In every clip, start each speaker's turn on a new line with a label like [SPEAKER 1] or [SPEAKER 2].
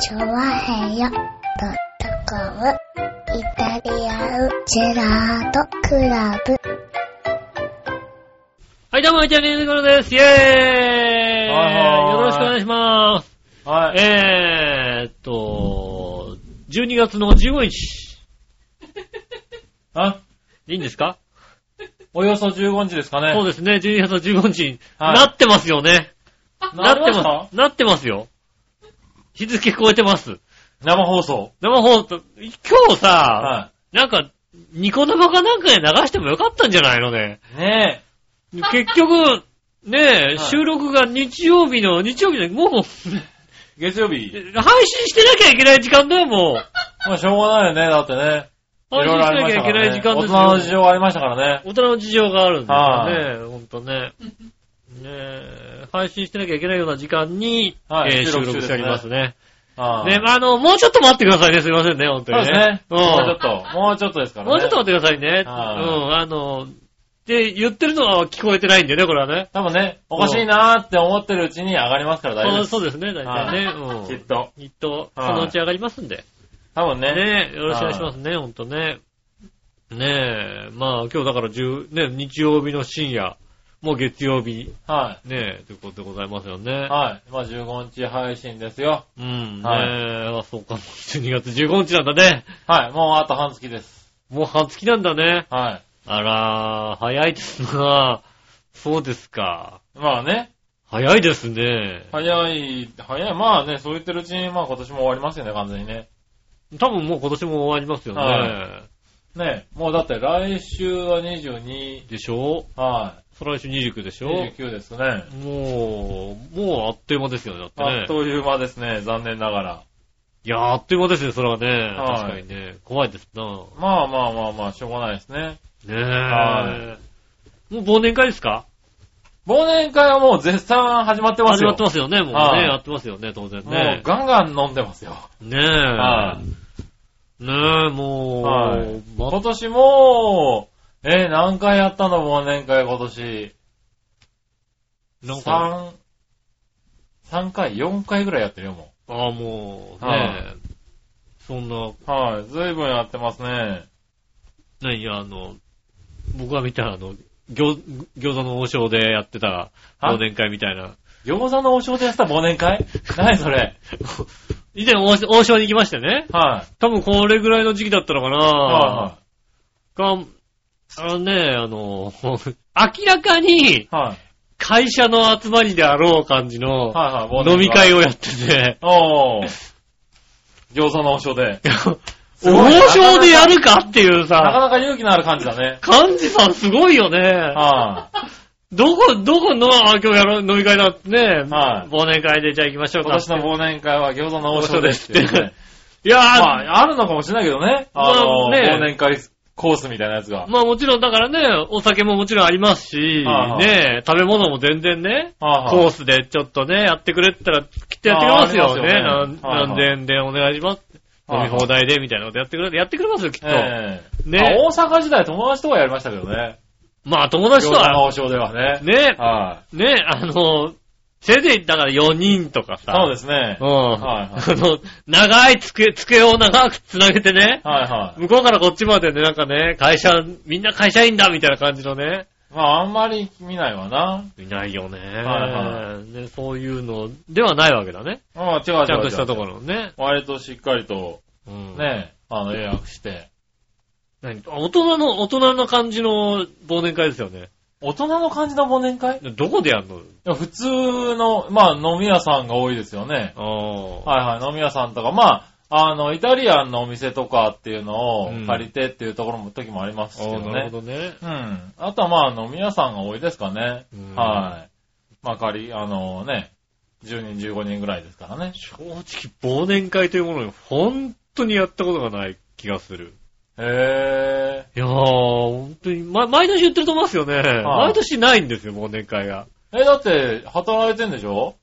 [SPEAKER 1] チョワヘヨドットコムイタリアンジェラートクラブ。
[SPEAKER 2] はい、どうも、イタリアンジェラートです。イェーイ
[SPEAKER 3] はいはい
[SPEAKER 2] よろしくお願いします。
[SPEAKER 3] はい。
[SPEAKER 2] えーっと、12月の15日。
[SPEAKER 3] あ、
[SPEAKER 2] いいんですか、
[SPEAKER 3] およそ15日ですかね。
[SPEAKER 2] そうですね、12月の15日に、
[SPEAKER 3] はい
[SPEAKER 2] なってますよね。なっ
[SPEAKER 3] な
[SPEAKER 2] て
[SPEAKER 3] りま
[SPEAKER 2] ますす。なってますよ。日付超えてます。
[SPEAKER 3] 生放送。
[SPEAKER 2] 生放送、今日さ、
[SPEAKER 3] は
[SPEAKER 2] なんか、ニコ生かなんかで流してもよかったんじゃないのね。
[SPEAKER 3] い。ね
[SPEAKER 2] 結局、ねえ、
[SPEAKER 3] い
[SPEAKER 2] 収録が日曜日の、日曜日の、もう、
[SPEAKER 3] え、月曜日。
[SPEAKER 2] 配信してなきゃいけない時間だよ、も
[SPEAKER 3] まあ、しょうがないよね、だってね。
[SPEAKER 2] う。配信しなきゃいけない時間
[SPEAKER 3] 大
[SPEAKER 2] です
[SPEAKER 3] 人
[SPEAKER 2] よ。
[SPEAKER 3] の事情がありましたからね。
[SPEAKER 2] 大人の事情があるんです
[SPEAKER 3] は
[SPEAKER 2] よね、ほんとね。ねえ、配信してなきゃいけないような時間に、
[SPEAKER 3] はい
[SPEAKER 2] えー収
[SPEAKER 3] 収録
[SPEAKER 2] 録
[SPEAKER 3] 中ですね
[SPEAKER 2] してありますね。
[SPEAKER 3] ああ
[SPEAKER 2] ね、まあ、あの、もうちょっと待ってくださいね、すいませんね、ほんと
[SPEAKER 3] そうで
[SPEAKER 2] に
[SPEAKER 3] す
[SPEAKER 2] ね
[SPEAKER 3] ね。。
[SPEAKER 2] うん
[SPEAKER 3] もうちょっと。もうちょっとですからね。
[SPEAKER 2] もうちょっと。待ってくださいね。うん、
[SPEAKER 3] はい
[SPEAKER 2] あの、って言ってるのは聞こえてないんだよね、これはね。
[SPEAKER 3] 多分ね、おかしいなーって思ってるうちに上がりますから大丈夫
[SPEAKER 2] そ
[SPEAKER 3] で
[SPEAKER 2] うそ
[SPEAKER 3] す。
[SPEAKER 2] うですね、大体ね。うん。
[SPEAKER 3] きっと。
[SPEAKER 2] きっと、そ
[SPEAKER 3] はい
[SPEAKER 2] のうち上がりますんで。
[SPEAKER 3] 多分ね。
[SPEAKER 2] ねえ、よろしくお願いしますね、ほんとね。ねえ、まあ今日だから10、ね、日曜日の深夜、もう月曜日、
[SPEAKER 3] は
[SPEAKER 2] ねえ、ということでございますよ
[SPEAKER 3] い。
[SPEAKER 2] ね。
[SPEAKER 3] はい。まあ、15日配信ですよ。
[SPEAKER 2] うん、ねえ、
[SPEAKER 3] はい
[SPEAKER 2] あそうか、もう12月15日なんだね。
[SPEAKER 3] はい。もうあと半月です。
[SPEAKER 2] もう半月なんだね。
[SPEAKER 3] は
[SPEAKER 2] あらー、早いですなそうですか。
[SPEAKER 3] い。まあね。
[SPEAKER 2] 早いですね。
[SPEAKER 3] 早い、早い。まあね、そう言ってるうちに、まあ今年も終わりますよね、完全にね。
[SPEAKER 2] 多分もう今年も終わりますよね。
[SPEAKER 3] はねもうだって来週は22、
[SPEAKER 2] でしょ
[SPEAKER 3] は
[SPEAKER 2] 再来週29でし
[SPEAKER 3] い。
[SPEAKER 2] ょ
[SPEAKER 3] 29ですね。
[SPEAKER 2] もう、もうあっという間ですよね、だってね。
[SPEAKER 3] あっという間ですね、残念ながら。
[SPEAKER 2] いやー、あっという間ですね、それはね。
[SPEAKER 3] はい
[SPEAKER 2] 確かにね。怖いですな。
[SPEAKER 3] まあまあまあまあ、しょうがないですね。
[SPEAKER 2] ねえ、
[SPEAKER 3] は
[SPEAKER 2] もう忘年会ですか
[SPEAKER 3] 忘年会はもう絶賛始まってます
[SPEAKER 2] 始ま
[SPEAKER 3] よ。
[SPEAKER 2] ってますよね、もうね。
[SPEAKER 3] はい
[SPEAKER 2] やってますよね、当然
[SPEAKER 3] もう
[SPEAKER 2] ね。
[SPEAKER 3] ガンガン飲んでますよ。
[SPEAKER 2] ねえ。
[SPEAKER 3] は
[SPEAKER 2] ねえ、もう、
[SPEAKER 3] はい
[SPEAKER 2] ま
[SPEAKER 3] 今年も、えー何回やったの忘年会今年。
[SPEAKER 2] なんか、
[SPEAKER 3] 3、3回、4回ぐらいやってるよ、も
[SPEAKER 2] ああ、もう、ねえ、
[SPEAKER 3] は
[SPEAKER 2] そんな、
[SPEAKER 3] う。はい。随分やってますね。
[SPEAKER 2] ねいや、あの、僕が見た、あの、餃餃子の王将でやってた
[SPEAKER 3] はい
[SPEAKER 2] 忘年会みたいな。
[SPEAKER 3] 餃子の王将でやってた忘年会何それ。
[SPEAKER 2] 以前王将王将に行きましてね。
[SPEAKER 3] はい。
[SPEAKER 2] 多分これぐらいの時期だったのかな。
[SPEAKER 3] は
[SPEAKER 2] が、あのね、あの、 明らかに
[SPEAKER 3] いはい。はい。
[SPEAKER 2] 会社の集まりであろう感じの
[SPEAKER 3] はいはい。
[SPEAKER 2] 飲み会
[SPEAKER 3] を。
[SPEAKER 2] をやってて、
[SPEAKER 3] おー。餃子の王将で。すご い
[SPEAKER 2] 王将でやるかっていう
[SPEAKER 3] なか
[SPEAKER 2] さ、
[SPEAKER 3] なか勇気のある感じだね。
[SPEAKER 2] 幹事さんすごいよね。
[SPEAKER 3] はい。
[SPEAKER 2] どこ、どこの、あ、今日やろう飲み会だってね、
[SPEAKER 3] はい
[SPEAKER 2] 忘年会でじゃあ行きましょう
[SPEAKER 3] 今
[SPEAKER 2] かっ
[SPEAKER 3] 年
[SPEAKER 2] て。
[SPEAKER 3] の忘年会は餃子の王将ですっていうね。
[SPEAKER 2] いやー、
[SPEAKER 3] ま あ、あるのかもしれないけどね。
[SPEAKER 2] まあ
[SPEAKER 3] あの、
[SPEAKER 2] ね
[SPEAKER 3] 忘年会コースみたいなやつが。
[SPEAKER 2] まあもちろんだからね、お酒ももちろんありますし、
[SPEAKER 3] はいはい
[SPEAKER 2] ね、食べ物も全然ね、
[SPEAKER 3] は
[SPEAKER 2] コースでちょっとね、やってくれって言ったら、きっとやってくれますよね。
[SPEAKER 3] ああ
[SPEAKER 2] な
[SPEAKER 3] あり
[SPEAKER 2] ん
[SPEAKER 3] ますよねはい
[SPEAKER 2] 何千円でお願いします。
[SPEAKER 3] はい
[SPEAKER 2] 飲
[SPEAKER 3] は
[SPEAKER 2] み
[SPEAKER 3] い
[SPEAKER 2] 放題で、みたいなことやってくれ、やってくれますよ、きっと。
[SPEAKER 3] ええ
[SPEAKER 2] ね
[SPEAKER 3] まあ大阪時代友達とかやりましたけどね。
[SPEAKER 2] まあ、友達
[SPEAKER 3] 餃
[SPEAKER 2] と
[SPEAKER 3] 子の
[SPEAKER 2] は、
[SPEAKER 3] 王将ではね。
[SPEAKER 2] ね、
[SPEAKER 3] は
[SPEAKER 2] ね、あの、せいぜい、だから4人とか
[SPEAKER 3] い。
[SPEAKER 2] さ。。
[SPEAKER 3] そうですすね
[SPEAKER 2] う。ん。
[SPEAKER 3] はい
[SPEAKER 2] あの、長い机、机を長くつなげてね、
[SPEAKER 3] はいはい。
[SPEAKER 2] 向こうからこっちまでね、なんかね、会社、みんな会社員だ、みたいな感じのね。
[SPEAKER 3] まあ、あんまり見ないわな。
[SPEAKER 2] いないよね。
[SPEAKER 3] はい
[SPEAKER 2] ねそういうのではないわけだね。
[SPEAKER 3] まあ、違う違う違う。
[SPEAKER 2] ちゃんとしたところのね。
[SPEAKER 3] 割としっかりと、
[SPEAKER 2] うん。
[SPEAKER 3] ね、あの、予約して。
[SPEAKER 2] 何大人の、大人の感じの忘年会ですよね。
[SPEAKER 3] 大人の感じの忘年会い
[SPEAKER 2] どこでやんの
[SPEAKER 3] や普通の、まあ、飲み屋さんが多いですよね。
[SPEAKER 2] ああ。
[SPEAKER 3] はいはい、飲み屋さんとか、まあ、あの、イタリアンのお店とかっていうのを
[SPEAKER 2] うん
[SPEAKER 3] 借りてっていうところも、時もありますけ
[SPEAKER 2] あ
[SPEAKER 3] ど
[SPEAKER 2] あなる
[SPEAKER 3] ね。
[SPEAKER 2] ほどね。
[SPEAKER 3] うん。あとはまあ、飲み屋さんが多いですかね。
[SPEAKER 2] うん
[SPEAKER 3] はい。まあ、借り、あのね、10人、15人ぐらいですからね。
[SPEAKER 2] 正直、忘年会というものに本当にやったことがない気がする。
[SPEAKER 3] へ
[SPEAKER 2] いやー、本当に、ま、毎年言ってると思いますよね。毎年ないんですよ、忘年会が。
[SPEAKER 3] ー。え、だって、働いてんでしょ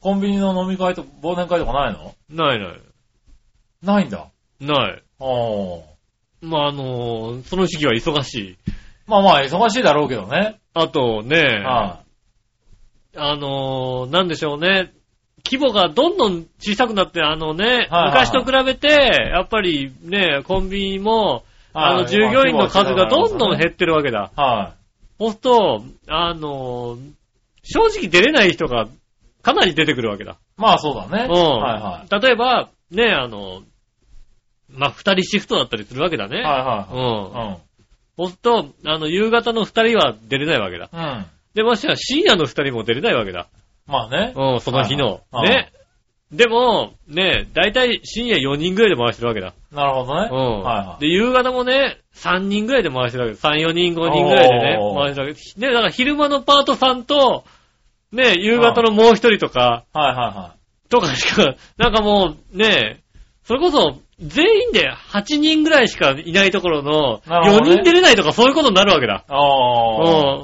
[SPEAKER 3] コンビニの飲み会と、忘年会とかないの
[SPEAKER 2] ないない。
[SPEAKER 3] ないんだ。
[SPEAKER 2] ない。
[SPEAKER 3] あー。
[SPEAKER 2] まあ、あのーその時期は忙しい。
[SPEAKER 3] まあまあ、忙しいだろうけどね。
[SPEAKER 2] あとね、
[SPEAKER 3] は
[SPEAKER 2] あのーなんでしょうね。規模がどんどん小さくなって、あのね、
[SPEAKER 3] はいはい
[SPEAKER 2] 昔と比べて、やっぱりね、コンビニも、あ
[SPEAKER 3] は
[SPEAKER 2] の、
[SPEAKER 3] い
[SPEAKER 2] 従業員の数がどんどん減ってるわけだ。
[SPEAKER 3] は
[SPEAKER 2] そうすると、あの、正直出れない人がかなり出てくるわけだ。
[SPEAKER 3] い。まあそうだね。
[SPEAKER 2] うん。
[SPEAKER 3] はいは
[SPEAKER 2] 例えば、ね、あの、まあ、二人シフトだったりするわけだね。
[SPEAKER 3] い。は
[SPEAKER 2] う
[SPEAKER 3] い
[SPEAKER 2] ん。
[SPEAKER 3] は
[SPEAKER 2] そうすると、あの、夕方の二人は出れないわけだ。
[SPEAKER 3] い。うん。うん。
[SPEAKER 2] で、ましては深夜の二人も出れないわけだ。
[SPEAKER 3] まあね。
[SPEAKER 2] うん、その日の。
[SPEAKER 3] はいはい
[SPEAKER 2] ね。でも、ね、だいたい深夜4人ぐらいで回してるわけだ。
[SPEAKER 3] なるほどね。
[SPEAKER 2] うん。
[SPEAKER 3] はいはい。
[SPEAKER 2] で、夕方もね、3人ぐらいで回してるわけ3、4人、5人ぐらいでね
[SPEAKER 3] お、ー
[SPEAKER 2] 回してるわけ。ね、だから昼間のパートさんと、ね、夕方のもう一人とか、
[SPEAKER 3] はいはいは
[SPEAKER 2] とかしか、なんかもう、ね、それこそ、全員で8人ぐらいしかいないところの、
[SPEAKER 3] なる
[SPEAKER 2] 4
[SPEAKER 3] ほどね
[SPEAKER 2] 人出れないとかそういうことになるわけだ。
[SPEAKER 3] い。あ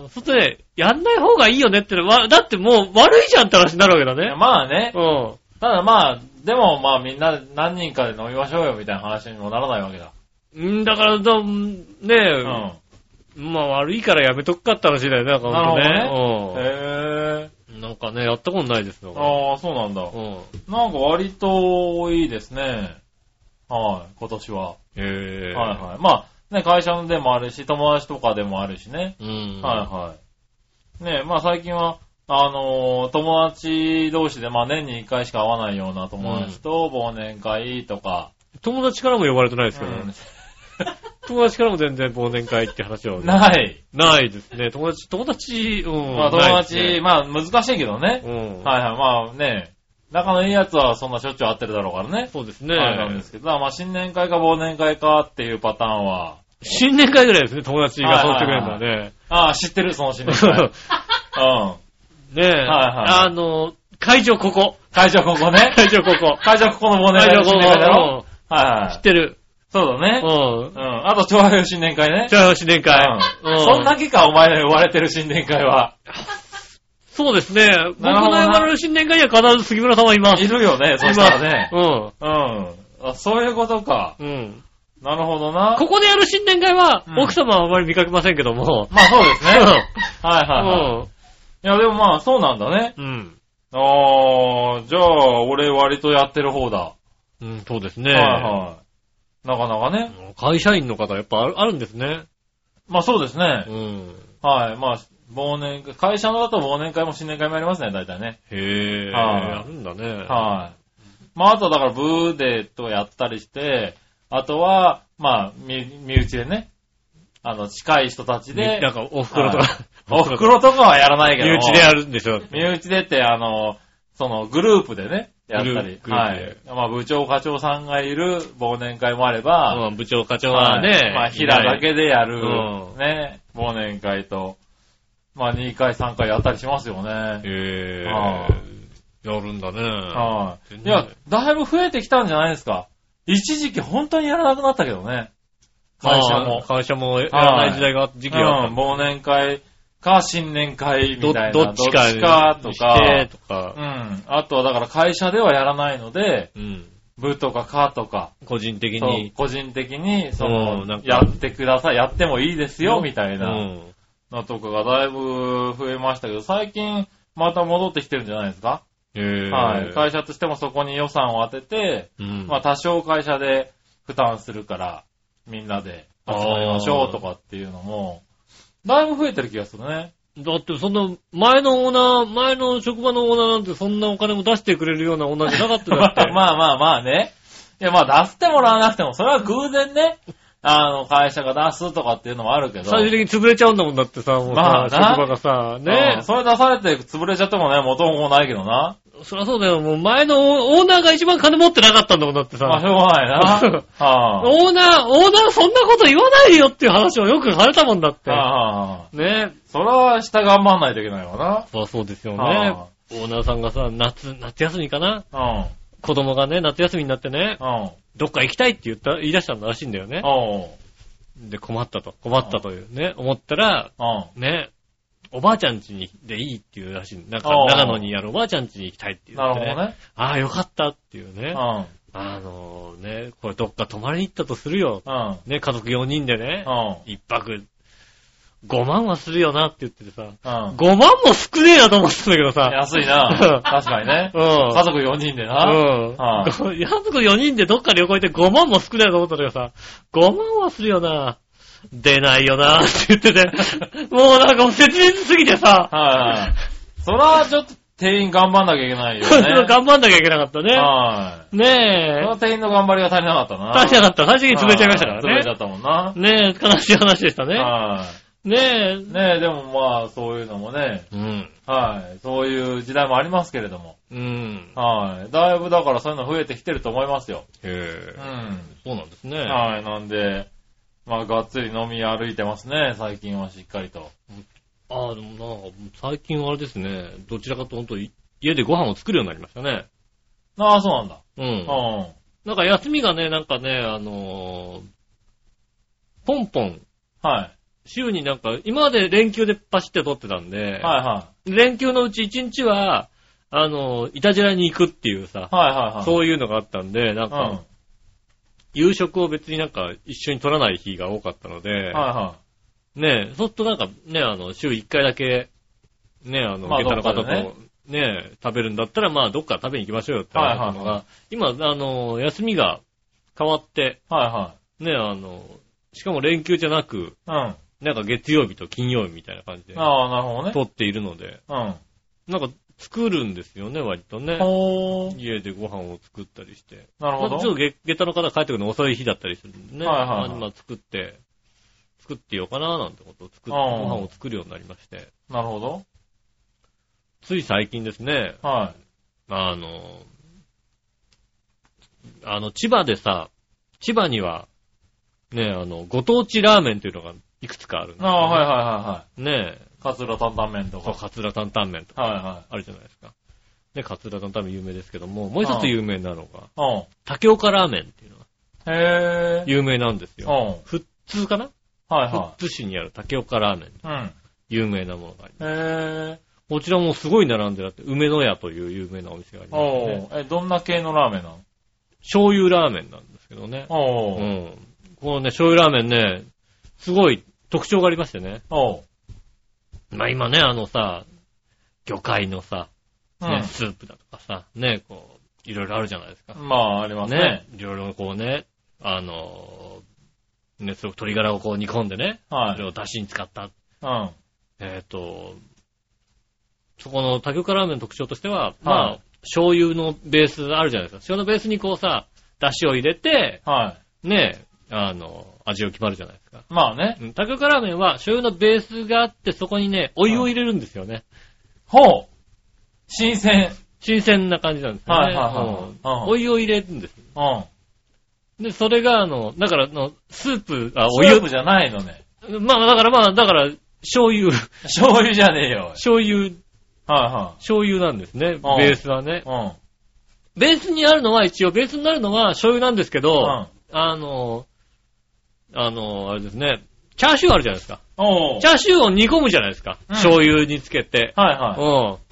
[SPEAKER 2] うん。そしてね、やんない方がいいよねってのは、だってもう悪いじゃんって話になるわけだ
[SPEAKER 3] あ。
[SPEAKER 2] ね。
[SPEAKER 3] まあね。
[SPEAKER 2] うん。
[SPEAKER 3] ただまあ、でもまあみんな何人かで飲みましょうよみたいな話にもならないわけだ。
[SPEAKER 2] うんだから、どねえ、
[SPEAKER 3] うん。
[SPEAKER 2] まあ悪いからやめとくかって話だよね、なんか
[SPEAKER 3] なる
[SPEAKER 2] ほんとね。
[SPEAKER 3] へえ。
[SPEAKER 2] うん。なんかね、やったことないですよ。
[SPEAKER 3] ああ、そうなんだ。
[SPEAKER 2] うん。
[SPEAKER 3] なんか割と多いですね。はい、今年は。
[SPEAKER 2] へえ。
[SPEAKER 3] はいはい。まあ、ね、会社でもあるし、友達とかでもあるしね。
[SPEAKER 2] い。うん。
[SPEAKER 3] はいはい。ねまあ最近は、あのー友達同士で、まあ年に一回しか会わないような友達と忘年会とか、
[SPEAKER 2] 友達からも呼ばれてないですけど、
[SPEAKER 3] うん
[SPEAKER 2] 友達からも全然忘年会って話はな
[SPEAKER 3] ない。
[SPEAKER 2] いですね。友達、友達、うん。
[SPEAKER 3] まあ友
[SPEAKER 2] ないです
[SPEAKER 3] 達、
[SPEAKER 2] ね
[SPEAKER 3] まあ難しいけどね。
[SPEAKER 2] うん。
[SPEAKER 3] はいはい、まあね、仲のいい奴はそんなしょっちゅう会ってるだろうからね。
[SPEAKER 2] そうですね。
[SPEAKER 3] あれなんですけど、まあ新年会か忘年会かっていうパターンは、
[SPEAKER 2] 新年会ぐらいですね、友達が誘ってくれるのはね。
[SPEAKER 3] ああ、知ってる、その新年 会。うん。
[SPEAKER 2] ねえ、
[SPEAKER 3] いはい
[SPEAKER 2] あの、会場ここ。
[SPEAKER 3] 会場ここね。
[SPEAKER 2] 会場ここ。
[SPEAKER 3] 会場ここの忘年
[SPEAKER 2] 会
[SPEAKER 3] 会
[SPEAKER 2] 場
[SPEAKER 3] の
[SPEAKER 2] こ
[SPEAKER 3] 新年会だろ。
[SPEAKER 2] こ。
[SPEAKER 3] はい
[SPEAKER 2] うん知
[SPEAKER 3] は
[SPEAKER 2] ってる。
[SPEAKER 3] い。そうだ
[SPEAKER 2] う
[SPEAKER 3] ね。
[SPEAKER 2] ん
[SPEAKER 3] う。ん。あと、調和新年会ね。
[SPEAKER 2] じゃあ、新年会。
[SPEAKER 3] う。
[SPEAKER 2] うんん
[SPEAKER 3] そんだけか、お前ら呼ばれてる新年会は。
[SPEAKER 2] そうですね。僕
[SPEAKER 3] なる
[SPEAKER 2] の
[SPEAKER 3] ほど
[SPEAKER 2] 呼
[SPEAKER 3] な
[SPEAKER 2] ばれる新年会には必ず杉村さんはいます。
[SPEAKER 3] いるよね、そ
[SPEAKER 2] い
[SPEAKER 3] したらね。
[SPEAKER 2] ま
[SPEAKER 3] うん。あ、そういうことか。
[SPEAKER 2] す。うん。うん。
[SPEAKER 3] なるほどな。
[SPEAKER 2] ここでやる新年会は
[SPEAKER 3] うん、
[SPEAKER 2] 奥様はあまり見かけませんけども。
[SPEAKER 3] まあ、そうですね。
[SPEAKER 2] うん
[SPEAKER 3] はいはいはい。いや、でもまあ、そうなんだね。
[SPEAKER 2] うん。うん。
[SPEAKER 3] あー、じゃあ、俺割とやってる方だ。
[SPEAKER 2] うん、そうです
[SPEAKER 3] は
[SPEAKER 2] ね
[SPEAKER 3] い。はい。なかなかね。
[SPEAKER 2] 会社員の方、やっぱあるあるんですね。
[SPEAKER 3] まあ、そうですね
[SPEAKER 2] う。ん。
[SPEAKER 3] はい。まあ、忘年会、会社のだと忘年会も新年会もありますね、大体ね。
[SPEAKER 2] へえ。
[SPEAKER 3] はい
[SPEAKER 2] あるんだね。
[SPEAKER 3] はい。まあ、あとはだから、ブーデーとやったりして、あとは、まあ、身身内でね、あの、近い人たち
[SPEAKER 2] で、な
[SPEAKER 3] で
[SPEAKER 2] ん、か、 お袋と
[SPEAKER 3] はい
[SPEAKER 2] か。
[SPEAKER 3] お袋とかはやらないけど
[SPEAKER 2] 身
[SPEAKER 3] も、
[SPEAKER 2] 内でやるんでしょ。
[SPEAKER 3] 身内でって、あの、その、グループでね、やった
[SPEAKER 2] グル
[SPEAKER 3] り
[SPEAKER 2] ー、プ
[SPEAKER 3] はい。まあ、部長、課長さんがいる忘年会もあれば、
[SPEAKER 2] うん、部長課長
[SPEAKER 3] ま
[SPEAKER 2] は
[SPEAKER 3] あ
[SPEAKER 2] ね。
[SPEAKER 3] まあ、平だ
[SPEAKER 2] い
[SPEAKER 3] けでや
[SPEAKER 2] う
[SPEAKER 3] る、
[SPEAKER 2] ん
[SPEAKER 3] ね、忘年会と、まあ、2回、3回やったりしますよ
[SPEAKER 2] ない。
[SPEAKER 3] ね。
[SPEAKER 2] へ
[SPEAKER 3] は
[SPEAKER 2] え。やるんだね。
[SPEAKER 3] はい。
[SPEAKER 2] 全
[SPEAKER 3] い
[SPEAKER 2] 然
[SPEAKER 3] や、だいぶ増えてきたんじゃないですか。一時期本当にやらなくなったけどね。会社
[SPEAKER 2] まあ
[SPEAKER 3] も。
[SPEAKER 2] 会社もやらない時代が、時期があ
[SPEAKER 3] う
[SPEAKER 2] っ
[SPEAKER 3] ん、忘年会か新年会みた
[SPEAKER 2] た。
[SPEAKER 3] いな。
[SPEAKER 2] どどっちか
[SPEAKER 3] どっちかと
[SPEAKER 2] にし
[SPEAKER 3] か
[SPEAKER 2] て。と
[SPEAKER 3] う
[SPEAKER 2] か。
[SPEAKER 3] ん。あとはだから会社ではやらないので、
[SPEAKER 2] うん。
[SPEAKER 3] 部とか課とか、
[SPEAKER 2] 個人的
[SPEAKER 3] そう
[SPEAKER 2] に。
[SPEAKER 3] 個人的に、その
[SPEAKER 2] うんなん、か。
[SPEAKER 3] やってください、やってもいいですよ、みたいうなんのとかがだいぶ増えましたけど、最近また戻ってきてるんじゃないですか、
[SPEAKER 2] へえ。
[SPEAKER 3] はい。会社としてもそこに予算を当てて、
[SPEAKER 2] うん。
[SPEAKER 3] まあ多少会社で負担するから、みんなで集まりましょうとかっていうのも、だいぶ増えてる気がするね。
[SPEAKER 2] だってそんな、前のオーナー、前の職場のオーナーなんてそんなお金も出してくれるようなオーナーじゃなかった
[SPEAKER 3] ま
[SPEAKER 2] だっ
[SPEAKER 3] あ
[SPEAKER 2] て。
[SPEAKER 3] まあまあまあね。いやまあ出してもらわなくても、それは偶然ね、あの会社が出すとかっていうのもあるけど。
[SPEAKER 2] 最終的に潰れちゃうんだもんだってさ、 もう
[SPEAKER 3] ま
[SPEAKER 2] さ
[SPEAKER 3] あ、な
[SPEAKER 2] 職場がさ、ね
[SPEAKER 3] うんそれ出されて潰れちゃってもね、元も子もないけどな。
[SPEAKER 2] そりゃそうだよ。もう前のオーナーが一番金持ってなかったんだもんだってさ。
[SPEAKER 3] まあしょうがな いな。は
[SPEAKER 2] オーナー、オーナーそんなこと言わないよっていう話をよくされたもんだっ
[SPEAKER 3] あ、
[SPEAKER 2] て。
[SPEAKER 3] はあ、
[SPEAKER 2] ね。
[SPEAKER 3] それは下頑張んないといけないわ
[SPEAKER 2] まあそうですよね
[SPEAKER 3] は。
[SPEAKER 2] オーナーさんがさ、夏、夏休みかな
[SPEAKER 3] な。
[SPEAKER 2] 子供がね、夏休みになってね、
[SPEAKER 3] うん。うん。
[SPEAKER 2] どっか行きたいって言った、言い出したんだらしいんだよね。
[SPEAKER 3] おう
[SPEAKER 2] で、困ったと。困ったというね、思ったら、
[SPEAKER 3] うん。
[SPEAKER 2] ね、おばあちゃん家にでいいっていうらしい。なんか、
[SPEAKER 3] ああ
[SPEAKER 2] 長野にあるおばあちゃん家に行きたいって言
[SPEAKER 3] なる
[SPEAKER 2] っ
[SPEAKER 3] ほ
[SPEAKER 2] て
[SPEAKER 3] ど
[SPEAKER 2] ね。
[SPEAKER 3] ね。
[SPEAKER 2] ああ、よかったっていう
[SPEAKER 3] う
[SPEAKER 2] ね
[SPEAKER 3] ん。。うん。
[SPEAKER 2] あのね、これどっか泊まりに行ったとするよ。ね、家族4人でね、
[SPEAKER 3] うん。
[SPEAKER 2] 一泊、 5万はするよなって言っててさ、
[SPEAKER 3] うん。
[SPEAKER 2] 5万も少ねえなと思ってたんだけどさ。
[SPEAKER 3] 安いな。確かにね
[SPEAKER 2] う。ん。
[SPEAKER 3] 家族4人でな。
[SPEAKER 2] うん。
[SPEAKER 3] は
[SPEAKER 2] 家族4人でどっか旅行行って5万も少ないと思ったんだけどさ、5万はするよな。出ないよなって言って て、もうなんかもう切実すぎてさ、
[SPEAKER 3] はいはい。それはちょっと店員頑張んなきゃいけないよね。
[SPEAKER 2] 頑張んなきゃいけなかったね。
[SPEAKER 3] はい。
[SPEAKER 2] ね
[SPEAKER 3] そ
[SPEAKER 2] え
[SPEAKER 3] の。店員の頑張りが足りなかったな。
[SPEAKER 2] 大しなかった。最終
[SPEAKER 3] に
[SPEAKER 2] 的に潰れちゃいましたから
[SPEAKER 3] 潰れちゃ
[SPEAKER 2] ね。
[SPEAKER 3] ったもんな。
[SPEAKER 2] ねえ、悲しい話でしたね。
[SPEAKER 3] は
[SPEAKER 2] ね
[SPEAKER 3] い。ねえ、でもまあ、そういうのもね、
[SPEAKER 2] え。うん。
[SPEAKER 3] はい。そういう時代もありますけれども。
[SPEAKER 2] うん。
[SPEAKER 3] はい。だいぶだからそういうの増えてきてると思いますよ。
[SPEAKER 2] へえ
[SPEAKER 3] うん。。
[SPEAKER 2] そうなんですね。
[SPEAKER 3] はい。なんで、まあ、がっつり飲み歩いてますね、最近はしっかりと。
[SPEAKER 2] ああ、でもなんか、最近はあれですね、どちらかと本当に家でご飯を作るようになりましたね。
[SPEAKER 3] ああ、そうなんだ。
[SPEAKER 2] うん。
[SPEAKER 3] うん。
[SPEAKER 2] なんか休みがね、なんかね、あのーポンポン、
[SPEAKER 3] はい。
[SPEAKER 2] 週になんか、今まで連休でパシって取ってたんで、
[SPEAKER 3] はいは
[SPEAKER 2] 連休のうち1日は、あのー、いたじらに行くっていうさ
[SPEAKER 3] い。、はいはいはい。
[SPEAKER 2] そういうのがあったんで、なん
[SPEAKER 3] う
[SPEAKER 2] か、夕食を別になんか一緒に取らない日が多かったので
[SPEAKER 3] ん。、はいはい。
[SPEAKER 2] ねえ、そうするとなんかね、あの、週1回だけ、ね、あの、
[SPEAKER 3] まあ
[SPEAKER 2] 下駄の方
[SPEAKER 3] どっ
[SPEAKER 2] と
[SPEAKER 3] かでね
[SPEAKER 2] ね、食べるんだったら、まあ、どっか食べに行きましょうよって話だったのが、
[SPEAKER 3] は
[SPEAKER 2] 今、あのー、休みが変わって、
[SPEAKER 3] は
[SPEAKER 2] ね、あの、しかも連休じゃなく、
[SPEAKER 3] いはい。
[SPEAKER 2] なんか月曜日と金曜日みたいな感じ
[SPEAKER 3] う
[SPEAKER 2] で
[SPEAKER 3] ん。、ああ、なるほどね。
[SPEAKER 2] 撮っているので、
[SPEAKER 3] うん。
[SPEAKER 2] なんか作るんですよね、割とね。
[SPEAKER 3] ほー。
[SPEAKER 2] 家でご飯を作ったりして。
[SPEAKER 3] なる
[SPEAKER 2] ま
[SPEAKER 3] ほ
[SPEAKER 2] あ、ちょ
[SPEAKER 3] ど。
[SPEAKER 2] っとげ下駄の方帰ってくるの遅い日だったりするんでね。
[SPEAKER 3] はいはいはい
[SPEAKER 2] まあまあ作って、作ってようかななんてことを作って、
[SPEAKER 3] あ
[SPEAKER 2] ご
[SPEAKER 3] ー
[SPEAKER 2] 飯を作るようになりまして。
[SPEAKER 3] なるほど。
[SPEAKER 2] つい最近ですね、
[SPEAKER 3] は
[SPEAKER 2] あの、あの、千葉でさ、千葉には、ね、あの、ご当地ラーメンというのがいくつかあるん
[SPEAKER 3] い。
[SPEAKER 2] です
[SPEAKER 3] あ
[SPEAKER 2] よね
[SPEAKER 3] あ、はいはいはいは
[SPEAKER 2] ねえ、
[SPEAKER 3] い。カツラ担々麺と
[SPEAKER 2] そう、
[SPEAKER 3] か。
[SPEAKER 2] カツラ担々麺とか、
[SPEAKER 3] は
[SPEAKER 2] あるじゃないですか。ね、カツラ担々麺有名ですけども、もう一つ有名なのが、
[SPEAKER 3] いはい。
[SPEAKER 2] 竹岡ラーメンっていうのが
[SPEAKER 3] うん。へえ。
[SPEAKER 2] 有名なんです
[SPEAKER 3] うん。
[SPEAKER 2] よ。
[SPEAKER 3] は
[SPEAKER 2] 富津かない
[SPEAKER 3] は
[SPEAKER 2] 富津市にある竹岡ラーメン、
[SPEAKER 3] い。うん。
[SPEAKER 2] 有名なものがあります。
[SPEAKER 3] へえ。
[SPEAKER 2] こちらもすごい並んであって、梅の屋という有名なお店があります
[SPEAKER 3] お
[SPEAKER 2] ね。
[SPEAKER 3] ー。え、どんな系のラーメンなの
[SPEAKER 2] 醤油ラーメンなんですけどね。う
[SPEAKER 3] おー。
[SPEAKER 2] ん。このね、醤油ラーメンね、すごい特徴がありましてね。
[SPEAKER 3] おー。
[SPEAKER 2] まあ今ね、あのさ、魚介のさ、
[SPEAKER 3] う
[SPEAKER 2] ねスープだとかさ、ね、こう、いろいろあるじゃないですか。
[SPEAKER 3] ん。まあ、ありますね
[SPEAKER 2] ね。、いろいろこうね、あのー、ね、すごく鶏ガラをこう煮込んでね、
[SPEAKER 3] は
[SPEAKER 2] それ
[SPEAKER 3] い。
[SPEAKER 2] を出汁に使った。
[SPEAKER 3] うん。
[SPEAKER 2] えっ、と、そこの多魚化ラーメンの特徴としては、まあ、
[SPEAKER 3] はい
[SPEAKER 2] 醤油のベースあるじゃないですか。醤油のベースにこうさ、出汁を入れて、
[SPEAKER 3] は
[SPEAKER 2] ね、あの、味を決まるじゃないですか。
[SPEAKER 3] い。まあね。
[SPEAKER 2] うん、多魚化ラーメンは醤油のベースがあって、そこにね、お湯を入れるんですよね。
[SPEAKER 3] ほう。新鮮。
[SPEAKER 2] 新鮮な感じなんですよね。
[SPEAKER 3] はいはいはい
[SPEAKER 2] うん
[SPEAKER 3] うん
[SPEAKER 2] お湯を入れるんです。
[SPEAKER 3] うん。
[SPEAKER 2] で、それが、あの、だから、あの、スープ、あ、お
[SPEAKER 3] お
[SPEAKER 2] 湯
[SPEAKER 3] 湯、じゃないのね。
[SPEAKER 2] まあ、だからまあ、だから、醤油、
[SPEAKER 3] 醤油じゃねえよ。
[SPEAKER 2] 醤油、
[SPEAKER 3] は
[SPEAKER 2] 醤油なんですね、
[SPEAKER 3] ああ
[SPEAKER 2] ベースはね
[SPEAKER 3] い。は
[SPEAKER 2] ベースにあるのは一応、ベースになるのは醤油なんですけ
[SPEAKER 3] い。うん。
[SPEAKER 2] ど、
[SPEAKER 3] うん。
[SPEAKER 2] あの、あの、あれですね、チャーシューあるじゃないですか。
[SPEAKER 3] おー
[SPEAKER 2] チ。ャーシューを煮込むじゃないですか。
[SPEAKER 3] うん
[SPEAKER 2] 醤油につけて。
[SPEAKER 3] はいう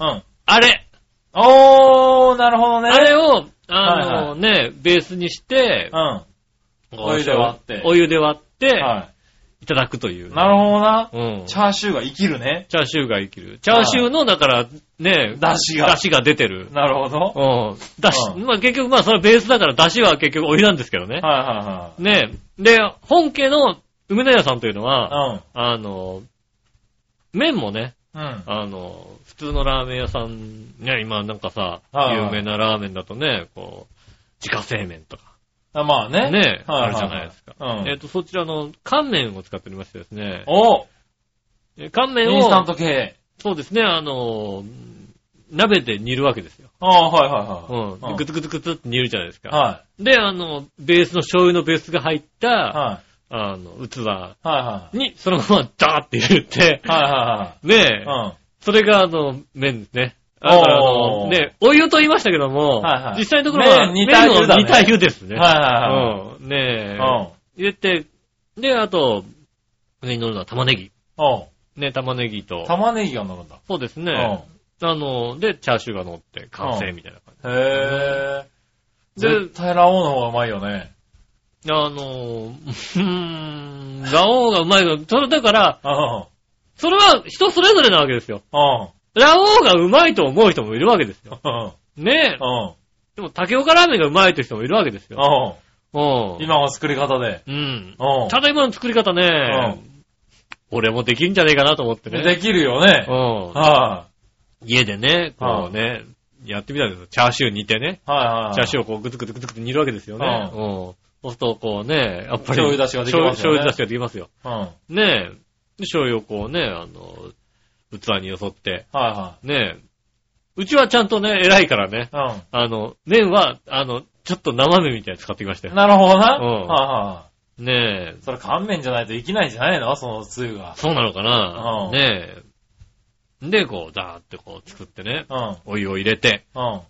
[SPEAKER 3] は
[SPEAKER 2] ん。
[SPEAKER 3] い。うん。
[SPEAKER 2] あれ、
[SPEAKER 3] おー、なるほどね。
[SPEAKER 2] あれを、あ
[SPEAKER 3] は
[SPEAKER 2] のね、ベースにして
[SPEAKER 3] う、ん。
[SPEAKER 2] こう
[SPEAKER 3] お湯で割って
[SPEAKER 2] お湯で割って、
[SPEAKER 3] はい
[SPEAKER 2] ただくという。
[SPEAKER 3] い。なるほどな。
[SPEAKER 2] うん。
[SPEAKER 3] チャーシューが生きるね。
[SPEAKER 2] チャーシューが生きる。チャーシューの、だから、ね、
[SPEAKER 3] 出汁が
[SPEAKER 2] 出汁が出てる。
[SPEAKER 3] なるほど。はい
[SPEAKER 2] うん。出汁、
[SPEAKER 3] うん
[SPEAKER 2] まあ結局、まあそれはベースだから出汁は結局お湯なんですけどね。
[SPEAKER 3] は
[SPEAKER 2] ねで、本家の梅田屋さんというの
[SPEAKER 3] い
[SPEAKER 2] は、
[SPEAKER 3] はい。
[SPEAKER 2] あの、麺もね、
[SPEAKER 3] うん。うん。
[SPEAKER 2] あの、普通のラーメン屋さん、ね、今なんかさ、
[SPEAKER 3] はい
[SPEAKER 2] 有名なラーメンだとね、こう、自家製麺とか、
[SPEAKER 3] あまあね。
[SPEAKER 2] ね、
[SPEAKER 3] はい
[SPEAKER 2] あ
[SPEAKER 3] はい
[SPEAKER 2] るじゃないですか。
[SPEAKER 3] うん
[SPEAKER 2] えっと、そちらの乾麺を使っておりましてですね、
[SPEAKER 3] お
[SPEAKER 2] え乾麺
[SPEAKER 3] インスタン
[SPEAKER 2] を、
[SPEAKER 3] ト系。
[SPEAKER 2] そうですね、あの、鍋で煮るわけですよ。
[SPEAKER 3] ああ、はいは
[SPEAKER 2] うん。
[SPEAKER 3] いはい。
[SPEAKER 2] グツグツグツって煮るじゃないですか。
[SPEAKER 3] は
[SPEAKER 2] で、あの、ベースの醤油のベースが入っ
[SPEAKER 3] い。
[SPEAKER 2] た、
[SPEAKER 3] は
[SPEAKER 2] あの、器
[SPEAKER 3] い。は
[SPEAKER 2] に、そのままダーって入れて
[SPEAKER 3] いはい。、は
[SPEAKER 2] ねえ
[SPEAKER 3] いはい、はい。
[SPEAKER 2] それがあの、麺ですね。だからあ
[SPEAKER 3] お
[SPEAKER 2] の、
[SPEAKER 3] ー
[SPEAKER 2] ねえお湯と言いましたけども
[SPEAKER 3] はいはい、
[SPEAKER 2] 実際のところは、
[SPEAKER 3] 麺二対湯
[SPEAKER 2] 麺
[SPEAKER 3] だね
[SPEAKER 2] を二対湯です
[SPEAKER 3] う
[SPEAKER 2] ね。
[SPEAKER 3] ん。はいは
[SPEAKER 2] うん。ねえ
[SPEAKER 3] いはい。うん。
[SPEAKER 2] 入れて、で、あと、上に乗るのは玉ねぎ。
[SPEAKER 3] お
[SPEAKER 2] ね、玉ねぎと、
[SPEAKER 3] 玉ねぎが乗るんだ。
[SPEAKER 2] そうです
[SPEAKER 3] う
[SPEAKER 2] ね。あの、で、チャーシューが乗って、完成みたいな感
[SPEAKER 3] ん。へえ。
[SPEAKER 2] じ。で
[SPEAKER 3] 絶、対ラオウの方がうまいよね。
[SPEAKER 2] あの、うーん、ラオウがうまいの。それだから、
[SPEAKER 3] うん。
[SPEAKER 2] それは人それぞれなわけですよ。
[SPEAKER 3] うん。
[SPEAKER 2] ラオウがうまいと思う人もいるわけですよ。
[SPEAKER 3] うん。
[SPEAKER 2] ねえ。
[SPEAKER 3] うん。
[SPEAKER 2] でも、竹岡ラーメンがうまいという人もいるわけですよ。
[SPEAKER 3] う
[SPEAKER 2] うん
[SPEAKER 3] ん。。今の作り方で。
[SPEAKER 2] うん。
[SPEAKER 3] うん。
[SPEAKER 2] ただ今の作り方ね、俺もできるんじゃねえかなと思ってね。
[SPEAKER 3] できるよね
[SPEAKER 2] う。ん。
[SPEAKER 3] は
[SPEAKER 2] 家でね、こうね、やってみたんですよ。チャーシュー煮てね。
[SPEAKER 3] い。はいはい。
[SPEAKER 2] チャーシューをこうグツグツグツグツ煮るわけですよね。う。
[SPEAKER 3] うん
[SPEAKER 2] そうすると、こうね、やっぱり。
[SPEAKER 3] 醤油出汁ができますよ
[SPEAKER 2] 醤
[SPEAKER 3] ね
[SPEAKER 2] 油醤油出汁ができますよ。
[SPEAKER 3] うん。はい
[SPEAKER 2] ねえ。で醤油をこうね、あの、器によそって。
[SPEAKER 3] は
[SPEAKER 2] ねえ。うちはちゃんとね、偉いからね。
[SPEAKER 3] い。うん。
[SPEAKER 2] あの、麺は、あの、ちょっと生麺みたいに使ってきましたよ。
[SPEAKER 3] なるほどな。
[SPEAKER 2] うん
[SPEAKER 3] はいは
[SPEAKER 2] ねえ
[SPEAKER 3] い。。それ乾麺じゃないといけないんじゃないのそのつゆが。
[SPEAKER 2] そうなのかな、
[SPEAKER 3] うん
[SPEAKER 2] ねえ。で、こう、ダーってこう作ってね。
[SPEAKER 3] うん。
[SPEAKER 2] お湯を入れて。
[SPEAKER 3] う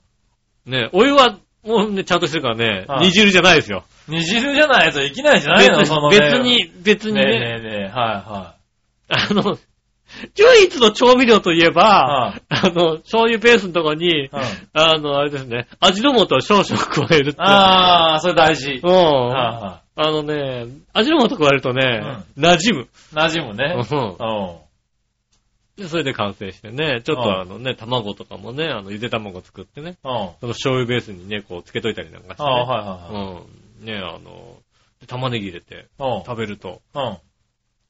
[SPEAKER 3] ん。
[SPEAKER 2] ねえ、お湯は、もうね、ちゃんとしてるからね、
[SPEAKER 3] はい
[SPEAKER 2] 煮汁じゃないですよ。
[SPEAKER 3] 煮汁じゃないといけないんじゃないの
[SPEAKER 2] 別
[SPEAKER 3] その
[SPEAKER 2] に別に、別
[SPEAKER 3] ね。
[SPEAKER 2] にね
[SPEAKER 3] ねえねえねえ。は
[SPEAKER 2] あの、唯一の調味料といえば、
[SPEAKER 3] はい
[SPEAKER 2] あの、醤油ベースのとこに、
[SPEAKER 3] いはい。うん。
[SPEAKER 2] あの、あれですね、味の素を少々加えるって。
[SPEAKER 3] あー、それ大事
[SPEAKER 2] う。ん。あ
[SPEAKER 3] は
[SPEAKER 2] のね、味の素加えるとね、馴染む。
[SPEAKER 3] いはい。馴染むね。
[SPEAKER 2] うん
[SPEAKER 3] うん。
[SPEAKER 2] でそれで完成してね、ちょっ
[SPEAKER 3] うん
[SPEAKER 2] とあのね、卵とかもね、あの、ゆで卵作ってね、
[SPEAKER 3] うん。
[SPEAKER 2] その醤油ベースにね、こう、つけといたりなんかして、
[SPEAKER 3] あ
[SPEAKER 2] ね。
[SPEAKER 3] あ、はいはい
[SPEAKER 2] うん。ね、あの、で玉ねぎ入れて
[SPEAKER 3] はい。
[SPEAKER 2] 食べると、
[SPEAKER 3] うん。うん。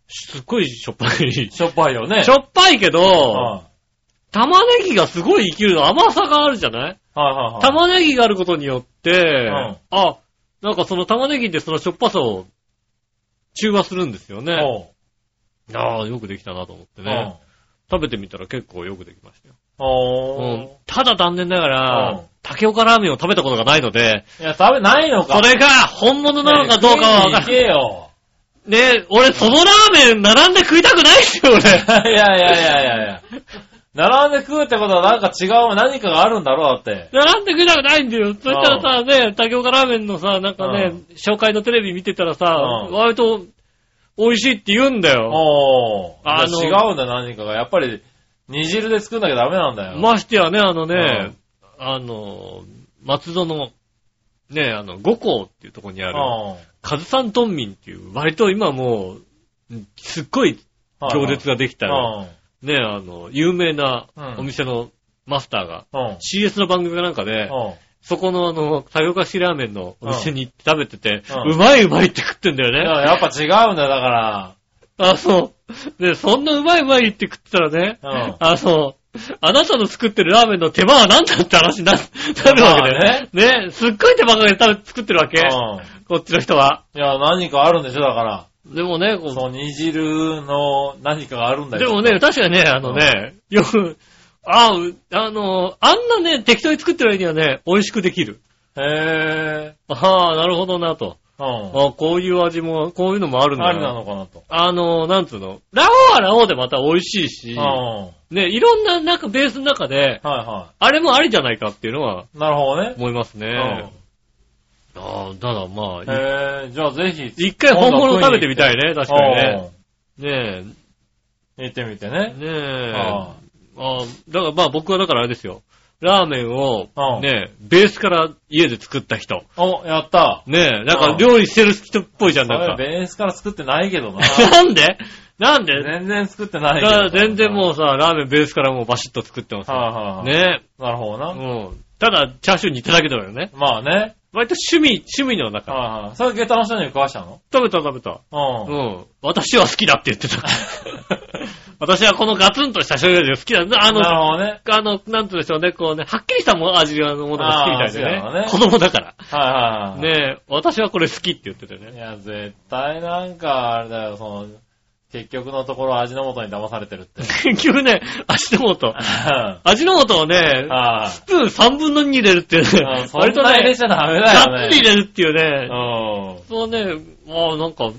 [SPEAKER 2] すっごいしょっぱ い。し
[SPEAKER 3] しょっぱいよね。
[SPEAKER 2] ょっぱいけ
[SPEAKER 3] うん
[SPEAKER 2] ど、
[SPEAKER 3] は
[SPEAKER 2] 玉ねぎがすごい生きるの甘さがあるじゃない
[SPEAKER 3] いはいはい。
[SPEAKER 2] 玉ねぎがあることによって
[SPEAKER 3] ん、
[SPEAKER 2] あ、なんかその玉ねぎってそのしょっぱさを中和するんですよね。
[SPEAKER 3] おう
[SPEAKER 2] ああ、よくできたなと思ってね。食べてみたら結構よくできましたよ。
[SPEAKER 3] うん。お
[SPEAKER 2] うん
[SPEAKER 3] ー。
[SPEAKER 2] ただ残念なが
[SPEAKER 3] う
[SPEAKER 2] ら
[SPEAKER 3] ん、
[SPEAKER 2] 竹岡ラーメンを食べたことがないので、
[SPEAKER 3] いや、食べないのか。
[SPEAKER 2] それが本物なのかどうかはわか
[SPEAKER 3] ねえ
[SPEAKER 2] ら
[SPEAKER 3] 食
[SPEAKER 2] ない
[SPEAKER 3] い。に行けよ。
[SPEAKER 2] ね、俺そのラーメン並んで食いたくないっすよ、俺。
[SPEAKER 3] いやいやいやいやいや。並んで食うってことはなんか違う何かがあるんだろう、だって。
[SPEAKER 2] 並んでくれたくないんだよ。そしたらさ、ね、竹岡ラーメンのさ、なんかね、紹介のテレビ見てたらさ、
[SPEAKER 3] うん
[SPEAKER 2] 割と美味しいって言うんだよ。
[SPEAKER 3] おー。
[SPEAKER 2] あの
[SPEAKER 3] いや違うんだ、何かが。やっぱり、煮汁で作んなきゃダメなんだよ。
[SPEAKER 2] ましてやね、あのね、あの、松戸の、ね、あの、五港っていうところにあ
[SPEAKER 3] うん
[SPEAKER 2] る、カズさんトンミンっていう、割と今もう、すっごい
[SPEAKER 3] はい
[SPEAKER 2] 行列ができた、
[SPEAKER 3] うん。
[SPEAKER 2] ね、あの、有名な
[SPEAKER 3] うん
[SPEAKER 2] お店のマスターが、
[SPEAKER 3] うん。
[SPEAKER 2] CS の番組かなんかで、
[SPEAKER 3] うん。
[SPEAKER 2] そこのあの、タピオカ式ラーメンのお店に行って食べてて、
[SPEAKER 3] うん
[SPEAKER 2] うまいうまいって食ってんだ
[SPEAKER 3] い
[SPEAKER 2] よね。
[SPEAKER 3] ややっぱ違うんだよ、だから。
[SPEAKER 2] あ、そう。で、そんなうまいうまいって食ってたらね、
[SPEAKER 3] うん
[SPEAKER 2] あ、そう。あなたの作ってるラーメンの手間は何だって話にななるわけだよね。ね、すっごい手間かけて食べ作ってるわけ。
[SPEAKER 3] う
[SPEAKER 2] こっちの人は。
[SPEAKER 3] ん。いや、何かあるんでしょ、だから。
[SPEAKER 2] でもね、こ
[SPEAKER 3] その煮汁の何かがあるん
[SPEAKER 2] う
[SPEAKER 3] だ
[SPEAKER 2] で
[SPEAKER 3] よ。
[SPEAKER 2] もね、確かにね、あのね、よく、あ、うあの、あんなね、適当に作ってる割にはね、美味しくできる。
[SPEAKER 3] へ
[SPEAKER 2] ああ、なるほどなと。
[SPEAKER 3] ぇー。うん。
[SPEAKER 2] あこういう味も、こういうのもあるんだ
[SPEAKER 3] ありなのかなと。
[SPEAKER 2] あの、なんつうの、ラオウはラオウでまた美味しいし、
[SPEAKER 3] うん。はい
[SPEAKER 2] ね、いろんな、なんかベースの中で、
[SPEAKER 3] は。
[SPEAKER 2] あれもありじゃないかっていうのはい
[SPEAKER 3] なるほどね。
[SPEAKER 2] 思いますね。
[SPEAKER 3] う
[SPEAKER 2] ああ、ただま
[SPEAKER 3] ん。
[SPEAKER 2] あ、い
[SPEAKER 3] へぇー。じゃあぜひ。
[SPEAKER 2] 一回本物を食べてみたいね、確かにね。ね
[SPEAKER 3] うん。行ってみて
[SPEAKER 2] え、
[SPEAKER 3] ね。
[SPEAKER 2] ねえ、
[SPEAKER 3] あ
[SPEAKER 2] ああだからまあ僕はだからあれですよ。ラーメンを
[SPEAKER 3] う、ん
[SPEAKER 2] ねえ、ベースから家で作った人。
[SPEAKER 3] お、やった。
[SPEAKER 2] ねえ、なんか
[SPEAKER 3] うん
[SPEAKER 2] 料理してる人っぽいじゃん、なん
[SPEAKER 3] そ
[SPEAKER 2] か。
[SPEAKER 3] れベースから作ってないけど な。
[SPEAKER 2] なんでなんで
[SPEAKER 3] 全然作ってな
[SPEAKER 2] だ
[SPEAKER 3] いけ
[SPEAKER 2] か
[SPEAKER 3] ど
[SPEAKER 2] ら
[SPEAKER 3] な。
[SPEAKER 2] 全然もうさ、ラーメンベースからもうバシッと作ってますよ。
[SPEAKER 3] はいはいはい
[SPEAKER 2] ねえ。
[SPEAKER 3] なるほどな。
[SPEAKER 2] うん。ただ、チャーシュー煮ただけだよね。
[SPEAKER 3] まあね。
[SPEAKER 2] 割と趣味、趣味の中。
[SPEAKER 3] はいはい。それ下駄の人に食わしたの
[SPEAKER 2] 食べた食べた。う
[SPEAKER 3] うん。
[SPEAKER 2] ん。私は好きだって言って た。私はこのガツンとした醤油味が好きだ。あ
[SPEAKER 3] なる
[SPEAKER 2] の、
[SPEAKER 3] ほどね。
[SPEAKER 2] あの、なんて言うんでしょうね、こうね、はっきりしたも味のものが好きみたいで
[SPEAKER 3] あーそうだ
[SPEAKER 2] ね
[SPEAKER 3] ね。
[SPEAKER 2] 子供だから。
[SPEAKER 3] はいはいはい。
[SPEAKER 2] ねえ、私はこれ好きって言ってたよ
[SPEAKER 3] い
[SPEAKER 2] ね。
[SPEAKER 3] や、絶対なんか、あれだよ、その、結局のところ味の素に騙されてるって。
[SPEAKER 2] 結局ね、味の素。
[SPEAKER 3] あ
[SPEAKER 2] 味の素をね、
[SPEAKER 3] あ。
[SPEAKER 2] スプーン3分の2入れるっていうね
[SPEAKER 3] ああ、そん
[SPEAKER 2] 割と
[SPEAKER 3] な入れ
[SPEAKER 2] ね、
[SPEAKER 3] ちゃダメ
[SPEAKER 2] ガ
[SPEAKER 3] だ
[SPEAKER 2] ッ
[SPEAKER 3] よ
[SPEAKER 2] ツリ入れ
[SPEAKER 3] ね。
[SPEAKER 2] るっていうね、
[SPEAKER 3] うん。
[SPEAKER 2] そうね、まあなんか、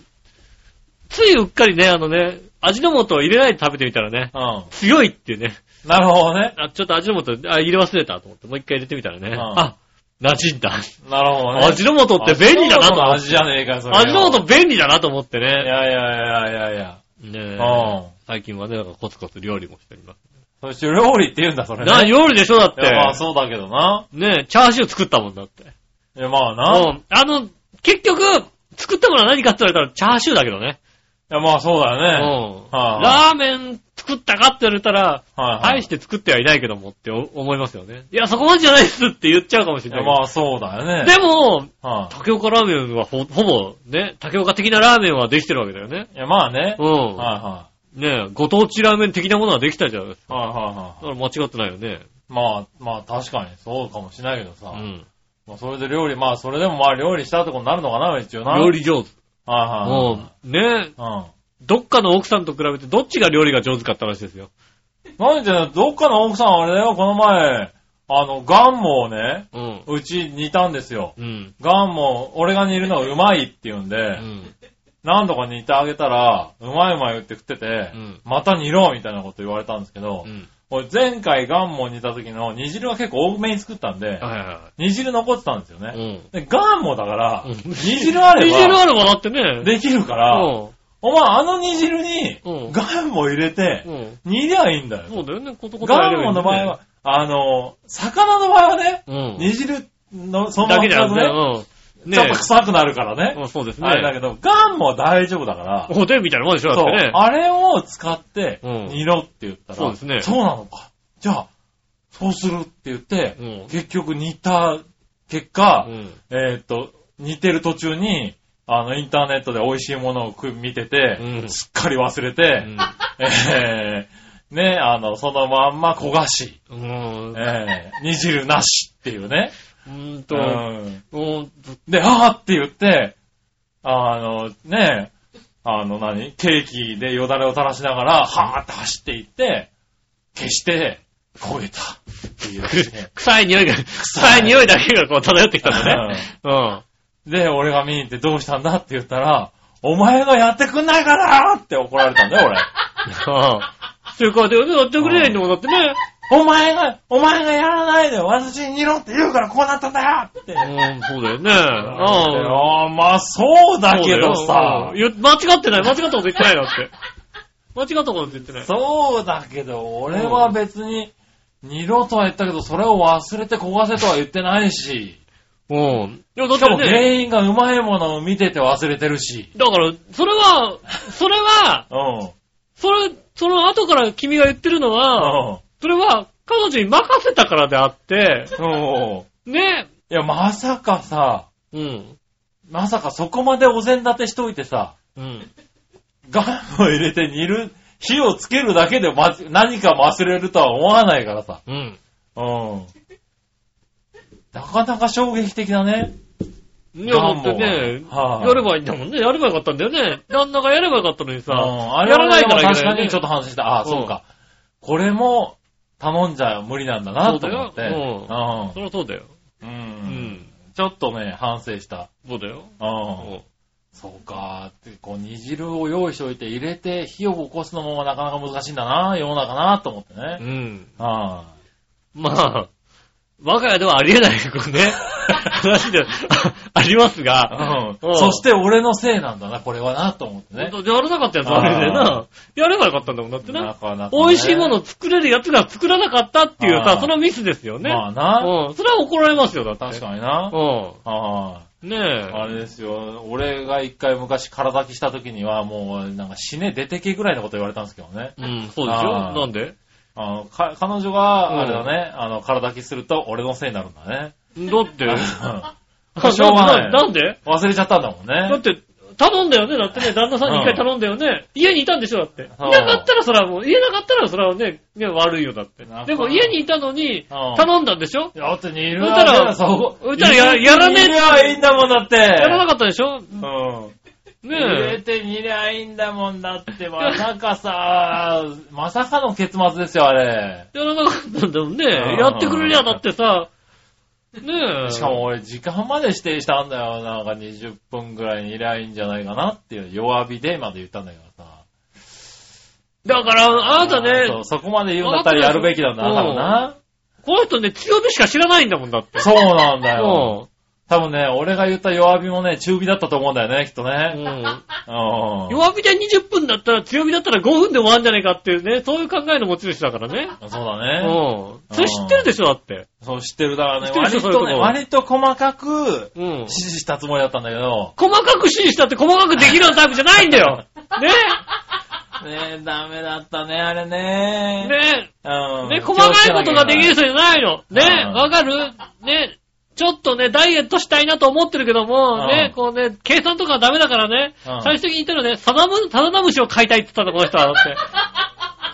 [SPEAKER 2] ついうっかりね、あのね、味の素を入れないで食べてみたらね、
[SPEAKER 3] う
[SPEAKER 2] 強いっていうね、
[SPEAKER 3] ん。なるほどね。
[SPEAKER 2] あちょっと味の素、あ、入れ忘れたと思って、もう一回入れてみたらね、
[SPEAKER 3] うん
[SPEAKER 2] あ、馴染んだ。
[SPEAKER 3] なるほどね。
[SPEAKER 2] 味の素って便利だなと思っ
[SPEAKER 3] 味じゃねえかよ、そ
[SPEAKER 2] て、
[SPEAKER 3] れ。
[SPEAKER 2] 味の素
[SPEAKER 3] い
[SPEAKER 2] 便利だなと思ってね、
[SPEAKER 3] やいやいやいやいや。
[SPEAKER 2] ねえ
[SPEAKER 3] うん
[SPEAKER 2] 最近はね、なんかコツコツ料理もしております。
[SPEAKER 3] そして料理って言うんだ、それね。
[SPEAKER 2] な、
[SPEAKER 3] い
[SPEAKER 2] 料理でしょだっ
[SPEAKER 3] や、まあ
[SPEAKER 2] て。
[SPEAKER 3] そうだけどな。
[SPEAKER 2] ねえ、チャーシュー作ったもんだって。
[SPEAKER 3] いや、まあ
[SPEAKER 2] う
[SPEAKER 3] な。
[SPEAKER 2] ん。あの、結局、作ったものは何かって言われたらチャーシューだけどね。
[SPEAKER 3] や、まあそうだ
[SPEAKER 2] う
[SPEAKER 3] よね。
[SPEAKER 2] ん。
[SPEAKER 3] はい
[SPEAKER 2] ラーメン作ったかって言われたら、
[SPEAKER 3] はいはい
[SPEAKER 2] 愛して作ってはいないけどもってお思いますよね。いや、そこまでじゃないっすって言っちゃうかもし
[SPEAKER 3] い
[SPEAKER 2] れな
[SPEAKER 3] や、
[SPEAKER 2] い。
[SPEAKER 3] まあそうだよね。
[SPEAKER 2] でも、
[SPEAKER 3] は
[SPEAKER 2] 竹岡ラーメンはほほぼね、竹岡的なラーメンはできてるわけだよね。
[SPEAKER 3] い。いや、まあね。
[SPEAKER 2] うん。
[SPEAKER 3] は
[SPEAKER 2] ねえ、ご当地ラーメン的なものはできたじゃん。だか
[SPEAKER 3] いはい。はいはいはい。
[SPEAKER 2] ら間違ってないよね。
[SPEAKER 3] まあ、まあ確かにそうかもしれないけどさ。
[SPEAKER 2] うん。
[SPEAKER 3] まあそれで料理、まあそれでもまあ料理したってことになるのかな、一応な。
[SPEAKER 2] 料。理上手。
[SPEAKER 3] はいはいは
[SPEAKER 2] もう、ねえ、
[SPEAKER 3] い。うん。
[SPEAKER 2] どっかの奥さんと比べてどっちが料理が上手かった話ですよ。
[SPEAKER 3] なんで、どっかの奥さんあれだよ、この前、あの、ガンモをね、
[SPEAKER 2] うん。
[SPEAKER 3] うち煮たんですよ。
[SPEAKER 2] うん。
[SPEAKER 3] ガンモ、俺が煮るのがうまいって言うんで、
[SPEAKER 2] うん。
[SPEAKER 3] 何度か煮てあげたら、うまいうまい言って食ってて、
[SPEAKER 2] うん
[SPEAKER 3] また煮ろみたいなこと言われたんですけど、
[SPEAKER 2] うん。
[SPEAKER 3] 俺前回ガンモ煮た時の煮汁が結構多めに作ったんで、
[SPEAKER 2] はいは
[SPEAKER 3] 煮汁残ってたんですよ
[SPEAKER 2] いはい。う
[SPEAKER 3] ね。
[SPEAKER 2] ん。
[SPEAKER 3] で、ガンモだから、
[SPEAKER 2] うん
[SPEAKER 3] 煮汁あれ
[SPEAKER 2] 煮
[SPEAKER 3] ば、
[SPEAKER 2] 汁あればだってね。
[SPEAKER 3] できるか
[SPEAKER 2] う
[SPEAKER 3] ら、
[SPEAKER 2] ん。
[SPEAKER 3] お前あの煮汁に
[SPEAKER 2] うん、
[SPEAKER 3] ガンモ入れて、
[SPEAKER 2] うん。
[SPEAKER 3] 煮りゃいいんだよ。
[SPEAKER 2] そうだよね、ことこと
[SPEAKER 3] ガンモの場合は、あの、魚の場合はね、
[SPEAKER 2] うん。
[SPEAKER 3] 煮汁の、その
[SPEAKER 2] だ
[SPEAKER 3] ま
[SPEAKER 2] け
[SPEAKER 3] ん
[SPEAKER 2] じゃ
[SPEAKER 3] ま
[SPEAKER 2] ん
[SPEAKER 3] ね、
[SPEAKER 2] ね。うん。ね
[SPEAKER 3] ちょっと臭くなるから
[SPEAKER 2] う
[SPEAKER 3] ね。
[SPEAKER 2] んそうですね。
[SPEAKER 3] あれだけど、ガンモは大丈夫だから、
[SPEAKER 2] おでんみたいなもんでしょ、だ
[SPEAKER 3] そ
[SPEAKER 2] っ
[SPEAKER 3] う
[SPEAKER 2] てね。
[SPEAKER 3] あれを使って、
[SPEAKER 2] うん
[SPEAKER 3] 煮ろって言ったら、
[SPEAKER 2] そうですね
[SPEAKER 3] そうなのか。じゃあ、そうするって言って、
[SPEAKER 2] うん
[SPEAKER 3] 結局煮た結果、
[SPEAKER 2] うん。
[SPEAKER 3] えーっと、煮てる途中に、あの、インターネットで美味しいものを食う見てて、
[SPEAKER 2] うん
[SPEAKER 3] すっかり忘れて、えーね、あの、そのまんま焦がし、
[SPEAKER 2] うん。
[SPEAKER 3] えー、煮汁なしっていうね。
[SPEAKER 2] うーん
[SPEAKER 3] う
[SPEAKER 2] と、
[SPEAKER 3] ん、
[SPEAKER 2] うーんと、
[SPEAKER 3] で、あーって言って、あの、ね、あの何、ケーキでよだれを垂らしながら、はーって走っていって、消して、焦げた。っていうね
[SPEAKER 2] 臭い匂いが、臭い匂いだけがこう漂ってきたんだね。うん。
[SPEAKER 3] で、俺が見に行ってどうしたんだって言ったら、お前がやってくんないからって怒られたんだよ、俺。
[SPEAKER 2] そういう顔で、やってくれないんだもんだってね。
[SPEAKER 3] お前が、お前がやらないで私に煮ろって言うからこうなったんだよって。
[SPEAKER 2] うん、そうだよね。うん。
[SPEAKER 3] ああ、まあそうだけどさ
[SPEAKER 2] そうだようん、いや間違ってない、間違ったこと言ってないだって。間違ったこと言ってない。
[SPEAKER 3] そうだけど、俺は別に、煮ろとは言ったけど、それを忘れて焦がせとは言ってないし、
[SPEAKER 2] うん。いや、だっ
[SPEAKER 3] しか
[SPEAKER 2] て
[SPEAKER 3] も原
[SPEAKER 2] ね、
[SPEAKER 3] 因がうまいものを見てて忘れてるし、
[SPEAKER 2] だから、それは、それは、
[SPEAKER 3] うん、うん、
[SPEAKER 2] それ、その後から君が言ってるのは、それは、彼女に任せたからであって、
[SPEAKER 3] うん。
[SPEAKER 2] ね。
[SPEAKER 3] いや、まさかさ、
[SPEAKER 2] うん。
[SPEAKER 3] まさかそこまでお膳立てしといてさ、
[SPEAKER 2] うん。
[SPEAKER 3] ガムを入れて煮る、火をつけるだけでま何か忘れるとは思わないからさ。
[SPEAKER 2] うん。
[SPEAKER 3] うん。なかなか衝撃的だね。
[SPEAKER 2] いや、だって
[SPEAKER 3] 願
[SPEAKER 2] ね、
[SPEAKER 3] 望ははい
[SPEAKER 2] やればいいんだもんね。やればよかったんだよね。旦那がやればよかったのにさ、
[SPEAKER 3] うんあれ
[SPEAKER 2] やら
[SPEAKER 3] は
[SPEAKER 2] ない
[SPEAKER 3] ね
[SPEAKER 2] からいけ
[SPEAKER 3] 確
[SPEAKER 2] な
[SPEAKER 3] か
[SPEAKER 2] いね
[SPEAKER 3] にちょっと反省した。ああ、
[SPEAKER 2] うん
[SPEAKER 3] そうか。これも頼んじゃ無理なんだなと思って。
[SPEAKER 2] そうだそりゃそうだよ。
[SPEAKER 3] うん。
[SPEAKER 2] う
[SPEAKER 3] うん。
[SPEAKER 2] ん。
[SPEAKER 3] ちょっとね、反省した。
[SPEAKER 2] そうだよ。
[SPEAKER 3] う。
[SPEAKER 2] うんん
[SPEAKER 3] そうか。ってこう、煮汁を用意しておいて入れて火を起こすのもなかなか難しいんだな、世の中な、と思って
[SPEAKER 2] う
[SPEAKER 3] ね。
[SPEAKER 2] ん。
[SPEAKER 3] ああ。
[SPEAKER 2] まあ、我が家ではありえないこう ね、話で、ありますが、
[SPEAKER 3] うんそして俺のせいなんだな、これはな、と思ってね。
[SPEAKER 2] 本当やらなかったやつはあれでな、やればよかったんだもんだって
[SPEAKER 3] な
[SPEAKER 2] な。
[SPEAKER 3] かなかね
[SPEAKER 2] 美味しいものを作れるやつが作らなかったっていう
[SPEAKER 3] あ
[SPEAKER 2] さ、
[SPEAKER 3] ー
[SPEAKER 2] そのミスですよね。
[SPEAKER 3] まあな。
[SPEAKER 2] うん。それは怒られますよ、だって。
[SPEAKER 3] 確かにな。
[SPEAKER 2] う
[SPEAKER 3] あ
[SPEAKER 2] ん。ねえ。
[SPEAKER 3] ああれですよ。俺が一回昔空炊きした時には、もう、なんか死ね出てけぐらいのこと言われたんですけどね。
[SPEAKER 2] うん、そうでし
[SPEAKER 3] あ
[SPEAKER 2] ょ
[SPEAKER 3] ー
[SPEAKER 2] なんで
[SPEAKER 3] あの、か、彼女が、あれだね、あの、空炊きすると俺のせいになるんだ ね。
[SPEAKER 2] だって、
[SPEAKER 3] うん しょうがな い
[SPEAKER 2] なんで
[SPEAKER 3] 忘れちゃったんだもん
[SPEAKER 2] だっ
[SPEAKER 3] ね。
[SPEAKER 2] て、頼んだよね、だってね、旦那さんに一回頼んだよね。家にいたんでしょ、だって。いな
[SPEAKER 3] うん
[SPEAKER 2] かったらそれはもう、家なかったらそれはね、ね悪いよ、だって
[SPEAKER 3] な。んか
[SPEAKER 2] でも家にいたのに、
[SPEAKER 3] うん
[SPEAKER 2] 頼んだんでしょ
[SPEAKER 3] だって煮る
[SPEAKER 2] だったら
[SPEAKER 3] だからそこ
[SPEAKER 2] だったらややらねえ
[SPEAKER 3] 煮りゃいいんだもんだって。
[SPEAKER 2] やらなかったでしょ
[SPEAKER 3] うん。入れ
[SPEAKER 2] ねえ。
[SPEAKER 3] て煮りゃいいんだもんだって、まさかさ、まさかの結末ですよ、あれ。
[SPEAKER 2] やらなかったんだもんね。
[SPEAKER 3] うん
[SPEAKER 2] やってくれりゃだってさ、ねえ。
[SPEAKER 3] しかも俺、時間まで指定したんだよ。なんか20分ぐらいにいりゃいいんじゃないかなっていう、弱火でまで言ったんだけどさ。
[SPEAKER 2] だから、あなた
[SPEAKER 3] そう
[SPEAKER 2] ね、
[SPEAKER 3] そこまで言うんだったらやるべきなんだな、多分な。
[SPEAKER 2] この人ね、強火しか知らないんだもんだって。
[SPEAKER 3] そうなんだよ。
[SPEAKER 2] うん
[SPEAKER 3] 多分ね、俺が言った弱火もね、中火だったと思うんだよね、きっと
[SPEAKER 2] う
[SPEAKER 3] ね。
[SPEAKER 2] ん。
[SPEAKER 3] うん。
[SPEAKER 2] 弱火で20分だったら強火だったら5分で終わんじゃねえかっていうね、そういう考えの持ち主だからね。
[SPEAKER 3] そう
[SPEAKER 2] う
[SPEAKER 3] だ
[SPEAKER 2] ん。
[SPEAKER 3] ね。
[SPEAKER 2] それ知ってるでしょ、だって。
[SPEAKER 3] そう、知ってるだからね。
[SPEAKER 2] 知ってるでし
[SPEAKER 3] 割
[SPEAKER 2] ょそういう
[SPEAKER 3] と
[SPEAKER 2] とこ
[SPEAKER 3] ね、割と細かく
[SPEAKER 2] うん
[SPEAKER 3] 指。示したつもりだったんだけど。
[SPEAKER 2] 細かく指示したって細かくできるようなタイプじゃないんだよ。
[SPEAKER 3] ねえ、ダメだったね、あれ
[SPEAKER 2] ね
[SPEAKER 3] ね。
[SPEAKER 2] ね
[SPEAKER 3] うん。
[SPEAKER 2] ね、細かいことができる人じゃないの。ね、
[SPEAKER 3] うん
[SPEAKER 2] わかるね、ちょっとね、ダイエットしたいなと思ってるけど
[SPEAKER 3] う
[SPEAKER 2] も、
[SPEAKER 3] ん
[SPEAKER 2] ね、こうね、計算とかはダメだからね、
[SPEAKER 3] うん
[SPEAKER 2] 最終的に言ったらね、サダム、サダダムシを買いたいって言ったの、この人は。だ って。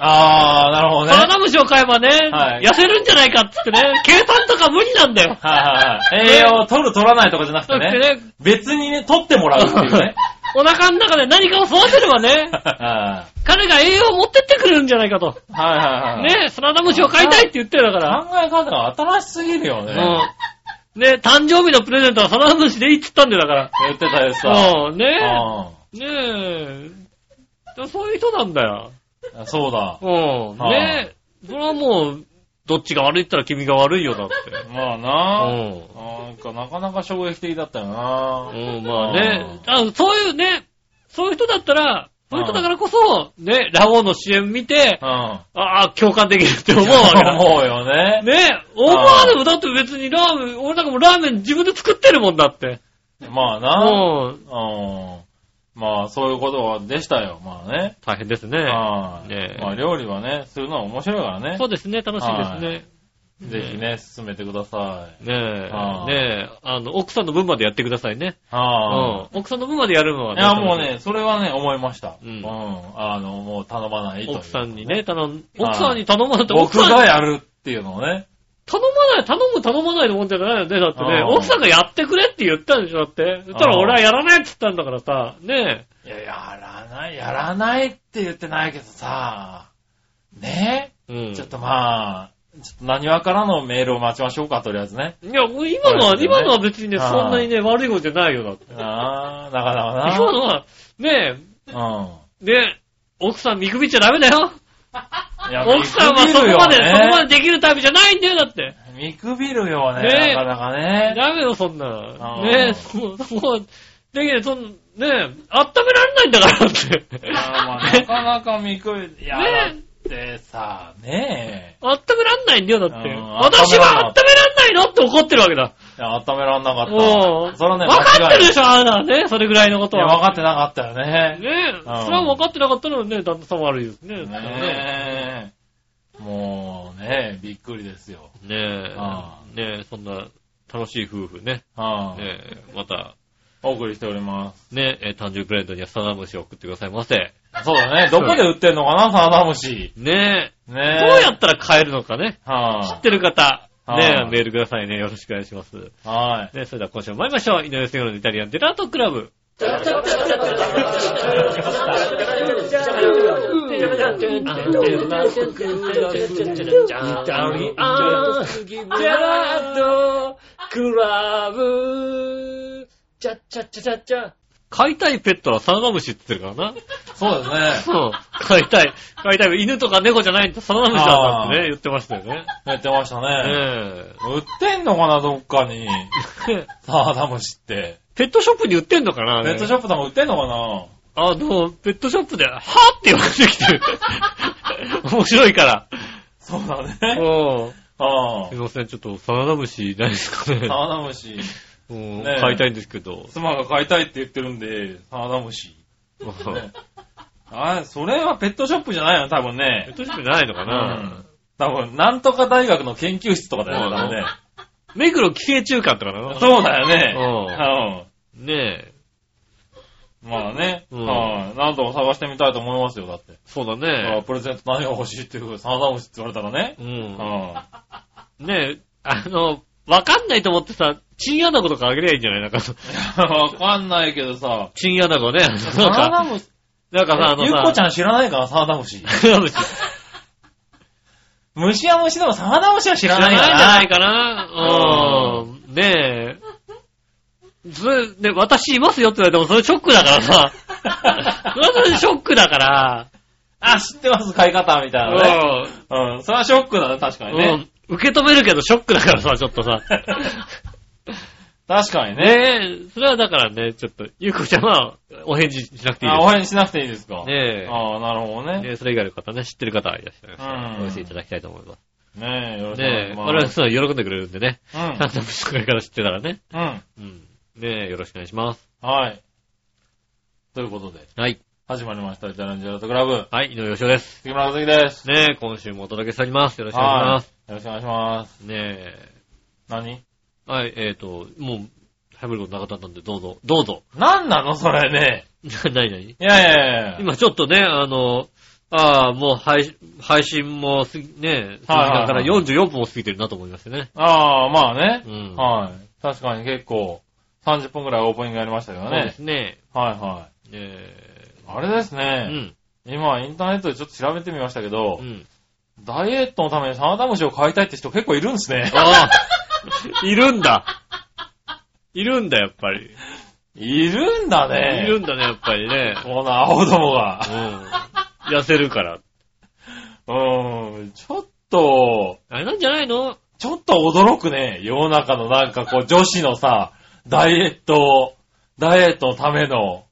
[SPEAKER 3] ああ、なるほどね。
[SPEAKER 2] サダダムシを買えばね、
[SPEAKER 3] はい
[SPEAKER 2] 痩せるんじゃないかって言ってね、計算とか無理なんだよ。
[SPEAKER 3] はいはいはい。栄養を取る取らないとかじゃなくて
[SPEAKER 2] だって
[SPEAKER 3] ね。
[SPEAKER 2] ね、
[SPEAKER 3] 別にね、取ってもらうって いうね。
[SPEAKER 2] お腹の中で何かを育てれば ね、
[SPEAKER 3] は
[SPEAKER 2] 彼が栄養を持ってってくれるんじゃないかと。
[SPEAKER 3] いはいはい。。
[SPEAKER 2] ね、サダダムシを買いたいって言ってるだから。
[SPEAKER 3] 考え方が新しすぎるよね。
[SPEAKER 2] うん。ね、誕生日のプレゼントはサダダムシでいいって言ったんだよ、だから。
[SPEAKER 3] 言ってたやつさ。
[SPEAKER 2] そう、ね
[SPEAKER 3] う
[SPEAKER 2] え。ねえ。そういう人なんだよ。
[SPEAKER 3] ん。そうだ。
[SPEAKER 2] うん。
[SPEAKER 3] ああ
[SPEAKER 2] ねえ。それはもう、どっちが悪いって言ったら君が悪いよ、だ って。
[SPEAKER 3] まあ
[SPEAKER 2] う
[SPEAKER 3] な。
[SPEAKER 2] ん。
[SPEAKER 3] なんか、なかなか衝撃的だったよな。
[SPEAKER 2] うん、まあね。あそういうね、そういう人だったら、そういう人だからこそ、ね、ラオウの CM 見て、
[SPEAKER 3] うん。
[SPEAKER 2] ああ、共感できるって思うわけ だ。
[SPEAKER 3] 思うよね。
[SPEAKER 2] ねえ、思わでもだって別にラーメン、俺なんかもうラーメン自分で作ってるもんだって。
[SPEAKER 3] まあ
[SPEAKER 2] う
[SPEAKER 3] な。
[SPEAKER 2] ん。
[SPEAKER 3] うん。まあ、そういうことでしたよ。まあね。
[SPEAKER 2] 大変ですね。
[SPEAKER 3] はい
[SPEAKER 2] ねえ
[SPEAKER 3] まあ、料理はね、するのは面白いからね
[SPEAKER 2] そ。うですね、楽しいですね。
[SPEAKER 3] ぜひね、進めてください。
[SPEAKER 2] ねえ、
[SPEAKER 3] ああ
[SPEAKER 2] ねえ、あの、奥さんの分までやってくださいね。うん。
[SPEAKER 3] は。
[SPEAKER 2] 奥さんの分までやるのはい
[SPEAKER 3] いや、もうね、それはね、思いました。
[SPEAKER 2] うん
[SPEAKER 3] あの、もう頼まないという
[SPEAKER 2] 奥さんにね、頼ん、奥さんに頼まないって、
[SPEAKER 3] 僕
[SPEAKER 2] 奥さん
[SPEAKER 3] が
[SPEAKER 2] に
[SPEAKER 3] やるっていうのをね。
[SPEAKER 2] 頼まない、頼む頼まないのもんじゃないよね、だってね。
[SPEAKER 3] ああ
[SPEAKER 2] 奥さんがやってくれって言ったんでしょ、だって。そした
[SPEAKER 3] あ
[SPEAKER 2] ら
[SPEAKER 3] あ
[SPEAKER 2] 俺はやらないって言ったんだからさ、ね
[SPEAKER 3] いや、やらない、やらないって言ってないけどさ、ね
[SPEAKER 2] え。うん。
[SPEAKER 3] ちょっとまあ、ちょっと何わからのメールを待ちましょうか、とりあえず ね。
[SPEAKER 2] いや、もう今の
[SPEAKER 3] そ
[SPEAKER 2] は、
[SPEAKER 3] うですよね
[SPEAKER 2] 今のは別にね、
[SPEAKER 3] ああ
[SPEAKER 2] そんなにね、悪いことじゃないよ、だって。
[SPEAKER 3] なあ、なか
[SPEAKER 2] 今
[SPEAKER 3] な
[SPEAKER 2] のは、ねえ、
[SPEAKER 3] か
[SPEAKER 2] ねえ、奥さん見くびっちゃダメだよ。
[SPEAKER 3] な。うん。いや
[SPEAKER 2] 奥さんはそこまで、そこまでできるタイプじゃないんだよ、だって。
[SPEAKER 3] 見くびるよね。見くび
[SPEAKER 2] ね
[SPEAKER 3] るよね、なかなか ね。
[SPEAKER 2] ダメよ、そんな
[SPEAKER 3] あ
[SPEAKER 2] の。
[SPEAKER 3] ー
[SPEAKER 2] ねえ、そう、そう、できない、そん、ねえ、温められないんだからって。
[SPEAKER 3] いやまあ、なかなか見くびる。いや、
[SPEAKER 2] ね
[SPEAKER 3] だってさ、ね
[SPEAKER 2] 温めらんないんだよ、だって。
[SPEAKER 3] うん
[SPEAKER 2] 私は温めらんないのって怒ってるわけだ。
[SPEAKER 3] え。いや、温めらんなかっ
[SPEAKER 2] お
[SPEAKER 3] た。それはね、
[SPEAKER 2] 分かってる
[SPEAKER 3] 間違い
[SPEAKER 2] でしょ、あなたね、それぐらいのこと
[SPEAKER 3] いや、分
[SPEAKER 2] は。
[SPEAKER 3] かってなかったよね。
[SPEAKER 2] ねえ、それは分かってなかったのね、旦那さん悪いですね。ね
[SPEAKER 3] ねえ。もうね、びっくりですよ。
[SPEAKER 2] え、ね
[SPEAKER 3] あ
[SPEAKER 2] え、ねえそんな楽しい夫婦ね。
[SPEAKER 3] はい、
[SPEAKER 2] ねえ、また、
[SPEAKER 3] お送りしております。
[SPEAKER 2] ねえ、誕生日プレゼントにはサダムシを送ってくださいませ。
[SPEAKER 3] そうだね。どこで売ってんのかな、サダムシ。
[SPEAKER 2] ねえ、
[SPEAKER 3] ね
[SPEAKER 2] ど
[SPEAKER 3] え。
[SPEAKER 2] うやったら買えるのかね。知っ
[SPEAKER 3] は
[SPEAKER 2] てる方、ね
[SPEAKER 3] は、い
[SPEAKER 2] メールくださいね。よろしくお願いします。
[SPEAKER 3] い、はい、
[SPEAKER 2] ね、それでは今週も参りましょう。井上杉村のイタリアンデラートクラブ。飼いたいペットはサナダムシって言ってるからな。
[SPEAKER 3] そうですね。
[SPEAKER 2] そう。飼いたい。飼いたい。犬とか猫じゃないとサナダムシなんだってね、言ってましたよね。
[SPEAKER 3] やってましたね。
[SPEAKER 2] え
[SPEAKER 3] 売ってんのかな、どっかに。
[SPEAKER 2] え
[SPEAKER 3] サダムシって。
[SPEAKER 2] ペットショップに売ってんのかな
[SPEAKER 3] ペットシ
[SPEAKER 2] ョップ
[SPEAKER 3] ョップとか売ってんのかな
[SPEAKER 2] あの、ペットショップで、はぁって言われてき てる。面白いから。
[SPEAKER 3] そうだね。
[SPEAKER 2] うん。
[SPEAKER 3] ああ
[SPEAKER 2] すいません、ちょっとサナダムシないですかね
[SPEAKER 3] サ。ダムシ。
[SPEAKER 2] うん
[SPEAKER 3] ねえ
[SPEAKER 2] 買いたいんですけど。
[SPEAKER 3] 妻が買いたいって言ってるんで、サダムシ。ねああ、それはペットショップじゃないよ、多分
[SPEAKER 2] ペッ
[SPEAKER 3] ね。
[SPEAKER 2] トショップないのかな、
[SPEAKER 3] 多分、なんとか大学の研究室とかだよね、多分ね。
[SPEAKER 2] 目黒寄生中間とかなの
[SPEAKER 3] そうだよね。うん。
[SPEAKER 2] ねえ。
[SPEAKER 3] まあね、
[SPEAKER 2] うん
[SPEAKER 3] はい、何度も探してみたいと思いますよ、だって。
[SPEAKER 2] そうだ
[SPEAKER 3] あ
[SPEAKER 2] ね。
[SPEAKER 3] プレゼント何が欲しいっていう、サダムシって言われたらね。
[SPEAKER 2] うん。
[SPEAKER 3] う
[SPEAKER 2] ねえ、あの、わかんないと思ってさ、チンアナゴとかあげりゃいいんじゃないなんか、
[SPEAKER 3] ん。わかんないけどさ、
[SPEAKER 2] チンアナゴね。なん
[SPEAKER 3] サダ
[SPEAKER 2] か、
[SPEAKER 3] ムシ、
[SPEAKER 2] なんかさ、あの
[SPEAKER 3] ゆっこち
[SPEAKER 2] さ、
[SPEAKER 3] ゃん知らないかな、サダムシ。
[SPEAKER 2] サナムシ 知
[SPEAKER 3] 虫は虫でもサダムシは知
[SPEAKER 2] ら
[SPEAKER 3] ら
[SPEAKER 2] な
[SPEAKER 3] ないい
[SPEAKER 2] んじ
[SPEAKER 3] か
[SPEAKER 2] ゃ
[SPEAKER 3] ら
[SPEAKER 2] ないかなうん。ねえ。それ、ね、私いますよって言われても、それショックだからさ。それはそれでショックだから。
[SPEAKER 3] あ、知ってます、買い方、みたいなね。
[SPEAKER 2] うん。
[SPEAKER 3] うん、それはショックだね、確かにね。
[SPEAKER 2] うん。受け止めるけどショックだからさ、ちょっとさ。
[SPEAKER 3] 確かにね。
[SPEAKER 2] ねえ、それはだからね、ちょっと、ゆうこちゃんはお返事しなくていい
[SPEAKER 3] あ、お返事しなくていいですか
[SPEAKER 2] です。ね
[SPEAKER 3] ああ、なるほど
[SPEAKER 2] え。
[SPEAKER 3] ね。
[SPEAKER 2] ねえそれ以外の方ね、知ってる方はいらっしゃいましたら、
[SPEAKER 3] うん
[SPEAKER 2] お寄せいただきたいと思います。
[SPEAKER 3] ねえ、よろしくお願い
[SPEAKER 2] ねえ、
[SPEAKER 3] し
[SPEAKER 2] 我々
[SPEAKER 3] ます。
[SPEAKER 2] そういうの喜んでくれるんでね。
[SPEAKER 3] う
[SPEAKER 2] ちゃんと息子から知ってたらね。
[SPEAKER 3] ん。うん。
[SPEAKER 2] うん。ねえ、よろしくお願いします。
[SPEAKER 3] はい。ということで、
[SPEAKER 2] はい。
[SPEAKER 3] 始まりました、ジャランジェラートクラブ。
[SPEAKER 2] はい、井上義雄です。
[SPEAKER 3] 杉村和樹です。
[SPEAKER 2] ねえ、今週もお届けしております。よろしくお願いします。
[SPEAKER 3] よろしくお願いします。
[SPEAKER 2] ねえ、
[SPEAKER 3] 何
[SPEAKER 2] はい、えっ、と、もう、早めることなかったんで、どうぞ、どうぞ。
[SPEAKER 3] 何なのそれね。
[SPEAKER 2] な、なになに
[SPEAKER 3] いやいやいや。
[SPEAKER 2] 今ちょっとね、あの、ああ、もう配、配信もすぎ、ねえ、その時間から
[SPEAKER 3] はいはいはい
[SPEAKER 2] 44分を過ぎてるなと思いましてね。
[SPEAKER 3] ああ、まあね
[SPEAKER 2] う。ん。
[SPEAKER 3] はい。確かに結構、30分くらいオープニングやりましたけど
[SPEAKER 2] そうで
[SPEAKER 3] ね
[SPEAKER 2] す。ね。
[SPEAKER 3] はいは
[SPEAKER 2] ねえ、
[SPEAKER 3] い。あれです
[SPEAKER 2] う
[SPEAKER 3] ね。
[SPEAKER 2] ん。
[SPEAKER 3] 今、インターネットでちょっと調べてみましたけど
[SPEAKER 2] う、ん。
[SPEAKER 3] ダイエットのためにサナダムシを買いたいって人結構いるんですね。
[SPEAKER 2] ああ、いるんだ。いるんだ、やっぱり。
[SPEAKER 3] いるんだね。
[SPEAKER 2] いるんだね、やっぱりね。
[SPEAKER 3] この青どもが
[SPEAKER 2] う。ん。痩せるから。
[SPEAKER 3] うん。ちょっと、
[SPEAKER 2] あれなんじゃないの
[SPEAKER 3] ちょっと驚くね。世の中のなんかこう、女子のさ、ダイエット、ダイエットのための、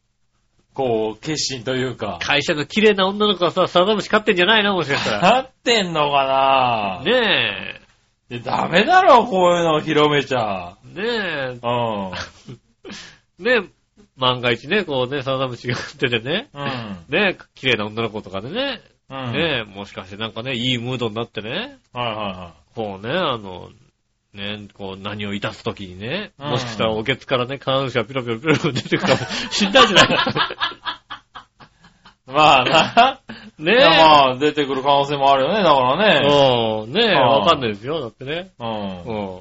[SPEAKER 3] こう、決心というか。
[SPEAKER 2] 会社の綺麗な女の子がさ、サダムシ飼ってんじゃないのもしかした
[SPEAKER 3] なってんのかな
[SPEAKER 2] ら。ね
[SPEAKER 3] でダメだろ、こういうのを広めちゃ。
[SPEAKER 2] え。ね
[SPEAKER 3] うん。
[SPEAKER 2] え。ねえ。万が一ね、こうね、サダムシが飼っててね。
[SPEAKER 3] うん。
[SPEAKER 2] ねえ、綺麗な女の子とかでね。
[SPEAKER 3] うん。
[SPEAKER 2] ねえ、もしかしてなんかね、いいムードになってね。
[SPEAKER 3] はいは
[SPEAKER 2] こうね、あの、ね、こう何をいたすときにね、
[SPEAKER 3] うん
[SPEAKER 2] もしかしたらおけつからね、感謝ピロピロピロピロ出てくる かもしんないじゃない
[SPEAKER 3] いはい。まあな。
[SPEAKER 2] ね
[SPEAKER 3] い
[SPEAKER 2] え。
[SPEAKER 3] やまあ、出てくる可能性もあるよね、だから
[SPEAKER 2] う
[SPEAKER 3] ね。
[SPEAKER 2] ん、ねえ、
[SPEAKER 3] ああ
[SPEAKER 2] わかんないですよ、だってね。
[SPEAKER 3] うん。
[SPEAKER 2] うん。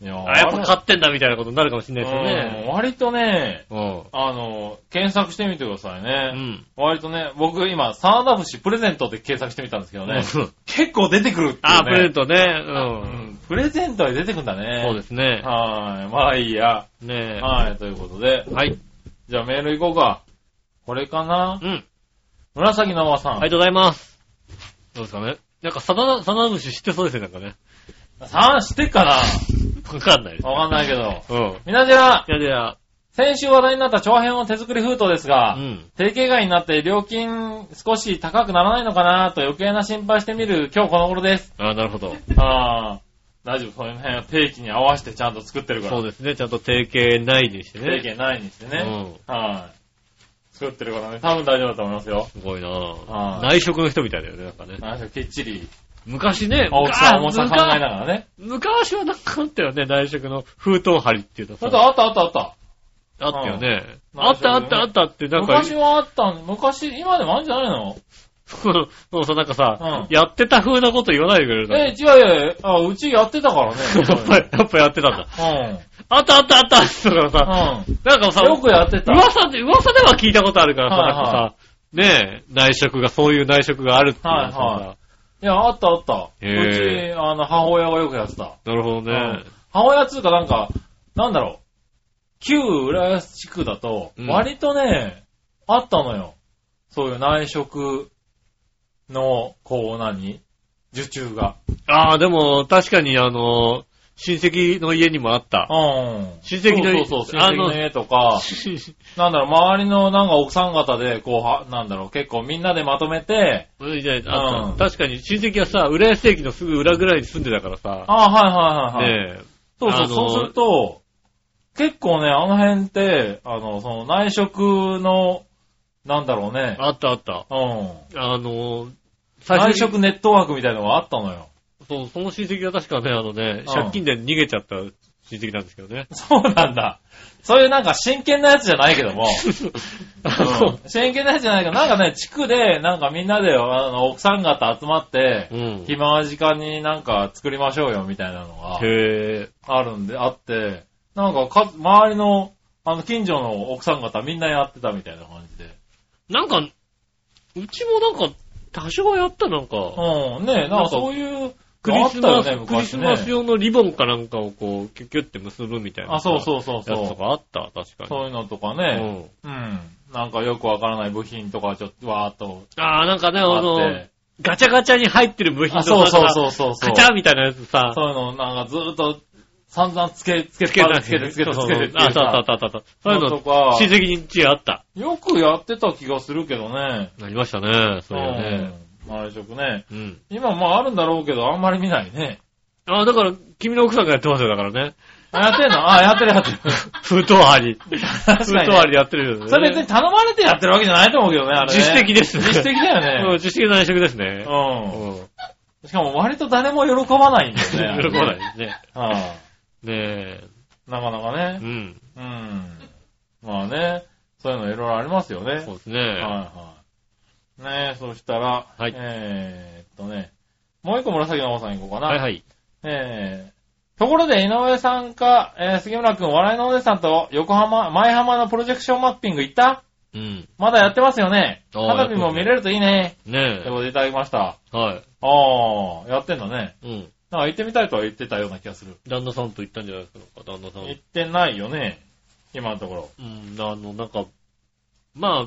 [SPEAKER 3] いや
[SPEAKER 2] あ、やっぱ買
[SPEAKER 3] っ
[SPEAKER 2] ってんだみたいなことになるかもしんないですよ
[SPEAKER 3] ね。
[SPEAKER 2] ね。
[SPEAKER 3] 割とね、
[SPEAKER 2] うん。
[SPEAKER 3] あの、検索してみてくださいうね。
[SPEAKER 2] ん。
[SPEAKER 3] 割とね、僕今、サナダムシプレゼントで検索してみたんですけどね。
[SPEAKER 2] うん
[SPEAKER 3] 結構出てくるっていう、ね。
[SPEAKER 2] あ、プレゼントね。う。
[SPEAKER 3] うんん。プレゼントで出てくんだね。。
[SPEAKER 2] そうですすね。
[SPEAKER 3] はい。まあいいや。
[SPEAKER 2] ねえ。
[SPEAKER 3] はい、ということで。
[SPEAKER 2] はい。
[SPEAKER 3] じゃあメール行こうか。これかな
[SPEAKER 2] うん。
[SPEAKER 3] 紫のまさん。
[SPEAKER 2] ありがとうございます。どうですかね。なんか、サナ、サナムシ知ってそうですね、なんかね。
[SPEAKER 3] さあ、してっかな
[SPEAKER 2] わかんないです。
[SPEAKER 3] わかんないけど。
[SPEAKER 2] うん。
[SPEAKER 3] みなじら、
[SPEAKER 2] いやいや、
[SPEAKER 3] 先週話題になった長編の手作り封筒です
[SPEAKER 2] う
[SPEAKER 3] が、
[SPEAKER 2] ん。
[SPEAKER 3] 定型外になって料金少し高くならないのかなと余計な心配してみる今日この頃です。
[SPEAKER 2] あなるほど。
[SPEAKER 3] ああ、大丈夫。その辺は定期に合わせてちゃんと作ってるから。
[SPEAKER 2] そうですね。ちゃんと定型ないにしてね。
[SPEAKER 3] 定型ないにしてね。
[SPEAKER 2] うん。
[SPEAKER 3] はい。作ってるからね、多分大丈夫だと思いますよ。
[SPEAKER 2] すごいな
[SPEAKER 3] あ
[SPEAKER 2] ぁ。
[SPEAKER 3] あ
[SPEAKER 2] 内職の人みたいだよね、なんかね。
[SPEAKER 3] なんかきっちり、
[SPEAKER 2] 昔ね、
[SPEAKER 3] 大きさ、重
[SPEAKER 2] 昔
[SPEAKER 3] さ考えながらね。
[SPEAKER 2] 昔はなんかあったよね、内職の封筒張りっていうの
[SPEAKER 3] そ
[SPEAKER 2] さ
[SPEAKER 3] れとあったあったあった。
[SPEAKER 2] あったよね。
[SPEAKER 3] うん
[SPEAKER 2] あったあったあったって、なんか、
[SPEAKER 3] 昔はあったん昔、今でもあるんじゃないの
[SPEAKER 2] そのそうさ、なんかさ、
[SPEAKER 3] う
[SPEAKER 2] やってた風なこと言わないでくれるの
[SPEAKER 3] え、
[SPEAKER 2] や
[SPEAKER 3] 違うよ。あ、うちやってたからね。
[SPEAKER 2] っぱり、 やっぱやってたんだ。
[SPEAKER 3] う
[SPEAKER 2] あったあったあったって言ったからさ、
[SPEAKER 3] ん。
[SPEAKER 2] なんかさ、
[SPEAKER 3] うん。よくやってた。
[SPEAKER 2] 噂で、噂では聞いたことあるからさ、
[SPEAKER 3] はい
[SPEAKER 2] なんかさ、ねえ、内職が、そういう内職があるっていうのさ、
[SPEAKER 3] はいはいや、あったあった。う
[SPEAKER 2] へ
[SPEAKER 3] ち、あの、母親がよくやってた。
[SPEAKER 2] なるほどね。
[SPEAKER 3] 母親っつうかなんか、なんだろう。旧浦安地区だと
[SPEAKER 2] う、ん
[SPEAKER 3] 割とね、あったのよ。そういう内職の、こう何受注が。
[SPEAKER 2] ああ、でも、確かに、あの、親戚の家にもあった。
[SPEAKER 3] うん。
[SPEAKER 2] 親戚の
[SPEAKER 3] そうそうそう、
[SPEAKER 2] あ
[SPEAKER 3] 親
[SPEAKER 2] の
[SPEAKER 3] 戚の家とか、なんだろう、周りのなんか奥さん方で、こうは、なんだろう、結構みんなでまとめて、
[SPEAKER 2] うんいやあ
[SPEAKER 3] うん
[SPEAKER 2] 確かに親戚はさ、浦安駅のすぐ裏ぐらいに住んでたからさ、
[SPEAKER 3] ああ、はいはいはいはい。
[SPEAKER 2] ねえ、
[SPEAKER 3] そうそ
[SPEAKER 2] あ
[SPEAKER 3] う、
[SPEAKER 2] の
[SPEAKER 3] そうすると、結構ね、あの辺って、あの、その内職の、なんだろうね、
[SPEAKER 2] あったあった。
[SPEAKER 3] うん。
[SPEAKER 2] あの、最
[SPEAKER 3] 内
[SPEAKER 2] 初に
[SPEAKER 3] 職ネットワークみたいのがあったのよ。
[SPEAKER 2] そう、その親戚は確かね、あのね、
[SPEAKER 3] うん
[SPEAKER 2] 借金で逃げちゃった親戚なんですけどね。
[SPEAKER 3] そうなんだ。そういうなんか真剣なやつじゃないけども、
[SPEAKER 2] あの
[SPEAKER 3] うん真剣なやつじゃないけど、なんかね、地区で、なんかみんなで、あの、奥さん方集まって、
[SPEAKER 2] うん。へ
[SPEAKER 3] 暇な時間になんか作りましょうよみたいなのが
[SPEAKER 2] え。
[SPEAKER 3] あるんで、あって、なんかか、周りの、あの、近所の奥さん方みんなやってたみたいな感じで。
[SPEAKER 2] なんか、うちもなんか、多少はやったなんか、
[SPEAKER 3] うん、ね
[SPEAKER 2] な
[SPEAKER 3] え、なんん
[SPEAKER 2] か
[SPEAKER 3] かそういう、
[SPEAKER 2] クリス
[SPEAKER 3] あ
[SPEAKER 2] マ
[SPEAKER 3] っ
[SPEAKER 2] ス、
[SPEAKER 3] たよね、
[SPEAKER 2] クリ
[SPEAKER 3] 昔
[SPEAKER 2] スマ
[SPEAKER 3] ね
[SPEAKER 2] ス。用のリボンかなんかをこう、キュッキュッて結ぶみたいな。
[SPEAKER 3] あ、そうそうそう
[SPEAKER 2] やつと
[SPEAKER 3] そ
[SPEAKER 2] かあった、確か
[SPEAKER 3] う。
[SPEAKER 2] に。
[SPEAKER 3] そういうのとか
[SPEAKER 2] う
[SPEAKER 3] ね、
[SPEAKER 2] ん。
[SPEAKER 3] うん。なんかよくわからない部品とかちょっとわーっと
[SPEAKER 2] ああ、なんかね、あ
[SPEAKER 3] あっ
[SPEAKER 2] の、
[SPEAKER 3] て。
[SPEAKER 2] ガチャガチャに入ってる部品
[SPEAKER 3] あ、
[SPEAKER 2] とか
[SPEAKER 3] そう
[SPEAKER 2] さ
[SPEAKER 3] そうそうそうそう。
[SPEAKER 2] カチャみたいなやつさ、
[SPEAKER 3] そういうの、なんかずーっと散々つけ、つけ
[SPEAKER 2] つけ
[SPEAKER 3] た
[SPEAKER 2] た
[SPEAKER 3] つけてつけて
[SPEAKER 2] そう
[SPEAKER 3] つけてつ
[SPEAKER 2] そう
[SPEAKER 3] け
[SPEAKER 2] そう
[SPEAKER 3] て。
[SPEAKER 2] あ、そうそうそうそう。そういう
[SPEAKER 3] と
[SPEAKER 2] の、
[SPEAKER 3] か、
[SPEAKER 2] 親戚にんちあった。
[SPEAKER 3] よくやってた気がするけどね。
[SPEAKER 2] なりましたね、そういうのね。
[SPEAKER 3] うん。毎食ね。
[SPEAKER 2] うん。
[SPEAKER 3] 今まああるんだろうけど、あんまり見ないね。
[SPEAKER 2] あ、だから、君の奥さんがやってますよ、だからね。
[SPEAKER 3] あ、やってんの あ、やってるやってる。
[SPEAKER 2] 封筒張り。封
[SPEAKER 3] 確
[SPEAKER 2] 筒
[SPEAKER 3] かにね
[SPEAKER 2] 張りでやってるよね。
[SPEAKER 3] それ別に頼まれてやってるわけじゃないと思うけどね、あれね。
[SPEAKER 2] 自主的ですね。
[SPEAKER 3] 自主的だ
[SPEAKER 2] うん
[SPEAKER 3] よね。
[SPEAKER 2] 自主的な内職ですね。
[SPEAKER 3] う
[SPEAKER 2] うん。
[SPEAKER 3] ん。しかも割と誰も 喜ばないんだ
[SPEAKER 2] 喜ば
[SPEAKER 3] よね。
[SPEAKER 2] ないですね。
[SPEAKER 3] あ
[SPEAKER 2] ねえ。
[SPEAKER 3] あなかなか
[SPEAKER 2] う
[SPEAKER 3] ね。
[SPEAKER 2] ん。
[SPEAKER 3] うん。まあね、そういうのいろいろありますよね
[SPEAKER 2] そ。うです
[SPEAKER 3] はい
[SPEAKER 2] ね。
[SPEAKER 3] はい。ねえ、そしたら、
[SPEAKER 2] はい
[SPEAKER 3] えーっとね、もう一個紫の王さん行こうかな。
[SPEAKER 2] はいはい。
[SPEAKER 3] えー、ところで井上さんか、えー杉村くん、笑いのお姉さんと横浜、前浜のプロジェクションマッピング行った
[SPEAKER 2] うん。
[SPEAKER 3] まだやってますよね。
[SPEAKER 2] あー
[SPEAKER 3] 花火も見れるといいね。
[SPEAKER 2] ね
[SPEAKER 3] ってことでいただきました。
[SPEAKER 2] え。は
[SPEAKER 3] ああ、やってんだね。
[SPEAKER 2] い。うん。
[SPEAKER 3] なんか行ってみたいとは言ってたような気がする。
[SPEAKER 2] 旦那さんと行ったんじゃないですか、旦那さん。
[SPEAKER 3] 行ってないよね。今のところ。
[SPEAKER 2] うん、あの、なんか、まあ、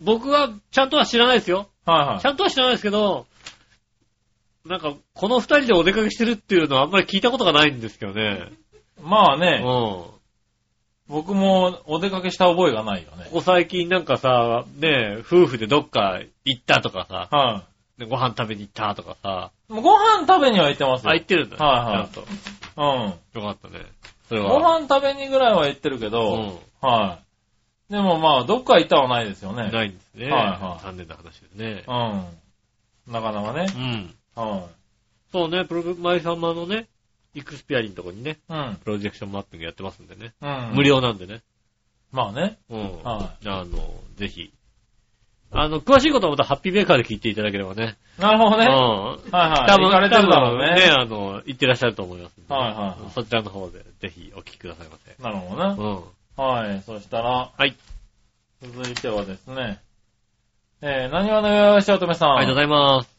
[SPEAKER 2] 僕はちゃんとは知らないですよ。
[SPEAKER 3] はいはい
[SPEAKER 2] ち。ゃんとは知らないですけど、なんか、この二人でお出かけしてるっていうのはあんまり聞いたことがないんですけどね。
[SPEAKER 3] まあ
[SPEAKER 2] うん。
[SPEAKER 3] ね、
[SPEAKER 2] こ
[SPEAKER 3] 僕もお出かけした覚えがないよね。
[SPEAKER 2] こ最近なんかさ、ねえ、夫婦でどっか行ったとかさ、
[SPEAKER 3] は
[SPEAKER 2] ねご飯食べに行ったとかさ、
[SPEAKER 3] い。もうご飯食べには行ってますよ。
[SPEAKER 2] あ、行ってるんだね。
[SPEAKER 3] はいはい
[SPEAKER 2] ちゃん
[SPEAKER 3] うん。
[SPEAKER 2] と。よかったね。それは。
[SPEAKER 3] ご飯食べにぐらいは行ってるけど、
[SPEAKER 2] う
[SPEAKER 3] はい。でもまあ、どっか行ったはないですよね。
[SPEAKER 2] ん。ないんですね。
[SPEAKER 3] はいはい
[SPEAKER 2] 残念な話ですね。
[SPEAKER 3] うん。なかなかね
[SPEAKER 2] う。ん。
[SPEAKER 3] は
[SPEAKER 2] そうね、プログマイ様のね、イクスピアリのとこにね、
[SPEAKER 3] い。うん。
[SPEAKER 2] プロジェクションマッピングやってますんでね。
[SPEAKER 3] うん。
[SPEAKER 2] 無。料なんでね。
[SPEAKER 3] まあね。
[SPEAKER 2] うん。
[SPEAKER 3] は
[SPEAKER 2] あの、ぜひ。あの、詳しいことはまたハッピーベーカーで聞いていただければね。
[SPEAKER 3] なるほど
[SPEAKER 2] う
[SPEAKER 3] ね。
[SPEAKER 2] ん。
[SPEAKER 3] はいはい。
[SPEAKER 2] 多分、
[SPEAKER 3] 行かれてるだろう
[SPEAKER 2] 多分ね、
[SPEAKER 3] ね。
[SPEAKER 2] あの、行ってらっしゃると思いますんでね、
[SPEAKER 3] はいはいはい
[SPEAKER 2] そちらの方で、ぜひお聞きくださいませ。
[SPEAKER 3] なるほどね
[SPEAKER 2] う。ん。
[SPEAKER 3] はい。そしたら、
[SPEAKER 2] はい。
[SPEAKER 3] 続いてはですね、えー、何話のよよしおとめさん。
[SPEAKER 2] ありがとうございます。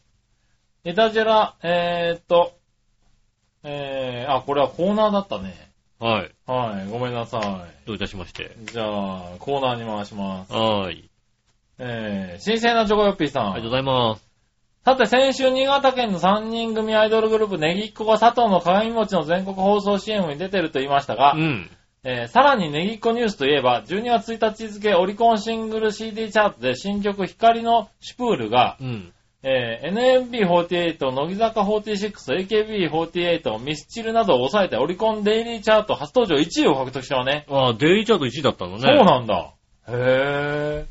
[SPEAKER 3] いたじら、えーっと、えー、あ、これはコーナーだったね。
[SPEAKER 2] はい。
[SPEAKER 3] はい、ごめんなさ
[SPEAKER 2] どういたしまして。
[SPEAKER 3] い。じゃあ、コーナーに回します。
[SPEAKER 2] はーい。
[SPEAKER 3] えー、新鮮なチョコヨッピーさん。
[SPEAKER 2] ありがとうございます。
[SPEAKER 3] さて、先週、新潟県の3人組アイドルグループ、ネギっ子が佐藤の鏡餅の全国放送 CM に出てると言いましたが、
[SPEAKER 2] うん。
[SPEAKER 3] えーさらにネギっ子ニュースといえば、12月1日付オリコンシングル CD チャートで新曲光のシュプールが、
[SPEAKER 2] うん。
[SPEAKER 3] えー NMB48、乃木坂46、AKB48、ミスチルなどを抑えてオリコンデイリーチャート初登場1位を獲得したわね。
[SPEAKER 2] ああ、デイリーチャート1位だったのね。
[SPEAKER 3] そうなんだ。へぇー。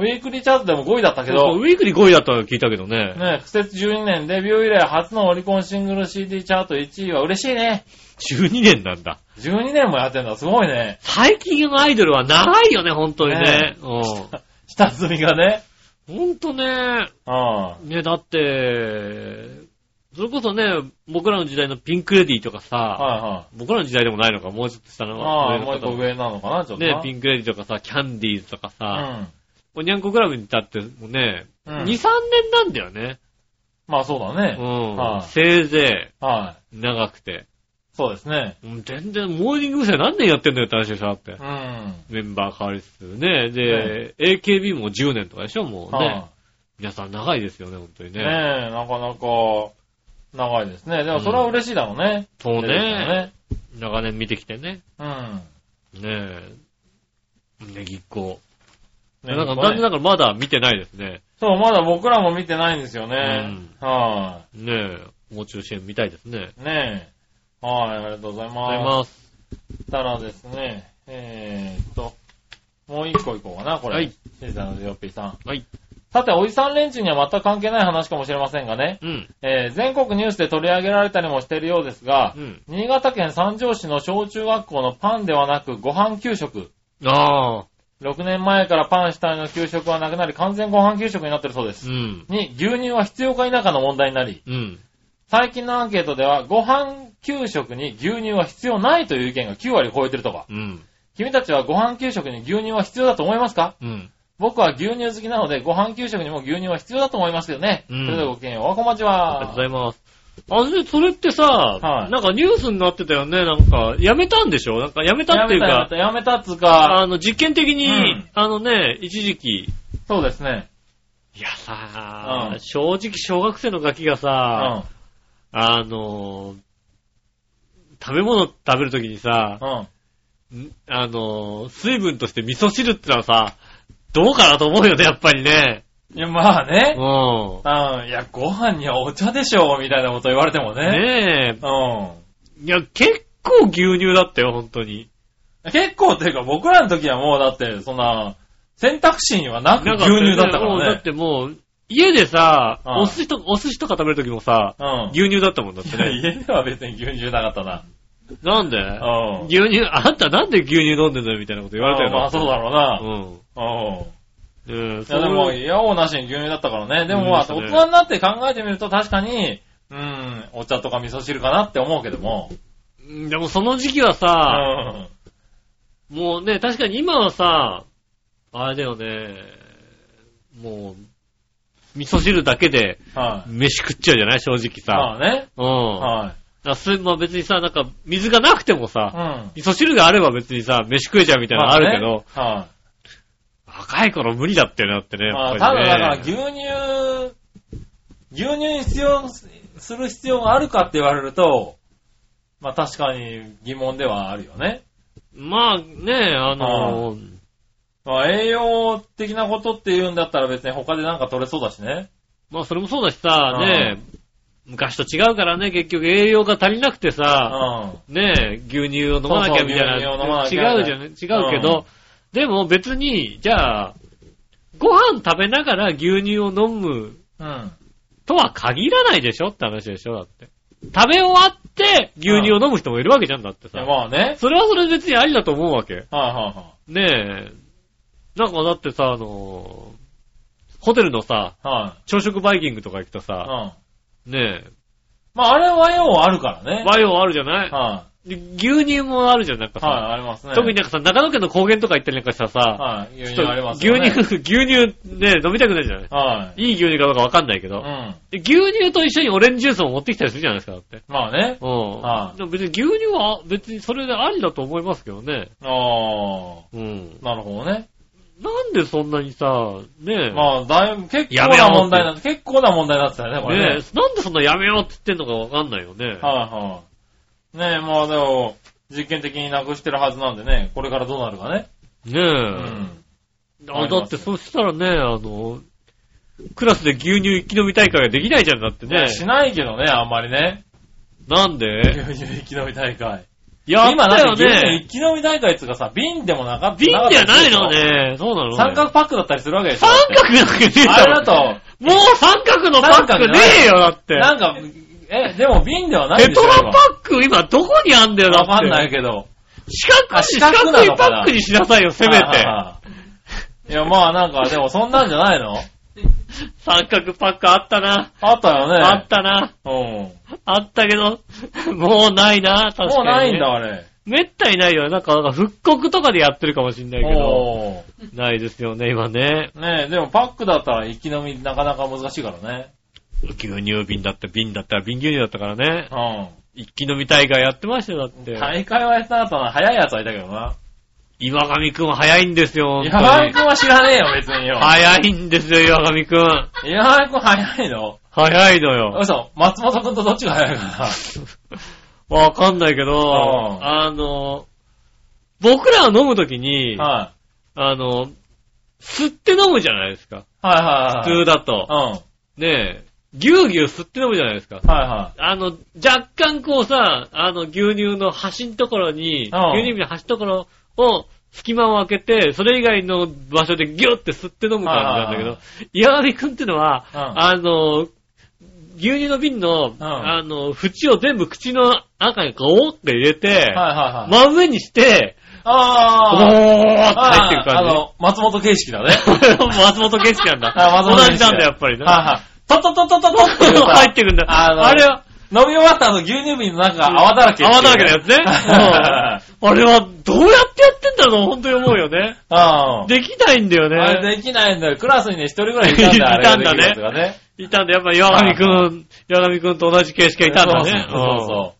[SPEAKER 3] ウィークリーチャートでも5位だったけど
[SPEAKER 2] ウ、ィークリー5位だったの聞いたけどね。
[SPEAKER 3] ね、苦節12年デビュー以来初のオリコンシングル CD チャート1位は嬉しいね。
[SPEAKER 2] 12年なんだ。
[SPEAKER 3] 12年もやってんだ、すごいね。
[SPEAKER 2] 最近のアイドルは長いよね、本当にね。う
[SPEAKER 3] 下積みがね。
[SPEAKER 2] ん。ほんとね。
[SPEAKER 3] う
[SPEAKER 2] ね、だって、それこそね、僕らの時代のピンクレディーとかさ、
[SPEAKER 3] ん。はいはい。
[SPEAKER 2] 僕らの時代でもないのか、もうちょっと下の。
[SPEAKER 3] ああ、
[SPEAKER 2] 上の
[SPEAKER 3] もう一個上なのかな、ちょっとな。
[SPEAKER 2] ね、ピンクレディーとかさ、キャンディーズとか
[SPEAKER 3] う
[SPEAKER 2] さ、
[SPEAKER 3] ん。
[SPEAKER 2] おにゃんこクラブに至ってもね、
[SPEAKER 3] うん
[SPEAKER 2] 2、3年なんだよね。
[SPEAKER 3] まあそうだ
[SPEAKER 2] う
[SPEAKER 3] ね。
[SPEAKER 2] ん。
[SPEAKER 3] はい
[SPEAKER 2] せいぜ
[SPEAKER 3] はい。
[SPEAKER 2] い、長くて。
[SPEAKER 3] そうですね。
[SPEAKER 2] うん全然、モーニング娘。何年やってんだよって話でしょ、だって。
[SPEAKER 3] うん。
[SPEAKER 2] メンバー変わりつつね。で、AKB も10年とかでしょ、もうね。
[SPEAKER 3] は
[SPEAKER 2] 皆さん長いですよね、本当に
[SPEAKER 3] いねえ、
[SPEAKER 2] ね。
[SPEAKER 3] なかなか、長いですね。でもそれは嬉しいだろうね。
[SPEAKER 2] そう
[SPEAKER 3] テレビでも
[SPEAKER 2] ね。
[SPEAKER 3] ね。
[SPEAKER 2] 長年見てきてね。
[SPEAKER 3] うん。
[SPEAKER 2] ねえ。ねぎっこ。
[SPEAKER 3] ね
[SPEAKER 2] なんか、
[SPEAKER 3] これ
[SPEAKER 2] 残念ながらまだ見てないですね。
[SPEAKER 3] そう、まだ僕らも見てないんですよね。は
[SPEAKER 2] ねえ。もう中心見たいですね。
[SPEAKER 3] い。ねえ。はい、ありがとうござ
[SPEAKER 2] あ
[SPEAKER 3] い
[SPEAKER 2] りがとうござい
[SPEAKER 3] ま
[SPEAKER 2] ます。
[SPEAKER 3] す。したらですね、えーっと、もう一個いこうかな、これ。
[SPEAKER 2] はい。
[SPEAKER 3] シーザーのヨッピーさん。
[SPEAKER 2] はい。
[SPEAKER 3] さて、おじさん連中には全く関係ない話かもしれませんがね。
[SPEAKER 2] うん。
[SPEAKER 3] えー全国ニュースで取り上げられたりもしているようですが
[SPEAKER 2] う、ん。
[SPEAKER 3] 新潟県三条市の小中学校のパンではなくご飯給食。
[SPEAKER 2] ああ。
[SPEAKER 3] 6年前からパン主体の給食はなくなり完全ご飯給食になってるそうで
[SPEAKER 2] う
[SPEAKER 3] す。
[SPEAKER 2] ん。
[SPEAKER 3] に、牛乳は必要か否かの問題になり、
[SPEAKER 2] うん。
[SPEAKER 3] 最近のアンケートではご飯給食に牛乳は必要ないという意見が9割を超えてるとか、
[SPEAKER 2] うん。
[SPEAKER 3] 君たちはご飯給食に牛乳は必要だと思いますか
[SPEAKER 2] うん。
[SPEAKER 3] 僕は牛乳好きなのでご飯給食にも牛乳は必要だと思いますけどね。
[SPEAKER 2] うん
[SPEAKER 3] それではごきげんよう。おはこま
[SPEAKER 2] あ
[SPEAKER 3] ち
[SPEAKER 2] りがとう
[SPEAKER 3] は。
[SPEAKER 2] ございます。あれ、それってさ、
[SPEAKER 3] はい
[SPEAKER 2] なんかニュースになってたよね。なんか、やめたんでしょなんか、やめたっていう
[SPEAKER 3] やめ
[SPEAKER 2] か
[SPEAKER 3] た、やめた、やめたっつうか、
[SPEAKER 2] あの、実験的に、
[SPEAKER 3] うん
[SPEAKER 2] あのね、一時期、
[SPEAKER 3] そうですね。
[SPEAKER 2] いやさ、
[SPEAKER 3] うん
[SPEAKER 2] 正直小学生のガキが
[SPEAKER 3] うん。
[SPEAKER 2] さ、
[SPEAKER 3] は
[SPEAKER 2] あの、食べ物食べるときにさ、
[SPEAKER 3] うん。
[SPEAKER 2] んあのー、水分として味噌汁ってのはさ、どうかなと思うよね、やっぱりね。
[SPEAKER 3] いや、まあ
[SPEAKER 2] う
[SPEAKER 3] ね。
[SPEAKER 2] ん。
[SPEAKER 3] うん。いや、ご飯にはお茶でしょ、みたいなこと言われてもね。
[SPEAKER 2] ね
[SPEAKER 3] う
[SPEAKER 2] え。いや、結構牛乳だったよ、本当に。
[SPEAKER 3] ん。結構っていうか、僕らの時はもうだって、そんな、選択肢にはなく
[SPEAKER 2] なん
[SPEAKER 3] 牛
[SPEAKER 2] か
[SPEAKER 3] 乳だったか
[SPEAKER 2] もう
[SPEAKER 3] ら
[SPEAKER 2] だっ
[SPEAKER 3] ね。
[SPEAKER 2] てもう、家でさ、
[SPEAKER 3] うん
[SPEAKER 2] お寿司とお寿司とか食べるときもさ、
[SPEAKER 3] うん。
[SPEAKER 2] 牛乳だったもんだって
[SPEAKER 3] いや
[SPEAKER 2] ね。
[SPEAKER 3] 家では別に牛乳なかったな。
[SPEAKER 2] なんで
[SPEAKER 3] うん。
[SPEAKER 2] 牛乳、あんたなんで牛乳飲んでんのよみたいなこと言われたよ
[SPEAKER 3] あまあそうだろうな。
[SPEAKER 2] うん。
[SPEAKER 3] うん。
[SPEAKER 2] うん。
[SPEAKER 3] いやでも、いやおうなしに牛乳だったからね。でもまあ、
[SPEAKER 2] うん
[SPEAKER 3] 大人になって考えてみると確かに、うん、お茶とか味噌汁かなって思うけども。
[SPEAKER 2] うんでもその時期は
[SPEAKER 3] う
[SPEAKER 2] さ、
[SPEAKER 3] ん。
[SPEAKER 2] もうね、確かに今はさ、あれだよね、もう、味噌汁だけで
[SPEAKER 3] はい。
[SPEAKER 2] 飯食っちゃうじゃない正直さ。
[SPEAKER 3] まあね。
[SPEAKER 2] うん。だか
[SPEAKER 3] はい。
[SPEAKER 2] らすまあ別にさ、なんか水がなくても
[SPEAKER 3] う
[SPEAKER 2] さ、
[SPEAKER 3] ん。
[SPEAKER 2] 味噌汁があれば別にさ、飯食えちゃうみたいなのあるけど、
[SPEAKER 3] まあねはい。
[SPEAKER 2] 若い頃無理だったよね、だってね。やっ
[SPEAKER 3] まあ、
[SPEAKER 2] ぱりね
[SPEAKER 3] ただだから牛乳、牛乳に必要、する必要があるかって言われると、まあ確かに疑問ではあるよね。
[SPEAKER 2] まあね、あの、
[SPEAKER 3] まあ栄養的なことって言うんだったら別に他でなんか取れそうだしね。
[SPEAKER 2] まあそれもそうだしさ、ね、昔と違うからね、結局栄養が足りなくて
[SPEAKER 3] うん。
[SPEAKER 2] さ、
[SPEAKER 3] は
[SPEAKER 2] ね、牛乳を飲まなきゃみたいな。
[SPEAKER 3] そうそう牛乳を飲まなきゃ
[SPEAKER 2] 違うじゃん、違うけど、でも別に、じゃあ、ご飯食べながら牛乳を飲む
[SPEAKER 3] い。うん。
[SPEAKER 2] とは限らないでしょって話でしょだって。食べ終わって牛乳を飲む人もいるわけじゃんだって
[SPEAKER 3] いや
[SPEAKER 2] さ。
[SPEAKER 3] まあね。
[SPEAKER 2] それはそれで別にありだと思うわけ。
[SPEAKER 3] はいはいは
[SPEAKER 2] ねえ。なんかだってさ、あのホテルのさ、
[SPEAKER 3] い。はい。
[SPEAKER 2] 朝食バイキングとか行くと
[SPEAKER 3] う
[SPEAKER 2] さ、
[SPEAKER 3] ん。
[SPEAKER 2] ねえ、
[SPEAKER 3] まああれはようあるからね。はい。
[SPEAKER 2] 和洋あるじゃない
[SPEAKER 3] は
[SPEAKER 2] で牛乳もあるじゃん、なんか
[SPEAKER 3] い、
[SPEAKER 2] さ。
[SPEAKER 3] ありますね。
[SPEAKER 2] 特になんかさ、長野県の高原とか行ったりなんかしたらさ、
[SPEAKER 3] はい。牛
[SPEAKER 2] ちょ
[SPEAKER 3] 乳
[SPEAKER 2] っと
[SPEAKER 3] あります
[SPEAKER 2] 牛
[SPEAKER 3] よね。
[SPEAKER 2] 乳、牛乳ね、飲みたくないじゃない
[SPEAKER 3] はい。
[SPEAKER 2] いい牛乳かどうかわかんないけ
[SPEAKER 3] う
[SPEAKER 2] ど、
[SPEAKER 3] ん。
[SPEAKER 2] で牛乳と一緒にオレンジジュースも持ってきたりするじゃないですか、だって。
[SPEAKER 3] まあね。
[SPEAKER 2] うん。
[SPEAKER 3] はい
[SPEAKER 2] でも別に牛乳は、別にそれでありだと思いますけどね。
[SPEAKER 3] ああ
[SPEAKER 2] うん。
[SPEAKER 3] ー。なるほどね。
[SPEAKER 2] なんでそんなにさ、ねえ、
[SPEAKER 3] まあ、だいぶ、結
[SPEAKER 2] や
[SPEAKER 3] 構
[SPEAKER 2] めよう
[SPEAKER 3] な問題な、結構な問題になってたよね、これね。
[SPEAKER 2] ねえ、なんでそんなやめようって言ってんのかわかんないよね。
[SPEAKER 3] はいはい。ねえ、まあでも、実験的になくしてるはずなんでね、これからどうなるかね。
[SPEAKER 2] ねえ。
[SPEAKER 3] うん。
[SPEAKER 2] あ、
[SPEAKER 3] あります
[SPEAKER 2] だ
[SPEAKER 3] よ
[SPEAKER 2] ってそしたらね、あの、クラスで牛乳一気飲み大会ができないじゃんだってね。
[SPEAKER 3] しないけどね、あんまりね。
[SPEAKER 2] なんで
[SPEAKER 3] 牛乳一気飲み大会。
[SPEAKER 2] やっ
[SPEAKER 3] 今
[SPEAKER 2] た
[SPEAKER 3] なん
[SPEAKER 2] よ
[SPEAKER 3] か牛乳
[SPEAKER 2] ね
[SPEAKER 3] 一。気飲み大会っていうかさ、瓶でもなかった。
[SPEAKER 2] 瓶ではないの
[SPEAKER 3] かったり
[SPEAKER 2] ね。そうなのね
[SPEAKER 3] するでしょ三角パックだったりするわけでしょ。
[SPEAKER 2] 三角なんかねえだ
[SPEAKER 3] あれ
[SPEAKER 2] ろ
[SPEAKER 3] だと、
[SPEAKER 2] もう三角のパックねえよ、だって。
[SPEAKER 3] なんか、え、でも瓶ではない
[SPEAKER 2] テ
[SPEAKER 3] でしょ、
[SPEAKER 2] トラ
[SPEAKER 3] 今
[SPEAKER 2] パ。ック今どこにあんだよ、だっ
[SPEAKER 3] わ
[SPEAKER 2] て。
[SPEAKER 3] かんないけど。
[SPEAKER 2] 四角い、
[SPEAKER 3] あ
[SPEAKER 2] 四
[SPEAKER 3] 四
[SPEAKER 2] 角
[SPEAKER 3] 角なのかない
[SPEAKER 2] パックにしなさいよ、せめ
[SPEAKER 3] はい
[SPEAKER 2] て。
[SPEAKER 3] はいはいいや、まあなんか、でもそんなんじゃないの
[SPEAKER 2] 三角パックあったな。
[SPEAKER 3] あったよね。
[SPEAKER 2] あったな。
[SPEAKER 3] うん。も
[SPEAKER 2] あったけど、 もうないな、確かに、ね。
[SPEAKER 3] うないんだ、あれ。
[SPEAKER 2] めったにないよね。なんか、なんか復刻とかでやってるかもしんないけど、
[SPEAKER 3] おー
[SPEAKER 2] ないですよね、今ね。
[SPEAKER 3] ねえ、でもパックだったら一気飲みなかなか難しいからね。
[SPEAKER 2] 牛乳瓶だった、瓶だった、瓶牛乳だったからね。
[SPEAKER 3] う
[SPEAKER 2] 一気飲み大会やってましたよ、だっ
[SPEAKER 3] ん。
[SPEAKER 2] て。
[SPEAKER 3] 大会はやってなかったな。早いやつはいたけどな。
[SPEAKER 2] 岩上くんは早いんですよ、
[SPEAKER 3] 岩
[SPEAKER 2] 本当
[SPEAKER 3] 原
[SPEAKER 2] に
[SPEAKER 3] くんは知らねえよ、別によ。
[SPEAKER 2] 早いんですよ、岩上くん。
[SPEAKER 3] 岩原くん早いの
[SPEAKER 2] 早いのよ。
[SPEAKER 3] 嘘、松本くんとどっちが早いかな。
[SPEAKER 2] わかんないけど、
[SPEAKER 3] ん
[SPEAKER 2] あの、僕らは飲むときに、
[SPEAKER 3] はい。
[SPEAKER 2] あの、吸って飲むじゃないですか。
[SPEAKER 3] はいはいはい。
[SPEAKER 2] 普通だと。
[SPEAKER 3] う
[SPEAKER 2] ねえ、ぎゅうぎゅう吸って飲むじゃないですか。
[SPEAKER 3] ん。はいは
[SPEAKER 2] あの、若干こうさ、あの、牛乳の端のところに、
[SPEAKER 3] うん
[SPEAKER 2] 牛乳瓶の端のところを、隙間を開けて、それ以外の場所でギュッて吸って飲む感じなんだけ
[SPEAKER 3] はいはいは
[SPEAKER 2] ど
[SPEAKER 3] い、
[SPEAKER 2] 岩上くんってのは、
[SPEAKER 3] うん
[SPEAKER 2] あの、牛乳の瓶の、
[SPEAKER 3] ん
[SPEAKER 2] あの、縁を全部口の中にゴーって入れて
[SPEAKER 3] い。はい、はいはい。
[SPEAKER 2] 真上にして、ゴーっ
[SPEAKER 3] あー。
[SPEAKER 2] て入ってる
[SPEAKER 3] あーあ
[SPEAKER 2] 感
[SPEAKER 3] の、松本形式だね。
[SPEAKER 2] じ。これも 松本景色なんだ
[SPEAKER 3] あ。松 本
[SPEAKER 2] 同
[SPEAKER 3] 景色
[SPEAKER 2] じなんだ、やっぱり
[SPEAKER 3] はい
[SPEAKER 2] な。
[SPEAKER 3] はい。トトトトトトっていうさ
[SPEAKER 2] 入ってくんだ。
[SPEAKER 3] あの
[SPEAKER 2] あれは、
[SPEAKER 3] 飲み終わった後牛乳瓶の中が泡だらけ。
[SPEAKER 2] 泡だらけのやつねあれはどうやってやってんだろう本当に思うよね。
[SPEAKER 3] うん。
[SPEAKER 2] できないんだよね。
[SPEAKER 3] あれできないんだよ。クラスにね、一人ぐらいいたん だよ、あれができるやつがね。
[SPEAKER 2] いたんで、やっぱ岩上くん、岩上くんと同じ形式がいたんだね。
[SPEAKER 3] そうそうそうそう。
[SPEAKER 2] うん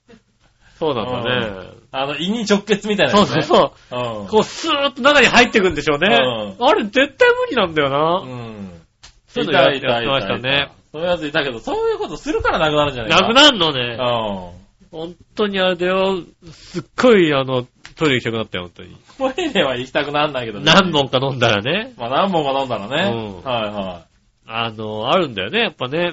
[SPEAKER 2] そうなんだね。
[SPEAKER 3] あの、胃に直結みたいな
[SPEAKER 2] そ
[SPEAKER 3] や
[SPEAKER 2] うそう
[SPEAKER 3] つね。う
[SPEAKER 2] そう。
[SPEAKER 3] そう
[SPEAKER 2] こう、スーッと中に入ってくんでしょうね。
[SPEAKER 3] う
[SPEAKER 2] あれ絶対無理なんだよ
[SPEAKER 3] う
[SPEAKER 2] な。
[SPEAKER 3] ん。
[SPEAKER 2] そう
[SPEAKER 3] い
[SPEAKER 2] いうのや
[SPEAKER 3] た
[SPEAKER 2] っ
[SPEAKER 3] い
[SPEAKER 2] てや
[SPEAKER 3] た
[SPEAKER 2] っ
[SPEAKER 3] い
[SPEAKER 2] てましたね。
[SPEAKER 3] そういうやついたけど、そういうことするからなくなるんじゃない
[SPEAKER 2] な
[SPEAKER 3] か
[SPEAKER 2] くなるのね。
[SPEAKER 3] なうん。
[SPEAKER 2] 本当にあれだよ、すっごいあの、トイレ行きたくなったよ、本当に。
[SPEAKER 3] トイレは行きたくなんないけどね。
[SPEAKER 2] 何本か飲んだらね、
[SPEAKER 3] まあ何本か飲んだらね。
[SPEAKER 2] うん
[SPEAKER 3] はいは
[SPEAKER 2] あの、あるんだよね、やっぱね。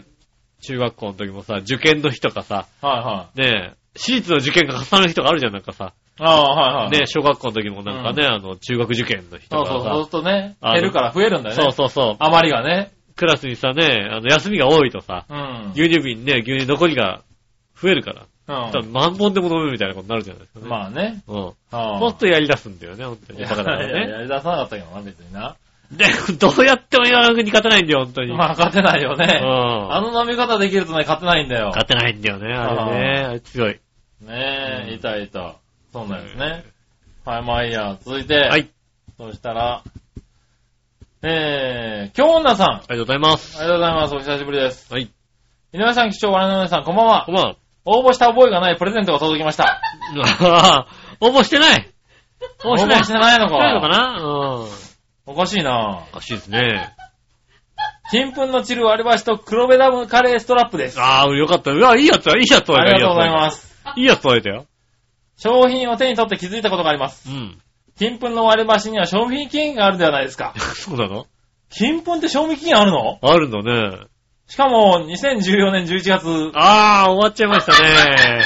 [SPEAKER 2] 中学校の時もさ、受験の日とかさ、
[SPEAKER 3] い。はいはい。
[SPEAKER 2] ねえ、私立の受験が重なる日とかあるじゃん、なんかさ。
[SPEAKER 3] ああ、はいはい。
[SPEAKER 2] ねえ、小学校の時もなんかね、あの、中学受験の日と
[SPEAKER 3] そう
[SPEAKER 2] か
[SPEAKER 3] そう、そうす
[SPEAKER 2] さ
[SPEAKER 3] る。とね、
[SPEAKER 2] あの
[SPEAKER 3] 減るから増えるんだよね。
[SPEAKER 2] そうそうそう。
[SPEAKER 3] 余りがね。
[SPEAKER 2] クラスにさね、あの、休みが多いとさ、
[SPEAKER 3] うん。
[SPEAKER 2] 牛乳瓶ね、牛乳残りが増えるから。
[SPEAKER 3] う
[SPEAKER 2] 多分万本でも飲めるみたいなことになるじゃないですかね。
[SPEAKER 3] ん。まあね。
[SPEAKER 2] うん。も
[SPEAKER 3] ああ
[SPEAKER 2] っとやり出すんだよね、本当に。
[SPEAKER 3] いや
[SPEAKER 2] バカだから
[SPEAKER 3] いやや
[SPEAKER 2] ね。
[SPEAKER 3] り出さなかったけどな、別にな。
[SPEAKER 2] で、どうやっても岩田君に勝てないんだよ、本当に。
[SPEAKER 3] まあ、勝てないよね。
[SPEAKER 2] うん
[SPEAKER 3] あの飲み方できるとね、勝てないんだよ。
[SPEAKER 2] 勝てないんだよね、あれね。あれ強い。
[SPEAKER 3] ね
[SPEAKER 2] うん
[SPEAKER 3] え、いたいた。そうなんですね。はい、まあいいや。続いて。
[SPEAKER 2] はい。あり
[SPEAKER 3] そしたら、えー、京女さん。あ
[SPEAKER 2] がとうございます。
[SPEAKER 3] りがとうございます。お久しぶりです。
[SPEAKER 2] はい。
[SPEAKER 3] 井上さん、貴重、我の皆さん、こんばんは
[SPEAKER 2] こん。ばんは。
[SPEAKER 3] 応募した覚えがないプレゼントが届きました。
[SPEAKER 2] うわぁ 応募してない応募してない
[SPEAKER 3] してないの
[SPEAKER 2] し
[SPEAKER 3] か。
[SPEAKER 2] てないのかなうん。
[SPEAKER 3] おかしいな
[SPEAKER 2] おかしいですね。
[SPEAKER 3] 金粉の散る割り箸と黒部ダムカレーストラップです。
[SPEAKER 2] あ
[SPEAKER 3] あ
[SPEAKER 2] あ、よかった。うわ、いいやつだ、いいやつだ、。
[SPEAKER 3] りがとうございますす。
[SPEAKER 2] いいやつだ、いいやつだよ。
[SPEAKER 3] 商品を手に取って気づいたことがあります。
[SPEAKER 2] うん。
[SPEAKER 3] 金粉の割り箸には賞味期限があるではないですか。
[SPEAKER 2] そうなの
[SPEAKER 3] 金粉って賞味期限あるの
[SPEAKER 2] あるんだね。
[SPEAKER 3] しかも、2014年11月。
[SPEAKER 2] ああ、終わっちゃいましたね。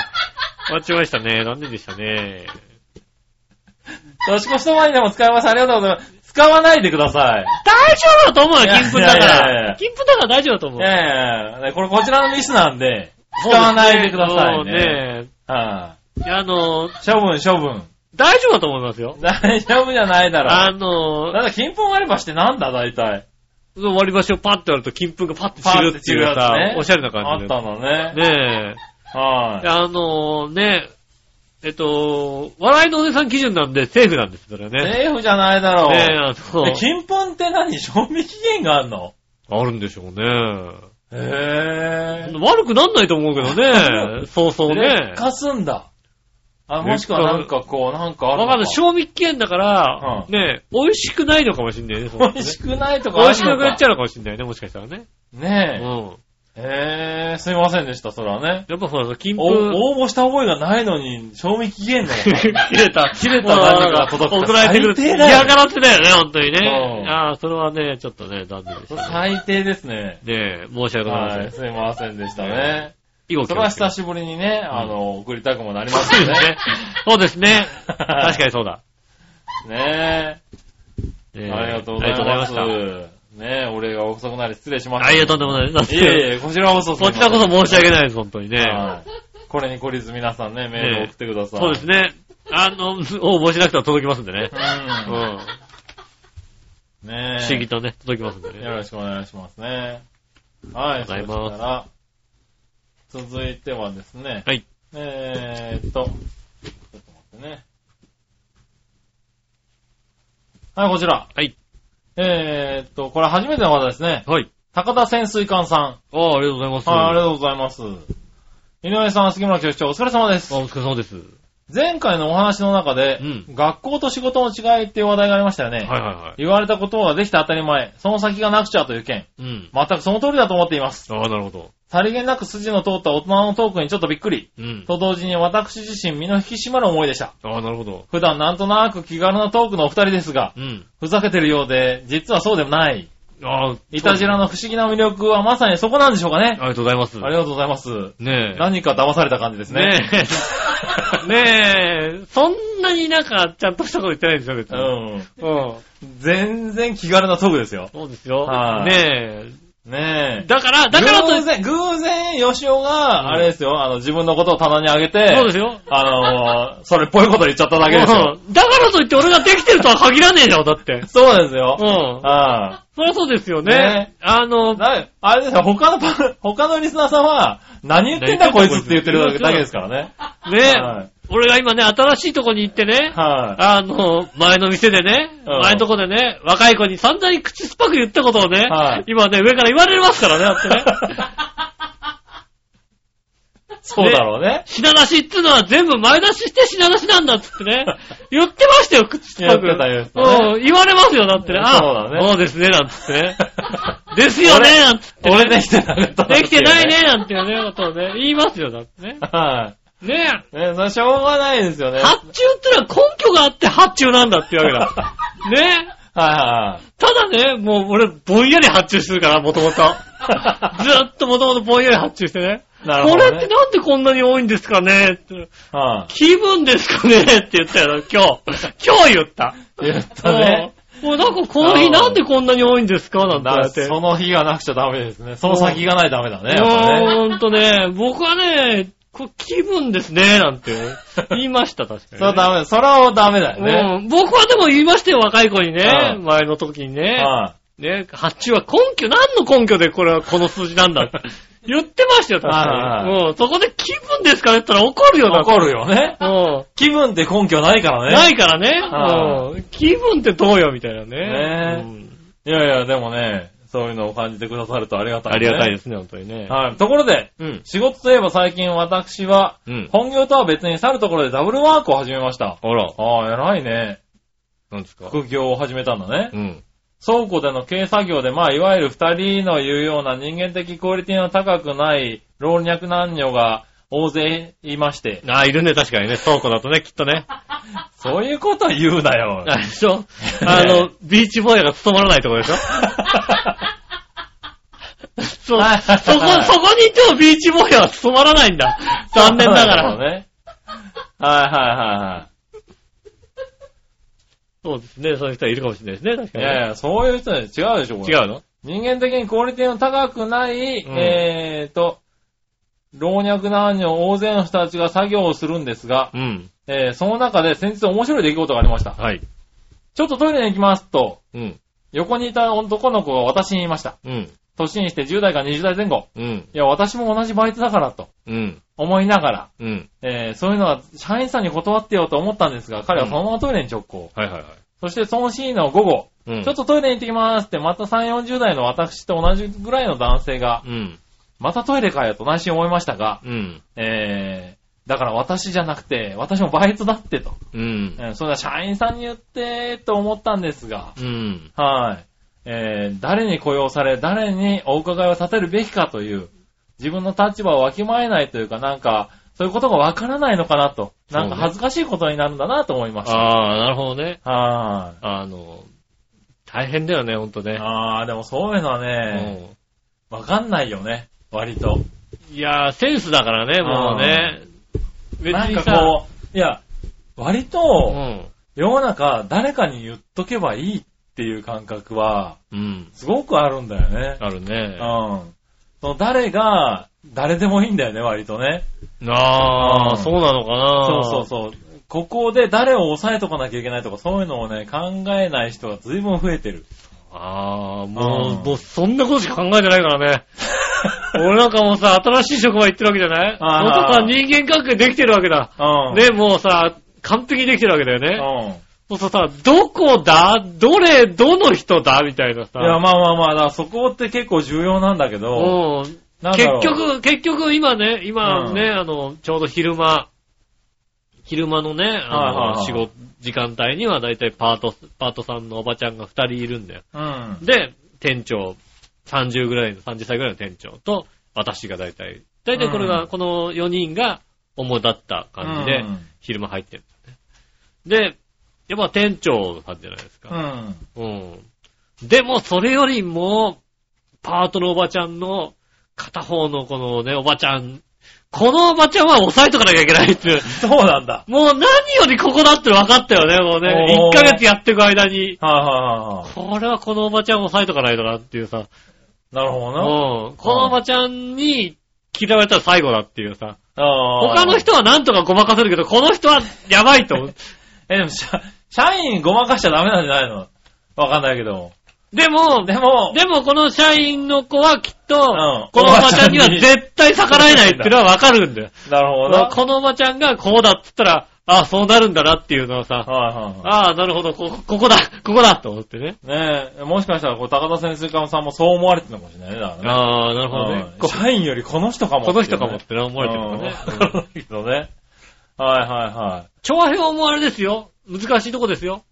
[SPEAKER 2] 終わっちゃいましたね。残念でしたね。
[SPEAKER 3] 年越しそばにでも使います。ありがとうございます。使わないでください。
[SPEAKER 2] 大丈夫だと思うよ、
[SPEAKER 3] いや
[SPEAKER 2] 金粉だか
[SPEAKER 3] いやいやいや
[SPEAKER 2] ら。金粉だから大丈夫だと思う。
[SPEAKER 3] ええこれこちらのミスなんで、使わないでくださ
[SPEAKER 2] そ
[SPEAKER 3] いうね。
[SPEAKER 2] ね。
[SPEAKER 3] はい
[SPEAKER 2] やあの、
[SPEAKER 3] 処分、処分。
[SPEAKER 2] 大丈夫だと思いますよ。
[SPEAKER 3] 大丈夫じゃないだ
[SPEAKER 2] あ
[SPEAKER 3] ろ。
[SPEAKER 2] の、
[SPEAKER 3] だって金粉割り箸ってなんだ、大体。
[SPEAKER 2] 割り箸をパッてやると金粉がパッて散るっていう
[SPEAKER 3] パッて散
[SPEAKER 2] さ
[SPEAKER 3] るやつね、
[SPEAKER 2] おしゃれな
[SPEAKER 3] あ
[SPEAKER 2] 感
[SPEAKER 3] っ
[SPEAKER 2] じで。
[SPEAKER 3] たのね。
[SPEAKER 2] ねえ。
[SPEAKER 3] は。
[SPEAKER 2] あのね、えっと、笑いのお姉さん基準なんでセーフなんです、それはいね。
[SPEAKER 3] セーフじゃないだろ
[SPEAKER 2] ねえ、あ
[SPEAKER 3] う。
[SPEAKER 2] の
[SPEAKER 3] で、金粉って何賞味期限があんの
[SPEAKER 2] あるんでしょうね。
[SPEAKER 3] へぇ
[SPEAKER 2] 悪くなんないと思うけど ね。そうそうね
[SPEAKER 3] 劣。化すんだ。あ、もしくはなんかこう、なんかあるの
[SPEAKER 2] わかんない。賞味期限だから、
[SPEAKER 3] う
[SPEAKER 2] ね、美味しくないのかもしんないね。その
[SPEAKER 3] 美味しくないとか
[SPEAKER 2] 美味しくなくなっちゃう
[SPEAKER 3] う。
[SPEAKER 2] のかもしんないね、もしかしたらね。う
[SPEAKER 3] ね
[SPEAKER 2] ん。
[SPEAKER 3] え。へぇすいませんでした、それはね。
[SPEAKER 2] やっぱほら、金粉。
[SPEAKER 3] お応募した覚えがないのに、賞味期限 の。
[SPEAKER 2] 切れ た、切れ
[SPEAKER 3] た何かが届く
[SPEAKER 2] 送られてくる。
[SPEAKER 3] 最低だよ
[SPEAKER 2] 嫌がらせだよね、本当に
[SPEAKER 3] う
[SPEAKER 2] ね。
[SPEAKER 3] ん
[SPEAKER 2] ああ、それはね、ちょっとね、残念でしたね。
[SPEAKER 3] 最低ですね。
[SPEAKER 2] ねえ、申し訳ございませ
[SPEAKER 3] はい、
[SPEAKER 2] ん。
[SPEAKER 3] すいませんでしたね。
[SPEAKER 2] 以後
[SPEAKER 3] それは
[SPEAKER 2] 気を
[SPEAKER 3] 久
[SPEAKER 2] つ
[SPEAKER 3] しぶりにね、あの、送りたくもな
[SPEAKER 2] け
[SPEAKER 3] り
[SPEAKER 2] て
[SPEAKER 3] ますよね。
[SPEAKER 2] そうですね。確かにそうだ。あ
[SPEAKER 3] ね
[SPEAKER 2] り
[SPEAKER 3] え。ありがとうございます。
[SPEAKER 2] ありがとうございま
[SPEAKER 3] ねえ、俺が遅くなり失礼しま
[SPEAKER 2] した。あ
[SPEAKER 3] した。
[SPEAKER 2] いや、とんでもないです。
[SPEAKER 3] いえいえ、こちらこそすい
[SPEAKER 2] こ
[SPEAKER 3] ま
[SPEAKER 2] ち
[SPEAKER 3] せん。
[SPEAKER 2] らこそ申し訳ないです、本当にね。
[SPEAKER 3] はいこれに懲りず皆さんね、メールを送ってください。
[SPEAKER 2] そうです
[SPEAKER 3] ね。
[SPEAKER 2] ね。あの、応募しなくても届きますんでね。うん。
[SPEAKER 3] うん。ねえ。
[SPEAKER 2] 不思議とね、届きますんで
[SPEAKER 3] よ
[SPEAKER 2] ね。
[SPEAKER 3] ろしくお願いしますね。はい、そ
[SPEAKER 2] あり
[SPEAKER 3] し
[SPEAKER 2] がとうござ
[SPEAKER 3] たら、続いてはですね、
[SPEAKER 2] はい。
[SPEAKER 3] えーっと、ちょっと待ってね。はい、こちら。
[SPEAKER 2] はい。
[SPEAKER 3] えーっと、これ初めての方ですね。
[SPEAKER 2] はい。
[SPEAKER 3] 高田潜水艦さん。
[SPEAKER 2] ああ、ありがとうございます。
[SPEAKER 3] はい、ありがとうございます。井上さん、杉村局長、お疲れ様です
[SPEAKER 2] あ。お疲れ様です。
[SPEAKER 3] 前回のお話の中で、
[SPEAKER 2] うん
[SPEAKER 3] 学校と仕事の違いっていう話題がありましたよね。
[SPEAKER 2] はいはいはい。
[SPEAKER 3] 言われたことができた当たり前、その先がなくちゃという件。
[SPEAKER 2] うん。
[SPEAKER 3] 全くその通りだと思っています。
[SPEAKER 2] ああ、なるほど。
[SPEAKER 3] さりげなく筋の通った大人のトークにちょっとびっくり。
[SPEAKER 2] うん。
[SPEAKER 3] と同時に私自身身の引き締まる思いでした。
[SPEAKER 2] ああ、なるほど。
[SPEAKER 3] 普段なんとなく気軽なトークのお二人ですが、
[SPEAKER 2] うん。
[SPEAKER 3] ふざけてるようで、実はそうでもない。
[SPEAKER 2] ああ、
[SPEAKER 3] いたじらの不思議な魅力はまさにそこなんでしょうか
[SPEAKER 2] あり
[SPEAKER 3] ね。
[SPEAKER 2] がとうございます。
[SPEAKER 3] ありがとうございます。
[SPEAKER 2] ねえ。
[SPEAKER 3] 何か騙された感じですね。
[SPEAKER 2] ね え。 ねえ。そんなになんか、ちゃんとしたこと言ってないんですよ、別
[SPEAKER 3] う
[SPEAKER 2] に。
[SPEAKER 3] ん。
[SPEAKER 2] うん。
[SPEAKER 3] 全然気軽なトークですよ。
[SPEAKER 2] そうですよ。
[SPEAKER 3] はい
[SPEAKER 2] ねえ。
[SPEAKER 3] ねえ。
[SPEAKER 2] だから、だからと
[SPEAKER 3] 偶、然、偶然、吉尾
[SPEAKER 2] うん
[SPEAKER 3] が、あれですよ、あの、自分のことを棚に上げて、
[SPEAKER 2] そうですよ。
[SPEAKER 3] あのー、それっぽいこと言っちゃっただけですよ。
[SPEAKER 2] うんだからといって俺ができてるとは限らねえだろ、だって。
[SPEAKER 3] そうです
[SPEAKER 2] う
[SPEAKER 3] よ。
[SPEAKER 2] ん。
[SPEAKER 3] あ
[SPEAKER 2] そりゃそうですよね
[SPEAKER 3] ね。
[SPEAKER 2] あの、
[SPEAKER 3] あ。あれですよ、他の パ、他のリスナーさんは、何言ってんだこいつって言ってるだけですからね。は
[SPEAKER 2] ね
[SPEAKER 3] い、
[SPEAKER 2] 俺が今ね、新しいとこに行ってね、
[SPEAKER 3] は
[SPEAKER 2] あの、前の店でね、
[SPEAKER 3] うん
[SPEAKER 2] 前のとこでね、若い子に散々に口酸っぱく言ったことをね、
[SPEAKER 3] はい
[SPEAKER 2] 今ね、上から言われますからね、だって ね。
[SPEAKER 3] い。そうだろうね。
[SPEAKER 2] 品出しっていうのは全部前出しして品出しなんだっつって ね、言ってましたよ、口酸っぱく。
[SPEAKER 3] 言ってた言ってたね
[SPEAKER 2] うん、言われますよ、だってね。あ
[SPEAKER 3] そうだね
[SPEAKER 2] そうですね、なんつって ね。ですよね、なんつって、
[SPEAKER 3] 俺できてなかったんだって
[SPEAKER 2] で
[SPEAKER 3] う
[SPEAKER 2] きてないね、。なんていうね、ことをね、言いますよ、だってね。
[SPEAKER 3] は
[SPEAKER 2] ね
[SPEAKER 3] ね、それしょうがないですよ
[SPEAKER 2] え。
[SPEAKER 3] ね。
[SPEAKER 2] 発注ってのは根拠があって発注なんだって いうわけだ。ねえ。
[SPEAKER 3] はいはい。
[SPEAKER 2] ただね、もう俺ぼんやり発注するから、も ともと。ずーっともともとぼんやり発注してね。
[SPEAKER 3] なるほど、
[SPEAKER 2] こ
[SPEAKER 3] ね。
[SPEAKER 2] れってなんでこんなに多いんですかねって
[SPEAKER 3] は
[SPEAKER 2] 気分ですかねって言ったよな、 今日。今日言った。
[SPEAKER 3] い言ったね。
[SPEAKER 2] うん。もうなんかこの日なんでこんなに多いんですかなんて言わ
[SPEAKER 3] だ
[SPEAKER 2] れ
[SPEAKER 3] っ
[SPEAKER 2] て。
[SPEAKER 3] てその日がなくちゃダメですね。その先がないとダメだね。やっぱね
[SPEAKER 2] もうほんとね、僕はね、こう気分ですね、なんて 言いました、確かに、ね。
[SPEAKER 3] それはダメ。それはダメだよね。
[SPEAKER 2] うん。僕はでも言いましたよ、若い子にね。
[SPEAKER 3] うん
[SPEAKER 2] 前の時にね。
[SPEAKER 3] は
[SPEAKER 2] ね、発注は根拠、何の根拠でこれはこの数字なんだ 言ってましたよ、確か
[SPEAKER 3] はいはい
[SPEAKER 2] に。うん。そこで気分ですかねって言ったら怒る
[SPEAKER 3] い。
[SPEAKER 2] よな。
[SPEAKER 3] 怒るよね。
[SPEAKER 2] うん。
[SPEAKER 3] 気分って根拠ないからね。。
[SPEAKER 2] ないいから
[SPEAKER 3] は
[SPEAKER 2] ね。うん。気分ってどうよ、みたいなね。
[SPEAKER 3] ねいやいや、でもね、そういうのを感じてくださるとありが
[SPEAKER 2] うん
[SPEAKER 3] たい、。
[SPEAKER 2] ありがたいですすね、本当にね。
[SPEAKER 3] はい。ところで、
[SPEAKER 2] うん。
[SPEAKER 3] 仕事といえば最近私は、
[SPEAKER 2] うん。
[SPEAKER 3] 本業とは別に去るところでダブルワークを始めました。
[SPEAKER 2] あら、
[SPEAKER 3] ああ、偉いね。
[SPEAKER 2] なんですか
[SPEAKER 3] 副業を始めたんだね。
[SPEAKER 2] うん。
[SPEAKER 3] 倉庫での軽作業で、まあ、いわゆる二人の言うような人間的クオリティの高くない老若男女が大勢いまして、
[SPEAKER 2] あ、いるね、確かにね。倉庫だとね、きっと ね。
[SPEAKER 3] そういうこと言うなよ。
[SPEAKER 2] あれでしょ あの、ビーチボーイが務まらないところで しょそ、そこ、
[SPEAKER 3] はい
[SPEAKER 2] そこ にいてもビーチボーイは務まらないんだ。残念なが
[SPEAKER 3] そう
[SPEAKER 2] ら。
[SPEAKER 3] ね。はいはいはいは
[SPEAKER 2] そうですね、そういう人 はいるかもしれないですね、確
[SPEAKER 3] い。
[SPEAKER 2] か
[SPEAKER 3] い
[SPEAKER 2] に
[SPEAKER 3] やいや、そういう人に違うでしょ、これ。
[SPEAKER 2] ね。違うの
[SPEAKER 3] 人間的にクオリティの高くない、
[SPEAKER 2] うん
[SPEAKER 3] えーと、老若男女大勢の人たちが作業をするんですが、
[SPEAKER 2] うん。
[SPEAKER 3] えーその中で先日面白い出来事がありました。
[SPEAKER 2] はい。
[SPEAKER 3] ちょっとトイレに行きますと、
[SPEAKER 2] うん。
[SPEAKER 3] 横にいた男の子が私に言いました。
[SPEAKER 2] うん。
[SPEAKER 3] 年にして10代か20代前後。
[SPEAKER 2] うん。
[SPEAKER 3] いや、私も同じバイトだからと
[SPEAKER 2] うん。
[SPEAKER 3] 思いながら、
[SPEAKER 2] うん。
[SPEAKER 3] えー、そういうのは社員さんに断ってよと思ったんですが、彼はそのままトイレに直行。
[SPEAKER 2] はいはいはい。
[SPEAKER 3] そしてそのシーンの午後、
[SPEAKER 2] うん。
[SPEAKER 3] ちょっとトイレに行ってきますって、また3、40代の私と同じぐらいの男性が、
[SPEAKER 2] うん。
[SPEAKER 3] またトイレかよと内心思いましたが、
[SPEAKER 2] うん。
[SPEAKER 3] えー、だから私じゃなくて、私もバイトだってと。
[SPEAKER 2] うん。
[SPEAKER 3] えー、それは社員さんに言って、と思ったんですが、
[SPEAKER 2] うん。
[SPEAKER 3] はい。えー、誰に雇用され、誰にお伺いを立てるべきかという、自分の立場をわきまえないというか、なんか、そういうことがわからないのかなと、なんか恥ずかしいことになるんだなと思いました。
[SPEAKER 2] ああ、なるほどね。
[SPEAKER 3] は
[SPEAKER 2] あの、大変だよね、ほんと
[SPEAKER 3] い。
[SPEAKER 2] ね。
[SPEAKER 3] あー、でもそういうのはね、
[SPEAKER 2] うん
[SPEAKER 3] わかんないよね、割と。
[SPEAKER 2] いやー、センスだからね、もうね。別
[SPEAKER 3] なん
[SPEAKER 2] に
[SPEAKER 3] か
[SPEAKER 2] さ、
[SPEAKER 3] こう、いや、割
[SPEAKER 2] う
[SPEAKER 3] と、
[SPEAKER 2] ん。
[SPEAKER 3] 世の中、誰かに言っとけばいいっていう感覚は、
[SPEAKER 2] うん。
[SPEAKER 3] すごくあるんだよね。
[SPEAKER 2] あるね。
[SPEAKER 3] うん。その誰が、誰でもいいんだよね、割とね。
[SPEAKER 2] ああ、
[SPEAKER 3] うん
[SPEAKER 2] そうなのかな
[SPEAKER 3] そうそうそう。ここで誰を抑えとかなきゃいけないとか、そういうのをね、考えない人が随分増 えてる。
[SPEAKER 2] ああ、もう、
[SPEAKER 3] うん
[SPEAKER 2] もうそんなことしか考えてないから ね。俺なんかもうさ、新しい職場行ってるわけじゃない
[SPEAKER 3] あー
[SPEAKER 2] 元から人間関係できてるわけだ。
[SPEAKER 3] うん。
[SPEAKER 2] ね、もうさ、完璧にできてるわけだよ
[SPEAKER 3] うん。い
[SPEAKER 2] ね。もうさ、さどこだどれ、どの人だみたいなさ。
[SPEAKER 3] や、まあまあまあ、だからそこって結構重要なんだけど、
[SPEAKER 2] うん
[SPEAKER 3] なんだ
[SPEAKER 2] 結
[SPEAKER 3] ろう、
[SPEAKER 2] 局、結局今ね、今ね、
[SPEAKER 3] う
[SPEAKER 2] あの、ちょうど昼間、昼間のね、
[SPEAKER 3] はいはい
[SPEAKER 2] あ
[SPEAKER 3] は
[SPEAKER 2] の、
[SPEAKER 3] い
[SPEAKER 2] 仕事、時間帯にはだいたいパート、パートさんのおばちゃんが二人いるんだよ。
[SPEAKER 3] うん。
[SPEAKER 2] で、店長、30ぐらいの、30歳ぐらいの店長と、私が大体、大体これが、
[SPEAKER 3] うん
[SPEAKER 2] この4人が、主だった感じで、
[SPEAKER 3] うん
[SPEAKER 2] 昼間入ってるんだよね。で、やっぱ店長さんじゃないです
[SPEAKER 3] う
[SPEAKER 2] か。
[SPEAKER 3] ん。
[SPEAKER 2] うん。でも、それよりも、パートのおばちゃんの、片方のこのね、おばちゃん、このおばちゃんは抑えとかなきゃいけないっていう。
[SPEAKER 3] そうなんだ。
[SPEAKER 2] もう何よりここだって分かったよね、もうね。
[SPEAKER 3] おー
[SPEAKER 2] 1ヶ月やってく間に。
[SPEAKER 3] はいはいはいは
[SPEAKER 2] これはこのおばちゃんを抑えとかないとなっていうさ。
[SPEAKER 3] い。なるほど
[SPEAKER 2] うん
[SPEAKER 3] な。。
[SPEAKER 2] このおばちゃんに嫌われたら最後だっていうさ。
[SPEAKER 3] あー
[SPEAKER 2] 他の人はなんとかごまかせるけど、この人はやばいと思 う。
[SPEAKER 3] え、でも社、社員ごまかしちゃダメなんじゃないのわかんないけども。
[SPEAKER 2] でも、
[SPEAKER 3] でも、
[SPEAKER 2] でもこの社員の子はきっと、
[SPEAKER 3] ん
[SPEAKER 2] このおばちゃんには絶対逆らえないっていうのはわかるんだよ。
[SPEAKER 3] なるほどな。
[SPEAKER 2] このおばちゃんがこうだっつったら、ああ、そうなるんだなっていうのはさ、
[SPEAKER 3] はいはいはい。
[SPEAKER 2] ああ、なるほど、こ、ここだ、ここだと思ってね。
[SPEAKER 3] ねえ、もしかしたら、こう、高田先生かもさんもそう思われてるのかもしれないね、だからね。
[SPEAKER 2] ああ、なるほどね
[SPEAKER 3] う。ん
[SPEAKER 2] こ
[SPEAKER 3] 社員よりこの人かも、
[SPEAKER 2] この人かもってね思われてるの
[SPEAKER 3] ね。うん
[SPEAKER 2] ね。
[SPEAKER 3] わかん ないけどね。はいはいはい。
[SPEAKER 2] 長編もあれですよ。難しいとこですよ。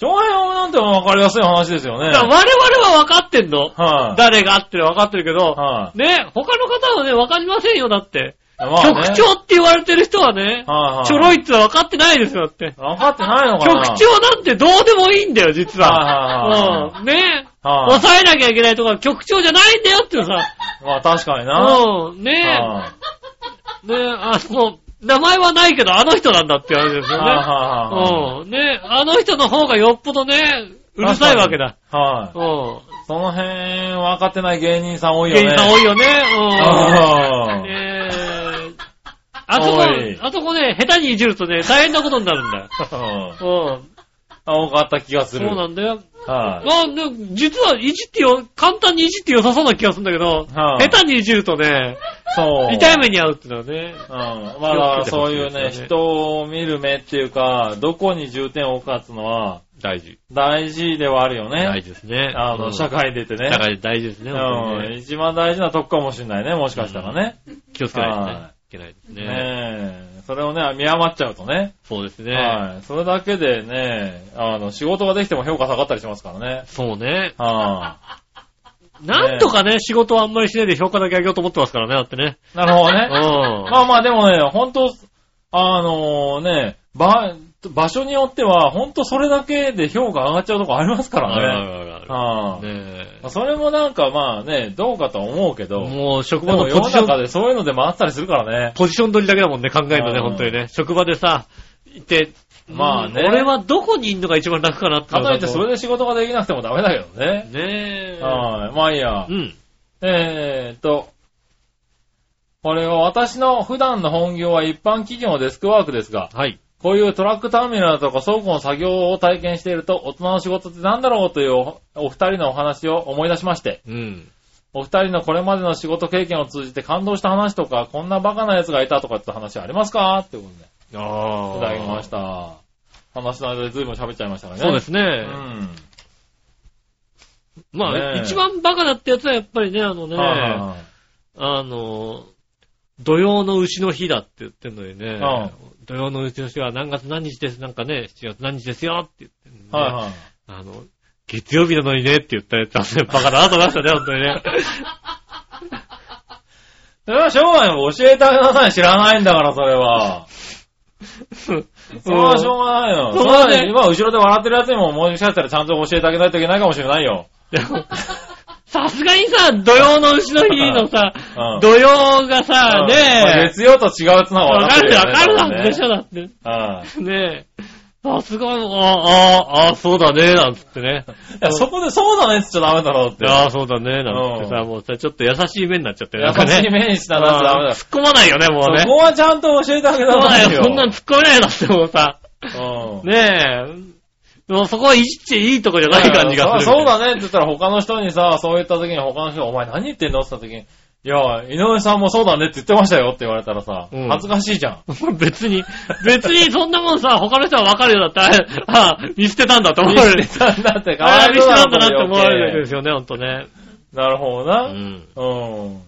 [SPEAKER 3] 長編もなんてわかりやすい話ですよね。
[SPEAKER 2] だから我々は分かってんの。
[SPEAKER 3] はい、
[SPEAKER 2] 誰があってる分かってるけど、
[SPEAKER 3] はい、
[SPEAKER 2] ね、他の方はね、分かりませんよ、だって。
[SPEAKER 3] まあね
[SPEAKER 2] 局長って言われてる人はね、
[SPEAKER 3] はいはい。
[SPEAKER 2] ちょろいってのは分かってないですよだって。
[SPEAKER 3] 分かってないのか
[SPEAKER 2] 局
[SPEAKER 3] な
[SPEAKER 2] 長なんてどうでもいいんだよ、実
[SPEAKER 3] はいはいはい
[SPEAKER 2] は。うん。ねえ。
[SPEAKER 3] はい
[SPEAKER 2] 抑えなきゃいけないとか局長じゃないんだよっていうさ。
[SPEAKER 3] まあ確かにな。
[SPEAKER 2] うん。ねえ。
[SPEAKER 3] はい
[SPEAKER 2] ねえ、あの、名前はないけど、あの人なんだって話ですよ
[SPEAKER 3] はい
[SPEAKER 2] ね。
[SPEAKER 3] は
[SPEAKER 2] うん。ねえ、あの人の方がよっぽどね、うるさいわけだ。
[SPEAKER 3] いはい。は
[SPEAKER 2] うん。
[SPEAKER 3] い。その辺分かってない芸人さん多いよ
[SPEAKER 2] 芸
[SPEAKER 3] ね。
[SPEAKER 2] 人さん多いよね。うん。
[SPEAKER 3] 多
[SPEAKER 2] ねえ。あそこ
[SPEAKER 3] 多い、
[SPEAKER 2] あそこね、下手にいじるとね、大変なことになるんだよ。
[SPEAKER 3] うん
[SPEAKER 2] う ん。
[SPEAKER 3] 多かった気がす
[SPEAKER 2] そう
[SPEAKER 3] る。
[SPEAKER 2] なんだよ。
[SPEAKER 3] はい。
[SPEAKER 2] あ、ね、実はいじってよ、簡単にいじって良さそうな気がするんだけど、
[SPEAKER 3] はい
[SPEAKER 2] 下手にいじるとね、
[SPEAKER 3] そう。
[SPEAKER 2] 痛い目に遭うっていうのはね。
[SPEAKER 3] うん。まあだからそういう
[SPEAKER 2] 気
[SPEAKER 3] ね、
[SPEAKER 2] をつけてほしいですよね
[SPEAKER 3] 人を見る目っていうか、どこに重点を置くかっていうのは、
[SPEAKER 2] 大事。
[SPEAKER 3] 大事ではあるよ
[SPEAKER 2] 大
[SPEAKER 3] ね。
[SPEAKER 2] 事ですね。
[SPEAKER 3] あ
[SPEAKER 2] う
[SPEAKER 3] の、
[SPEAKER 2] ん
[SPEAKER 3] 社会出てね。
[SPEAKER 2] 社会で大事ですね。本当
[SPEAKER 3] う
[SPEAKER 2] に
[SPEAKER 3] ん。
[SPEAKER 2] ね
[SPEAKER 3] 一番大事なとこかもしれないね、もしかしたらね。
[SPEAKER 2] 気をつけないとね
[SPEAKER 3] はい
[SPEAKER 2] けないですね。
[SPEAKER 3] ねえ。それをね、見余っちゃうとね。
[SPEAKER 2] そうですね。
[SPEAKER 3] はい。それだけでね、あの、仕事ができても評価下がったりしますからね。
[SPEAKER 2] そうね。
[SPEAKER 3] は
[SPEAKER 2] なんとかね、仕事はあんまりしないで評価だけ上げようと思ってますからね、だってね。
[SPEAKER 3] い。なるほど
[SPEAKER 2] う
[SPEAKER 3] ね。ま
[SPEAKER 2] ん。
[SPEAKER 3] あまあでもね、ほんと、あのね、場、場所によっては、ほんとそれだけで評価上がっちゃうとこありますか
[SPEAKER 2] ある
[SPEAKER 3] らね。
[SPEAKER 2] あるあるあ
[SPEAKER 3] は
[SPEAKER 2] る
[SPEAKER 3] い、
[SPEAKER 2] ねえ
[SPEAKER 3] まあそれもなんかまあね、どうかとは思うけど、
[SPEAKER 2] もう職場
[SPEAKER 3] で
[SPEAKER 2] の
[SPEAKER 3] も世
[SPEAKER 2] ポ
[SPEAKER 3] の
[SPEAKER 2] ジショ
[SPEAKER 3] 中
[SPEAKER 2] ン、
[SPEAKER 3] でそういうのでもあったりするからね。
[SPEAKER 2] ポジション取りだけだもんね、考えるのね、
[SPEAKER 3] うん
[SPEAKER 2] 本当にね。職場でさ、いて、
[SPEAKER 3] まあね
[SPEAKER 2] うん俺はどこにいるのが一番楽かなって
[SPEAKER 3] か
[SPEAKER 2] のが
[SPEAKER 3] といってそれで仕事ができなくてもダメだけどね。
[SPEAKER 2] ねえ。
[SPEAKER 3] はい、まあいいや
[SPEAKER 2] う。ん。
[SPEAKER 3] えーっと、これは私の普段の本業は一般企業のデスクワークですが、
[SPEAKER 2] はい。
[SPEAKER 3] こういうトラックターミナルとか倉庫の作業を体験していると、大人の仕事って何だろうというおお二人のお話を思い出しまして、
[SPEAKER 2] うん。
[SPEAKER 3] お二人のこれまでの仕事経験を通じて感動した話とか、こんなバカな奴がいたとかって話ありますかってことで、
[SPEAKER 2] ああ。
[SPEAKER 3] いただきまし。た。話の間で随分喋っちゃいましたからね。
[SPEAKER 2] そうです
[SPEAKER 3] う
[SPEAKER 2] ね。
[SPEAKER 3] ん。
[SPEAKER 2] まあ、
[SPEAKER 3] ねえ
[SPEAKER 2] 一番バカだってやつはやっぱりね、あのね、
[SPEAKER 3] はいはいはい
[SPEAKER 2] あの、土曜の牛の日だって言ってんのにね、土曜の牛の日は何月何日です、なんかね、7月何日ですよって言ってんのにね
[SPEAKER 3] はいはい。
[SPEAKER 2] あの、月曜日なのにねって言ったやつは ね、バカだなと思いましたね、本当にね。
[SPEAKER 3] それはしょうがないよ。教えてあげなさい。知らないんだから、それは。 それはしょうがないよ。
[SPEAKER 2] そ
[SPEAKER 3] そうう
[SPEAKER 2] だ
[SPEAKER 3] だ
[SPEAKER 2] ね
[SPEAKER 3] ね。今、後ろで笑ってるやつにも、もしかしたらちゃんと教えてあげないといけないかもしれないよ。
[SPEAKER 2] でもさすがにさ、土曜の牛の日のさ、
[SPEAKER 3] うん
[SPEAKER 2] 土曜がさ、ね
[SPEAKER 3] まあ
[SPEAKER 2] え、
[SPEAKER 3] 月曜と違うつなは
[SPEAKER 2] わ
[SPEAKER 3] 分か
[SPEAKER 2] か
[SPEAKER 3] って
[SPEAKER 2] る
[SPEAKER 3] る
[SPEAKER 2] わ
[SPEAKER 3] よね。
[SPEAKER 2] かる
[SPEAKER 3] 多
[SPEAKER 2] な
[SPEAKER 3] 分
[SPEAKER 2] ん
[SPEAKER 3] ね
[SPEAKER 2] でしょ、だって。
[SPEAKER 3] うん
[SPEAKER 2] ねえ。さすが、ああ、ああ、そうだね、なんつってね。
[SPEAKER 3] いやそこでそうだねって言っちゃダメだろうって。
[SPEAKER 2] ああ、そうだね、なんつってさ、
[SPEAKER 3] う
[SPEAKER 2] もうさ、ちょっと優しい目になっちゃって
[SPEAKER 3] 優しい
[SPEAKER 2] 目
[SPEAKER 3] 目にした
[SPEAKER 2] だ
[SPEAKER 3] らダメだよ。
[SPEAKER 2] 突っ込まないよね、もうね。
[SPEAKER 3] そこはちゃんと教えてあげな
[SPEAKER 2] そう
[SPEAKER 3] さい
[SPEAKER 2] だ
[SPEAKER 3] よ。
[SPEAKER 2] よ、そんなん突っ込めないよだってもうさ。
[SPEAKER 3] うん
[SPEAKER 2] ねえ。もうそこはいじっちゃいいとこじゃない感じがする。
[SPEAKER 3] そうだねって言ったら他の人にさ、そう言った時に他の人がお前何言ってんのって言った時に、いや、井上さんもそうだねって言ってましたよって言われたらさ、
[SPEAKER 2] うん
[SPEAKER 3] 恥ずかしいじゃん。
[SPEAKER 2] 別に、別にそんなもんさ、他の人はわかるよだって、あれああ、見捨てたんだと思われる。
[SPEAKER 3] だって変
[SPEAKER 2] あ
[SPEAKER 3] わ
[SPEAKER 2] あ、
[SPEAKER 3] る
[SPEAKER 2] 見捨てたんだなって思われるわけ
[SPEAKER 3] 余
[SPEAKER 2] ですよね、ほんとね。
[SPEAKER 3] 計なるほど
[SPEAKER 2] う
[SPEAKER 3] な。
[SPEAKER 2] ん。
[SPEAKER 3] うん。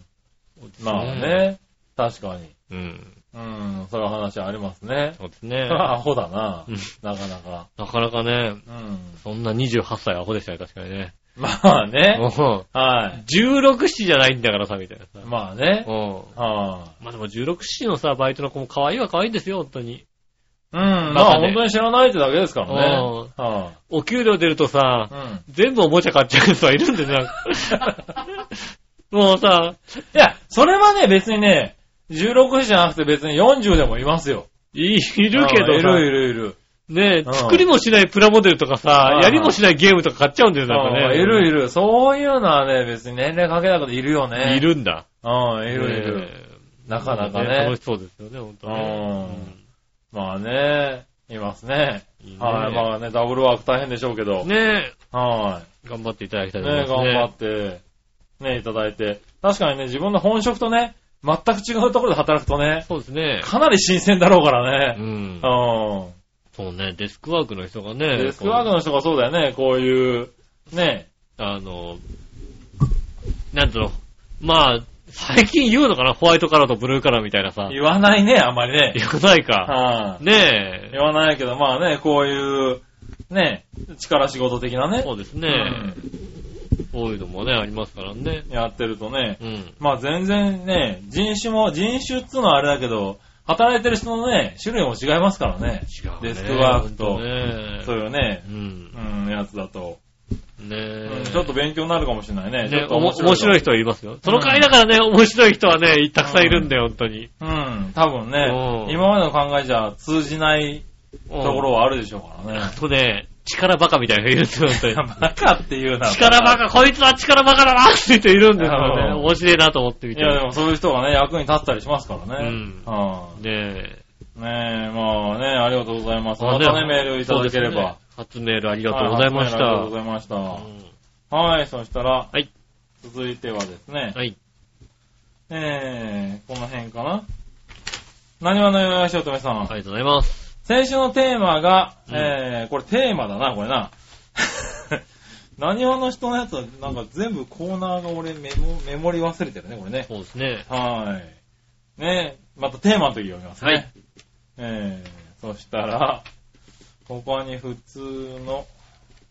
[SPEAKER 3] まあね。確かに。
[SPEAKER 2] うん。
[SPEAKER 3] うん。そういう話ありますね。
[SPEAKER 2] そうです
[SPEAKER 3] そ
[SPEAKER 2] ね
[SPEAKER 3] れ。はアホだな
[SPEAKER 2] うん。
[SPEAKER 3] なかなか。
[SPEAKER 2] なかなかね、
[SPEAKER 3] うん。
[SPEAKER 2] そんな28歳アホでしたね、確かにね。
[SPEAKER 3] まあね。
[SPEAKER 2] うん
[SPEAKER 3] はい。
[SPEAKER 2] 16、7じゃないんだからさ、みたいなさ。
[SPEAKER 3] まあね。
[SPEAKER 2] うん。
[SPEAKER 3] は
[SPEAKER 2] まあでも16、7のさ、バイトの子も可愛いは可愛いんですよ、本当に。
[SPEAKER 3] い。うん。ま
[SPEAKER 2] バ
[SPEAKER 3] あ
[SPEAKER 2] カで
[SPEAKER 3] 本当に知らないってだけですから
[SPEAKER 2] う
[SPEAKER 3] ね
[SPEAKER 2] ん。
[SPEAKER 3] は
[SPEAKER 2] お給料出るとさ
[SPEAKER 3] い。う、ん。
[SPEAKER 2] 全部おもちゃ買っちゃう人はいるんだよ、なん か。もうさ、
[SPEAKER 3] いや、それはね、別にね、16じゃなくて別に40でもいますよ。
[SPEAKER 2] いいるけ
[SPEAKER 3] うん
[SPEAKER 2] ど
[SPEAKER 3] い
[SPEAKER 2] さ
[SPEAKER 3] るい、るいる。
[SPEAKER 2] ね
[SPEAKER 3] う
[SPEAKER 2] え、
[SPEAKER 3] ん
[SPEAKER 2] 作りもしないプラモデルとか
[SPEAKER 3] う
[SPEAKER 2] さ
[SPEAKER 3] ん、
[SPEAKER 2] やりもしないゲームとか買っちゃうんだよ、なんか
[SPEAKER 3] うん
[SPEAKER 2] ね。
[SPEAKER 3] いるいる。そういうのはね、別に年齢かけなくているよね。
[SPEAKER 2] い。るんだ。
[SPEAKER 3] うん、い
[SPEAKER 2] い
[SPEAKER 3] るいる。なかなか
[SPEAKER 2] 楽
[SPEAKER 3] ね
[SPEAKER 2] し。そうですよね、ほんと
[SPEAKER 3] う
[SPEAKER 2] ね。
[SPEAKER 3] まあね、いますね。
[SPEAKER 2] いいね
[SPEAKER 3] はい、まあね、ダブルワーク大変でしょうけど。
[SPEAKER 2] ね
[SPEAKER 3] は
[SPEAKER 2] え、頑張っていただきた
[SPEAKER 3] い。
[SPEAKER 2] い
[SPEAKER 3] ね、
[SPEAKER 2] と思いま
[SPEAKER 3] 頑
[SPEAKER 2] すね。
[SPEAKER 3] 張って、ね、いただいて。確かにね、自分の本職とね、全く違うところで働くとね、
[SPEAKER 2] そうですね。
[SPEAKER 3] かなり新鮮だろうから
[SPEAKER 2] う
[SPEAKER 3] ね。
[SPEAKER 2] ん
[SPEAKER 3] う。ん。
[SPEAKER 2] そうね、デスクワークの人がね、
[SPEAKER 3] デスクワーク
[SPEAKER 2] こ
[SPEAKER 3] の人がそうだよね、こういう、ね、
[SPEAKER 2] うあの、なんつうの、まあ、最近言うのかな、ホワイトカラーとブルーカラーみたいなさ。
[SPEAKER 3] 言わないね、あんまりね。
[SPEAKER 2] 言わないか。
[SPEAKER 3] はい
[SPEAKER 2] ねえ
[SPEAKER 3] 言。わないけど、まあね、こういう、ね、力仕事的なね。
[SPEAKER 2] そうですね。
[SPEAKER 3] うん
[SPEAKER 2] こういうのもね、ありますからね。
[SPEAKER 3] やってるとね、
[SPEAKER 2] うん。
[SPEAKER 3] まあ全然ね、人種も、人種っつうのはあれだけど、働いてる人のね、種類も違いますからね。
[SPEAKER 2] 違うね。
[SPEAKER 3] デスクワークと
[SPEAKER 2] ほんね
[SPEAKER 3] そういうね、
[SPEAKER 2] うん
[SPEAKER 3] う。ん、やつだと、
[SPEAKER 2] ね
[SPEAKER 3] うん
[SPEAKER 2] え。
[SPEAKER 3] ちょっと勉強になるかもしれないね。ちょ
[SPEAKER 2] ね
[SPEAKER 3] っ、と
[SPEAKER 2] おも面白い。人はいますよ。その回だからね、面白い人はね、たくさんいるんだよ、本当に。
[SPEAKER 3] うん、多分ね
[SPEAKER 2] う、ん
[SPEAKER 3] 今までの考えじゃ通じない
[SPEAKER 2] と
[SPEAKER 3] ところはあるでしょうからね
[SPEAKER 2] あ。とね、力バカみたいな人いるんですよ、 本当に。
[SPEAKER 3] バカっていうな。
[SPEAKER 2] 力バカ、こいつは力バカだなっていう人いるんですからね。
[SPEAKER 3] うん
[SPEAKER 2] 面白いなと思ってみ
[SPEAKER 3] い
[SPEAKER 2] て。
[SPEAKER 3] やでもそういう人がね、役に立ったりしますからね。
[SPEAKER 2] うん
[SPEAKER 3] は
[SPEAKER 2] ねえ。
[SPEAKER 3] いねえ、まあね、ありがとうございます。またね、メールいた
[SPEAKER 2] そう
[SPEAKER 3] だければ。
[SPEAKER 2] ですね初メールありがとうございました。
[SPEAKER 3] は初メールありがとうございました。
[SPEAKER 2] う
[SPEAKER 3] はい、そしたら、
[SPEAKER 2] はい
[SPEAKER 3] 続いてはですね
[SPEAKER 2] ん、はい。
[SPEAKER 3] えー、この辺かな。何話のよやしおとめさん。
[SPEAKER 2] ありがとうございます。
[SPEAKER 3] 先週のテーマが、
[SPEAKER 2] うん
[SPEAKER 3] えー、これテーマだな、これな。 何話の人のやつは、なんか全部コーナーが俺メモ、メモり忘れてるね、これね。
[SPEAKER 2] そうですね。
[SPEAKER 3] はい。ね、またテーマの時読みますね。
[SPEAKER 2] はい。
[SPEAKER 3] えー、そしたら、ここに普通の、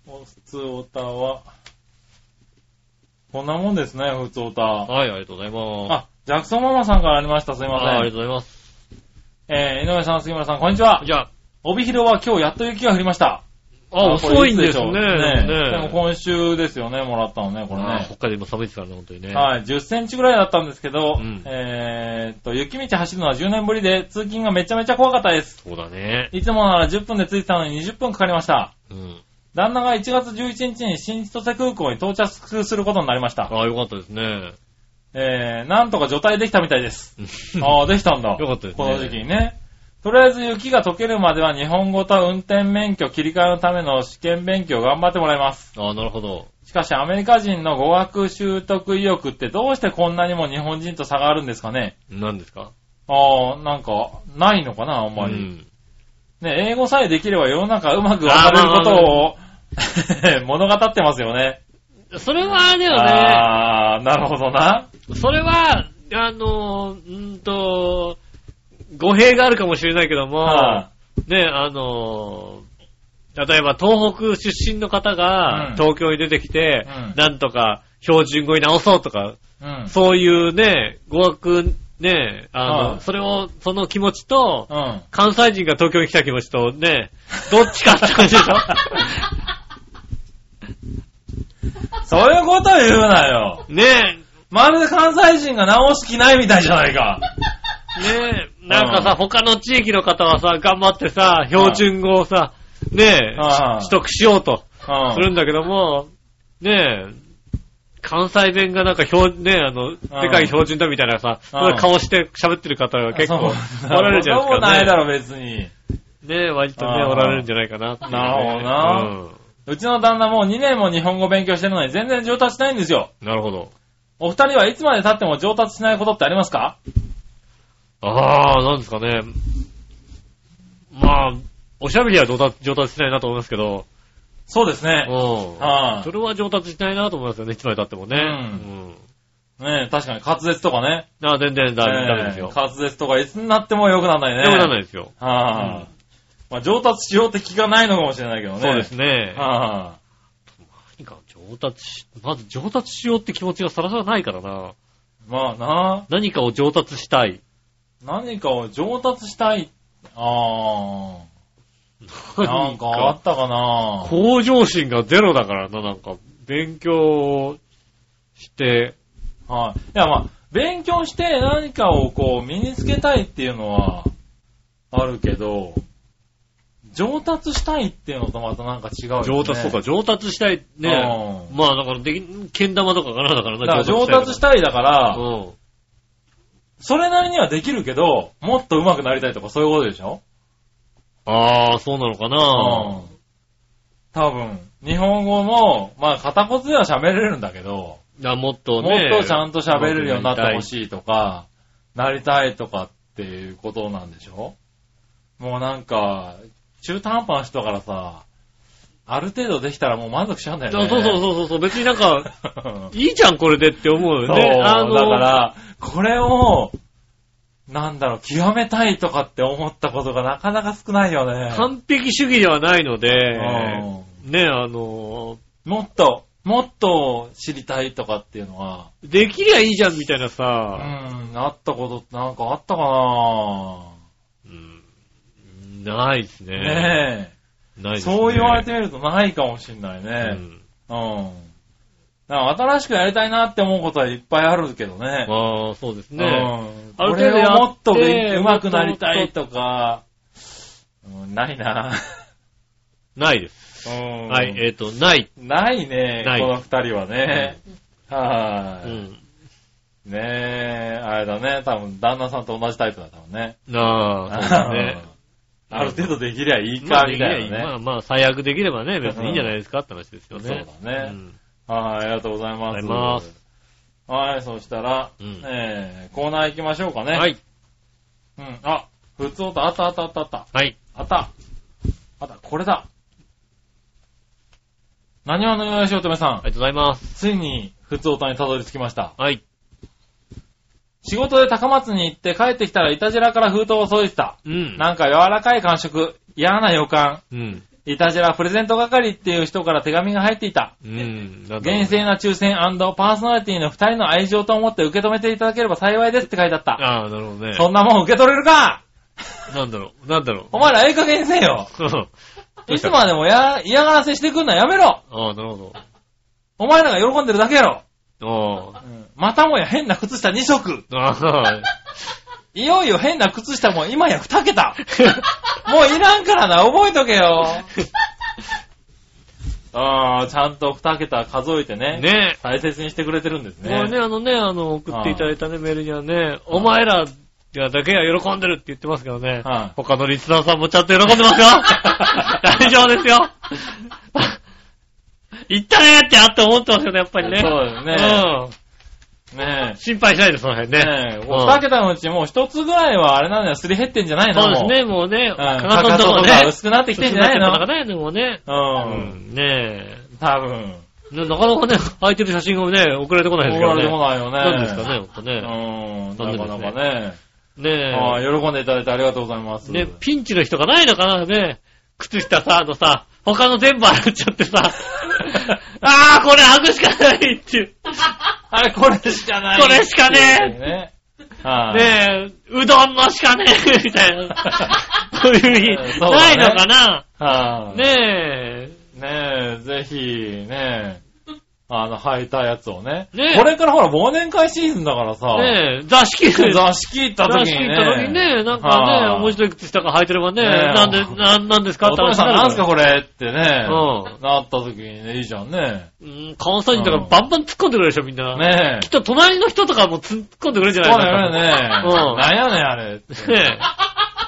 [SPEAKER 3] 普通おたは、こんなもんですね、普通おた。
[SPEAKER 2] はい、ありがとうございます。
[SPEAKER 3] あ、ジャクソンママさんからありました、すい
[SPEAKER 2] ああ
[SPEAKER 3] ま
[SPEAKER 2] りがと
[SPEAKER 3] せん。
[SPEAKER 2] うございます。
[SPEAKER 3] えー、井上さん、杉村さん、こんにちは。
[SPEAKER 2] じゃあ、
[SPEAKER 3] 帯広は今日やっと雪が降りました。
[SPEAKER 2] あ、
[SPEAKER 3] これ
[SPEAKER 2] 遅いんです
[SPEAKER 3] つしょ
[SPEAKER 2] ね。
[SPEAKER 3] う
[SPEAKER 2] ね
[SPEAKER 3] でも今週ですよね、もらったのね、これ
[SPEAKER 2] あ
[SPEAKER 3] ね
[SPEAKER 2] 北。海道今寒いですからね、本当にね。
[SPEAKER 3] はい、10センチぐらいだったんですけど、
[SPEAKER 2] うん
[SPEAKER 3] えーっと、雪道走るのは10年ぶりで、通勤がめちゃめちゃ怖かったです。
[SPEAKER 2] そうだね。
[SPEAKER 3] いつもなら10分で着いたのに20分かかりました。
[SPEAKER 2] うん。
[SPEAKER 3] 旦那が1月11日に新千歳空港に到着することになりました。
[SPEAKER 2] ああ、よかったですね。
[SPEAKER 3] えー、なんとか除隊できたみたいです。ああ、できたんだ。
[SPEAKER 2] よかったですね
[SPEAKER 3] この時期にね。とりあえず雪が溶けるまでは日本語と運転免許切り替えのための試験勉強頑張ってもらいます。
[SPEAKER 2] ああ、なるほど。
[SPEAKER 3] しかしアメリカ人の語学習得意欲ってどうしてこんなにも日本人と差があるんですかね
[SPEAKER 2] 何ですか
[SPEAKER 3] ああ、なんか、ないのかなあんまり。
[SPEAKER 2] うん
[SPEAKER 3] ね、英語さえできれば世の中うまく渡れることを 物語ってますよね。
[SPEAKER 2] それはあれだよ
[SPEAKER 3] ああ、なるほどな。
[SPEAKER 2] ね。それは、あの、んーと、語弊があるかもしれないけども、
[SPEAKER 3] は
[SPEAKER 2] ね、あの、例えば東北出身の方が
[SPEAKER 3] うん
[SPEAKER 2] 東京に出てきて、
[SPEAKER 3] うん
[SPEAKER 2] なんとか標準語に直そうとか、
[SPEAKER 3] うん。
[SPEAKER 2] そういうね、語学、ね、あの、
[SPEAKER 3] はい
[SPEAKER 2] それを、その気持ちと、
[SPEAKER 3] うん。
[SPEAKER 2] 関西人が東京に来た気持ちとね、どっちかって感じでし ょ
[SPEAKER 3] そういうこと言うなよ。
[SPEAKER 2] ね
[SPEAKER 3] まるで関西人が直す気ないみたいじゃないか。
[SPEAKER 2] え、ねえ、なんかさ、他の地域の方はさ、頑張ってさ、標準語をさ、ねえ、
[SPEAKER 3] はい
[SPEAKER 2] 取得しようと
[SPEAKER 3] うん。
[SPEAKER 2] するんだけども、ねえ、関西弁がなんか標、ねえ、あの、世界標準だみたいなさ、そういう顔して喋ってる方が結構
[SPEAKER 3] そ
[SPEAKER 2] お
[SPEAKER 3] う
[SPEAKER 2] られるじゃない
[SPEAKER 3] そんなことない
[SPEAKER 2] です
[SPEAKER 3] だ
[SPEAKER 2] か、ね。
[SPEAKER 3] ろ、別に。
[SPEAKER 2] ねえ、割とね、
[SPEAKER 3] あー
[SPEAKER 2] おられるんじゃないかなっていうね
[SPEAKER 3] なるほどなうちの旦那もう2年も日本語勉強してるのに全然上達しないんですよ。
[SPEAKER 2] うん。なるほど。
[SPEAKER 3] お二人はいつまで経っても上達しないことってありますか
[SPEAKER 2] ああ、なんですかね。まあ、おしゃべりは上達上達しないなと思いますけど、
[SPEAKER 3] そうです
[SPEAKER 2] う
[SPEAKER 3] ね。
[SPEAKER 2] ん。
[SPEAKER 3] は
[SPEAKER 2] それは上達しないなと思いますよね、いつまで経ってもね。
[SPEAKER 3] う
[SPEAKER 2] うんん。
[SPEAKER 3] い。ねえ確かに滑舌とかね。
[SPEAKER 2] あ全然ダメダメです
[SPEAKER 3] え
[SPEAKER 2] よ
[SPEAKER 3] え。滑舌とかいつになっても良くならないね。
[SPEAKER 2] でもならないですよ。
[SPEAKER 3] は
[SPEAKER 2] う
[SPEAKER 3] い
[SPEAKER 2] ん
[SPEAKER 3] まあ上達しようって気がないのかもしれないけどね。
[SPEAKER 2] そうですね。
[SPEAKER 3] は
[SPEAKER 2] 何か上達し、まず上達しようって気持ちがさらさらないからな。
[SPEAKER 3] い。まあな
[SPEAKER 2] 何かを上達したい。
[SPEAKER 3] 何かを上達したい。ああ。なん
[SPEAKER 2] 何
[SPEAKER 3] かあ
[SPEAKER 2] か
[SPEAKER 3] っ、たかな
[SPEAKER 2] 向上心がゼロだからな、なんか、勉強をして、
[SPEAKER 3] はい。いや、まあ、勉強して何かをこう、身につけたいっていうのは、あるけど、上達したいっていうのとまたなんか違うよね。
[SPEAKER 2] 上達とか、上達したい、ね。
[SPEAKER 3] うん
[SPEAKER 2] まあだからでき、けん玉とかかな、だから
[SPEAKER 3] だから
[SPEAKER 2] な、
[SPEAKER 3] 上達したたいだから、
[SPEAKER 2] うん。
[SPEAKER 3] それなりにはできるけど、もっと上手くなりたいとかそういうことでしょ
[SPEAKER 2] ああ、そうなのか
[SPEAKER 3] う
[SPEAKER 2] な。。
[SPEAKER 3] 多分、日本語も、まあ、片言では喋れるんだけど、
[SPEAKER 2] だからもっと
[SPEAKER 3] も
[SPEAKER 2] ね。
[SPEAKER 3] っとちゃんと喋れるようになってほ
[SPEAKER 2] い。
[SPEAKER 3] しいとか、なりたいとかっていうことなんでしょもうなんか、中途半端な人からさ、ある程度できたらもう満足しちゃうんだよ
[SPEAKER 2] そう
[SPEAKER 3] ね。
[SPEAKER 2] そうそう
[SPEAKER 3] う。
[SPEAKER 2] そうそう、別になん か、いいじゃん、これでって思う
[SPEAKER 3] そ
[SPEAKER 2] よ
[SPEAKER 3] う、
[SPEAKER 2] ね。あの
[SPEAKER 3] だから、これを、なんだろう、極めたいとかって思ったことがなかなか少ないよね。
[SPEAKER 2] 完璧主義ではないので、
[SPEAKER 3] う
[SPEAKER 2] ね、あの、
[SPEAKER 3] んもっと、もっと知りたいとかっていうのは、
[SPEAKER 2] できりゃいいじゃんみたいな
[SPEAKER 3] う
[SPEAKER 2] さ、
[SPEAKER 3] ん、あったことってなんかあったかな
[SPEAKER 2] うんないですね。
[SPEAKER 3] ね
[SPEAKER 2] ない
[SPEAKER 3] え。
[SPEAKER 2] ですね。
[SPEAKER 3] そう言われてみるとないかもしんない
[SPEAKER 2] うん、
[SPEAKER 3] ね。うん。なんか新しくやりたいなって思うことはいっぱいあるけどね。
[SPEAKER 2] まあ、そうですね。
[SPEAKER 3] うん。
[SPEAKER 2] ある程
[SPEAKER 3] こ
[SPEAKER 2] 度
[SPEAKER 3] れ
[SPEAKER 2] やっ
[SPEAKER 3] をもっと
[SPEAKER 2] て
[SPEAKER 3] 上手くなりたいとか、うんないな。
[SPEAKER 2] ないです。
[SPEAKER 3] うん
[SPEAKER 2] はい、えっ、と、ない。
[SPEAKER 3] ないね、
[SPEAKER 2] ない
[SPEAKER 3] この二人はね。は
[SPEAKER 2] う
[SPEAKER 3] い、
[SPEAKER 2] ん。
[SPEAKER 3] ねえ、あれだね、多分旦那さんと同じタイプだったもんね。
[SPEAKER 2] なあ、そうですね。
[SPEAKER 3] うん ある程度できりゃいい
[SPEAKER 2] まあ
[SPEAKER 3] か、
[SPEAKER 2] で
[SPEAKER 3] み
[SPEAKER 2] きり
[SPEAKER 3] た
[SPEAKER 2] ゃ
[SPEAKER 3] い
[SPEAKER 2] いいま
[SPEAKER 3] なね。
[SPEAKER 2] あまあ、最悪できればね、別にいいんじゃないですかって話ですよね。
[SPEAKER 3] そうだね
[SPEAKER 2] ん
[SPEAKER 3] はい、ありがとうございます。
[SPEAKER 2] ありがとうございます
[SPEAKER 3] はい、そしたら、
[SPEAKER 2] うん
[SPEAKER 3] えーコーナー行きましょうかね。
[SPEAKER 2] は。い。
[SPEAKER 3] うん、あ、普通音あったあったあったあった。
[SPEAKER 2] はい。
[SPEAKER 3] あった。あった、これだ。何話のよしおとめさん
[SPEAKER 2] あ、りがとうございます。
[SPEAKER 3] ついに、普通音にたどり着きました。
[SPEAKER 2] はい。
[SPEAKER 3] 仕事で高松に行って帰ってきたら、いたじらから封筒を届いてた。
[SPEAKER 2] うん。
[SPEAKER 3] なんか柔らかい感触、嫌な予感。
[SPEAKER 2] うん。
[SPEAKER 3] いたじらプレゼント係っていう人から手紙が入っていた。
[SPEAKER 2] うん。なんだろう
[SPEAKER 3] 厳正な抽選パーソナリティの二人の愛情と思って受け止めていただければ幸いですって書いてあった。
[SPEAKER 2] ああ、なるほどね。
[SPEAKER 3] そんなもん受け取れるか
[SPEAKER 2] なんだろう。なんだろう。
[SPEAKER 3] お前らええ加減にせえよ
[SPEAKER 2] そう
[SPEAKER 3] いつまでもや嫌がらせしてくんのはやめろ
[SPEAKER 2] ああ、なるほ
[SPEAKER 3] お前らが喜んでるだけやろ、
[SPEAKER 2] ど。あ
[SPEAKER 3] またもや変な靴下2足
[SPEAKER 2] あ。ああ。
[SPEAKER 3] いよいよ変な靴下も今や2桁もういらんからな、覚えとけよ。 ああ、ちゃんと2桁数えてね。
[SPEAKER 2] ね
[SPEAKER 3] 大切にしてくれてるんです
[SPEAKER 2] え。
[SPEAKER 3] ね。
[SPEAKER 2] これね、あのね、あの、送っていただいたね、メールにはね、お前らだけは喜んでるって言ってますけどね
[SPEAKER 3] はい。
[SPEAKER 2] 他のリスナーさんもちゃんと喜んで ますよ大丈夫ですよ行ったねーってあって思ってますよね、やっぱりね。
[SPEAKER 3] そうですね
[SPEAKER 2] うん。
[SPEAKER 3] ね
[SPEAKER 2] 心配しないで、その辺
[SPEAKER 3] え。
[SPEAKER 2] ね。
[SPEAKER 3] ねえ、
[SPEAKER 2] うん
[SPEAKER 3] 2桁のうちもう1つぐらいはあれなんだよ、すり減ってんじゃない の
[SPEAKER 2] そうですね、もうね、
[SPEAKER 3] もううん、
[SPEAKER 2] かかと
[SPEAKER 3] かか
[SPEAKER 2] のとこ
[SPEAKER 3] と
[SPEAKER 2] とろ
[SPEAKER 3] か
[SPEAKER 2] ね、
[SPEAKER 3] 薄くなってきてんじゃない
[SPEAKER 2] なか
[SPEAKER 3] の
[SPEAKER 2] ね、でもね。う
[SPEAKER 3] うん。
[SPEAKER 2] ん、ねえ。
[SPEAKER 3] 多分。
[SPEAKER 2] ななかなかね、空いてる写真がね、送られてこないです
[SPEAKER 3] 怒
[SPEAKER 2] けどね。
[SPEAKER 3] られてこないよね。
[SPEAKER 2] なんですかね、ほんとね。
[SPEAKER 3] ね。
[SPEAKER 2] 残
[SPEAKER 3] う
[SPEAKER 2] 念で
[SPEAKER 3] ん。なか
[SPEAKER 2] すね
[SPEAKER 3] なかね。ああ
[SPEAKER 2] ね
[SPEAKER 3] 喜んでいただいてありがとうございます。
[SPEAKER 2] え。ね、ピンチの人がないのかなね。靴下さ、あのさ、他の全部洗っちゃって さ、ああ、これ履くしかないっていう。
[SPEAKER 3] あれ、これしかない。
[SPEAKER 2] これしかね
[SPEAKER 3] ねえ。はい。
[SPEAKER 2] ねえ、うどんのしかねえ、みたいな。 そういう
[SPEAKER 3] うん
[SPEAKER 2] 日、
[SPEAKER 3] そう
[SPEAKER 2] ない
[SPEAKER 3] だね
[SPEAKER 2] のかな
[SPEAKER 3] はい。
[SPEAKER 2] ね
[SPEAKER 3] ねえ、ぜひ、ねえ、あの、履いたやつをね。
[SPEAKER 2] ねえ
[SPEAKER 3] これからほら、忘年会シーズンだからさ
[SPEAKER 2] え、、ねえ、座敷で
[SPEAKER 3] 座敷行った
[SPEAKER 2] 座
[SPEAKER 3] 時
[SPEAKER 2] 敷
[SPEAKER 3] に
[SPEAKER 2] 行
[SPEAKER 3] ね。
[SPEAKER 2] った時にね、なんかね、
[SPEAKER 3] はあ
[SPEAKER 2] 面白い靴下が履いてればね、
[SPEAKER 3] ねえ
[SPEAKER 2] なんで、なんなんですかっ
[SPEAKER 3] お
[SPEAKER 2] て
[SPEAKER 3] 父
[SPEAKER 2] 話
[SPEAKER 3] さ
[SPEAKER 2] に
[SPEAKER 3] ん、
[SPEAKER 2] な
[SPEAKER 3] なん
[SPEAKER 2] る
[SPEAKER 3] す
[SPEAKER 2] か
[SPEAKER 3] からこれってね、
[SPEAKER 2] う
[SPEAKER 3] なった時にね、いいじゃんね。
[SPEAKER 2] うん、関西人だからバンバン突っ込んでくれるでしょ、みんな。
[SPEAKER 3] ねえ
[SPEAKER 2] きっ。と隣の人とかも突っ込んでくれるんじゃ
[SPEAKER 3] そうだ
[SPEAKER 2] な
[SPEAKER 3] よ
[SPEAKER 2] い
[SPEAKER 3] ね。
[SPEAKER 2] うん
[SPEAKER 3] なんやねん、あれって。
[SPEAKER 2] すか。ね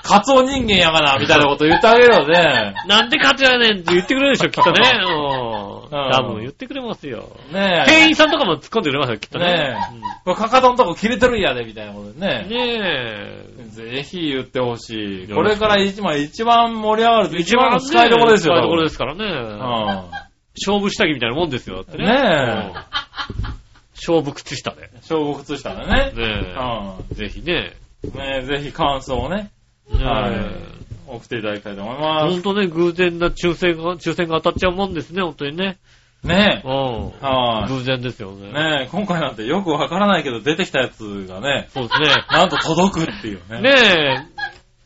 [SPEAKER 3] カツオ人間やがな、みたいなこと言ってあげる よね。
[SPEAKER 2] え。なんで勝てやねんって言ってくれるでしょ、きっと ね。うん。
[SPEAKER 3] うん
[SPEAKER 2] 多分言ってくれますよ。
[SPEAKER 3] ねえ。
[SPEAKER 2] 店員さんとかも突っ込んでくれますよ、きっとね
[SPEAKER 3] ね。え。これかかとのとこ切れてるんやで、みたいなことで
[SPEAKER 2] うん
[SPEAKER 3] ね。
[SPEAKER 2] ね
[SPEAKER 3] ぜひ言ってほしい。
[SPEAKER 2] よ
[SPEAKER 3] こ
[SPEAKER 2] ろし
[SPEAKER 3] れ
[SPEAKER 2] く
[SPEAKER 3] から一番、一番盛り上が
[SPEAKER 2] え。
[SPEAKER 3] る、一番の使いどころですよ。。
[SPEAKER 2] 使いどころですすからね。
[SPEAKER 3] うん。
[SPEAKER 2] 勝負下着みたいなもんですよ、だってね。
[SPEAKER 3] ねえ
[SPEAKER 2] うん勝負靴下で。
[SPEAKER 3] 勝負靴下だね。
[SPEAKER 2] ねえ。ぜひね。
[SPEAKER 3] うん。ねえぜひ感想をね、は
[SPEAKER 2] ねえ
[SPEAKER 3] い。送っていただきたいと思い
[SPEAKER 2] ほ
[SPEAKER 3] ま
[SPEAKER 2] んとね、偶然な抽選が、抽選が当たっちゃうもんですね、ほんとにね。
[SPEAKER 3] す。ね
[SPEAKER 2] うん
[SPEAKER 3] え。。はい。
[SPEAKER 2] 偶然ですよね。
[SPEAKER 3] ねえ、今回なんてよくわからないけど出てきたやつがね、
[SPEAKER 2] そうですね。
[SPEAKER 3] なんと届くっていうね。
[SPEAKER 2] ねえ、
[SPEAKER 3] はい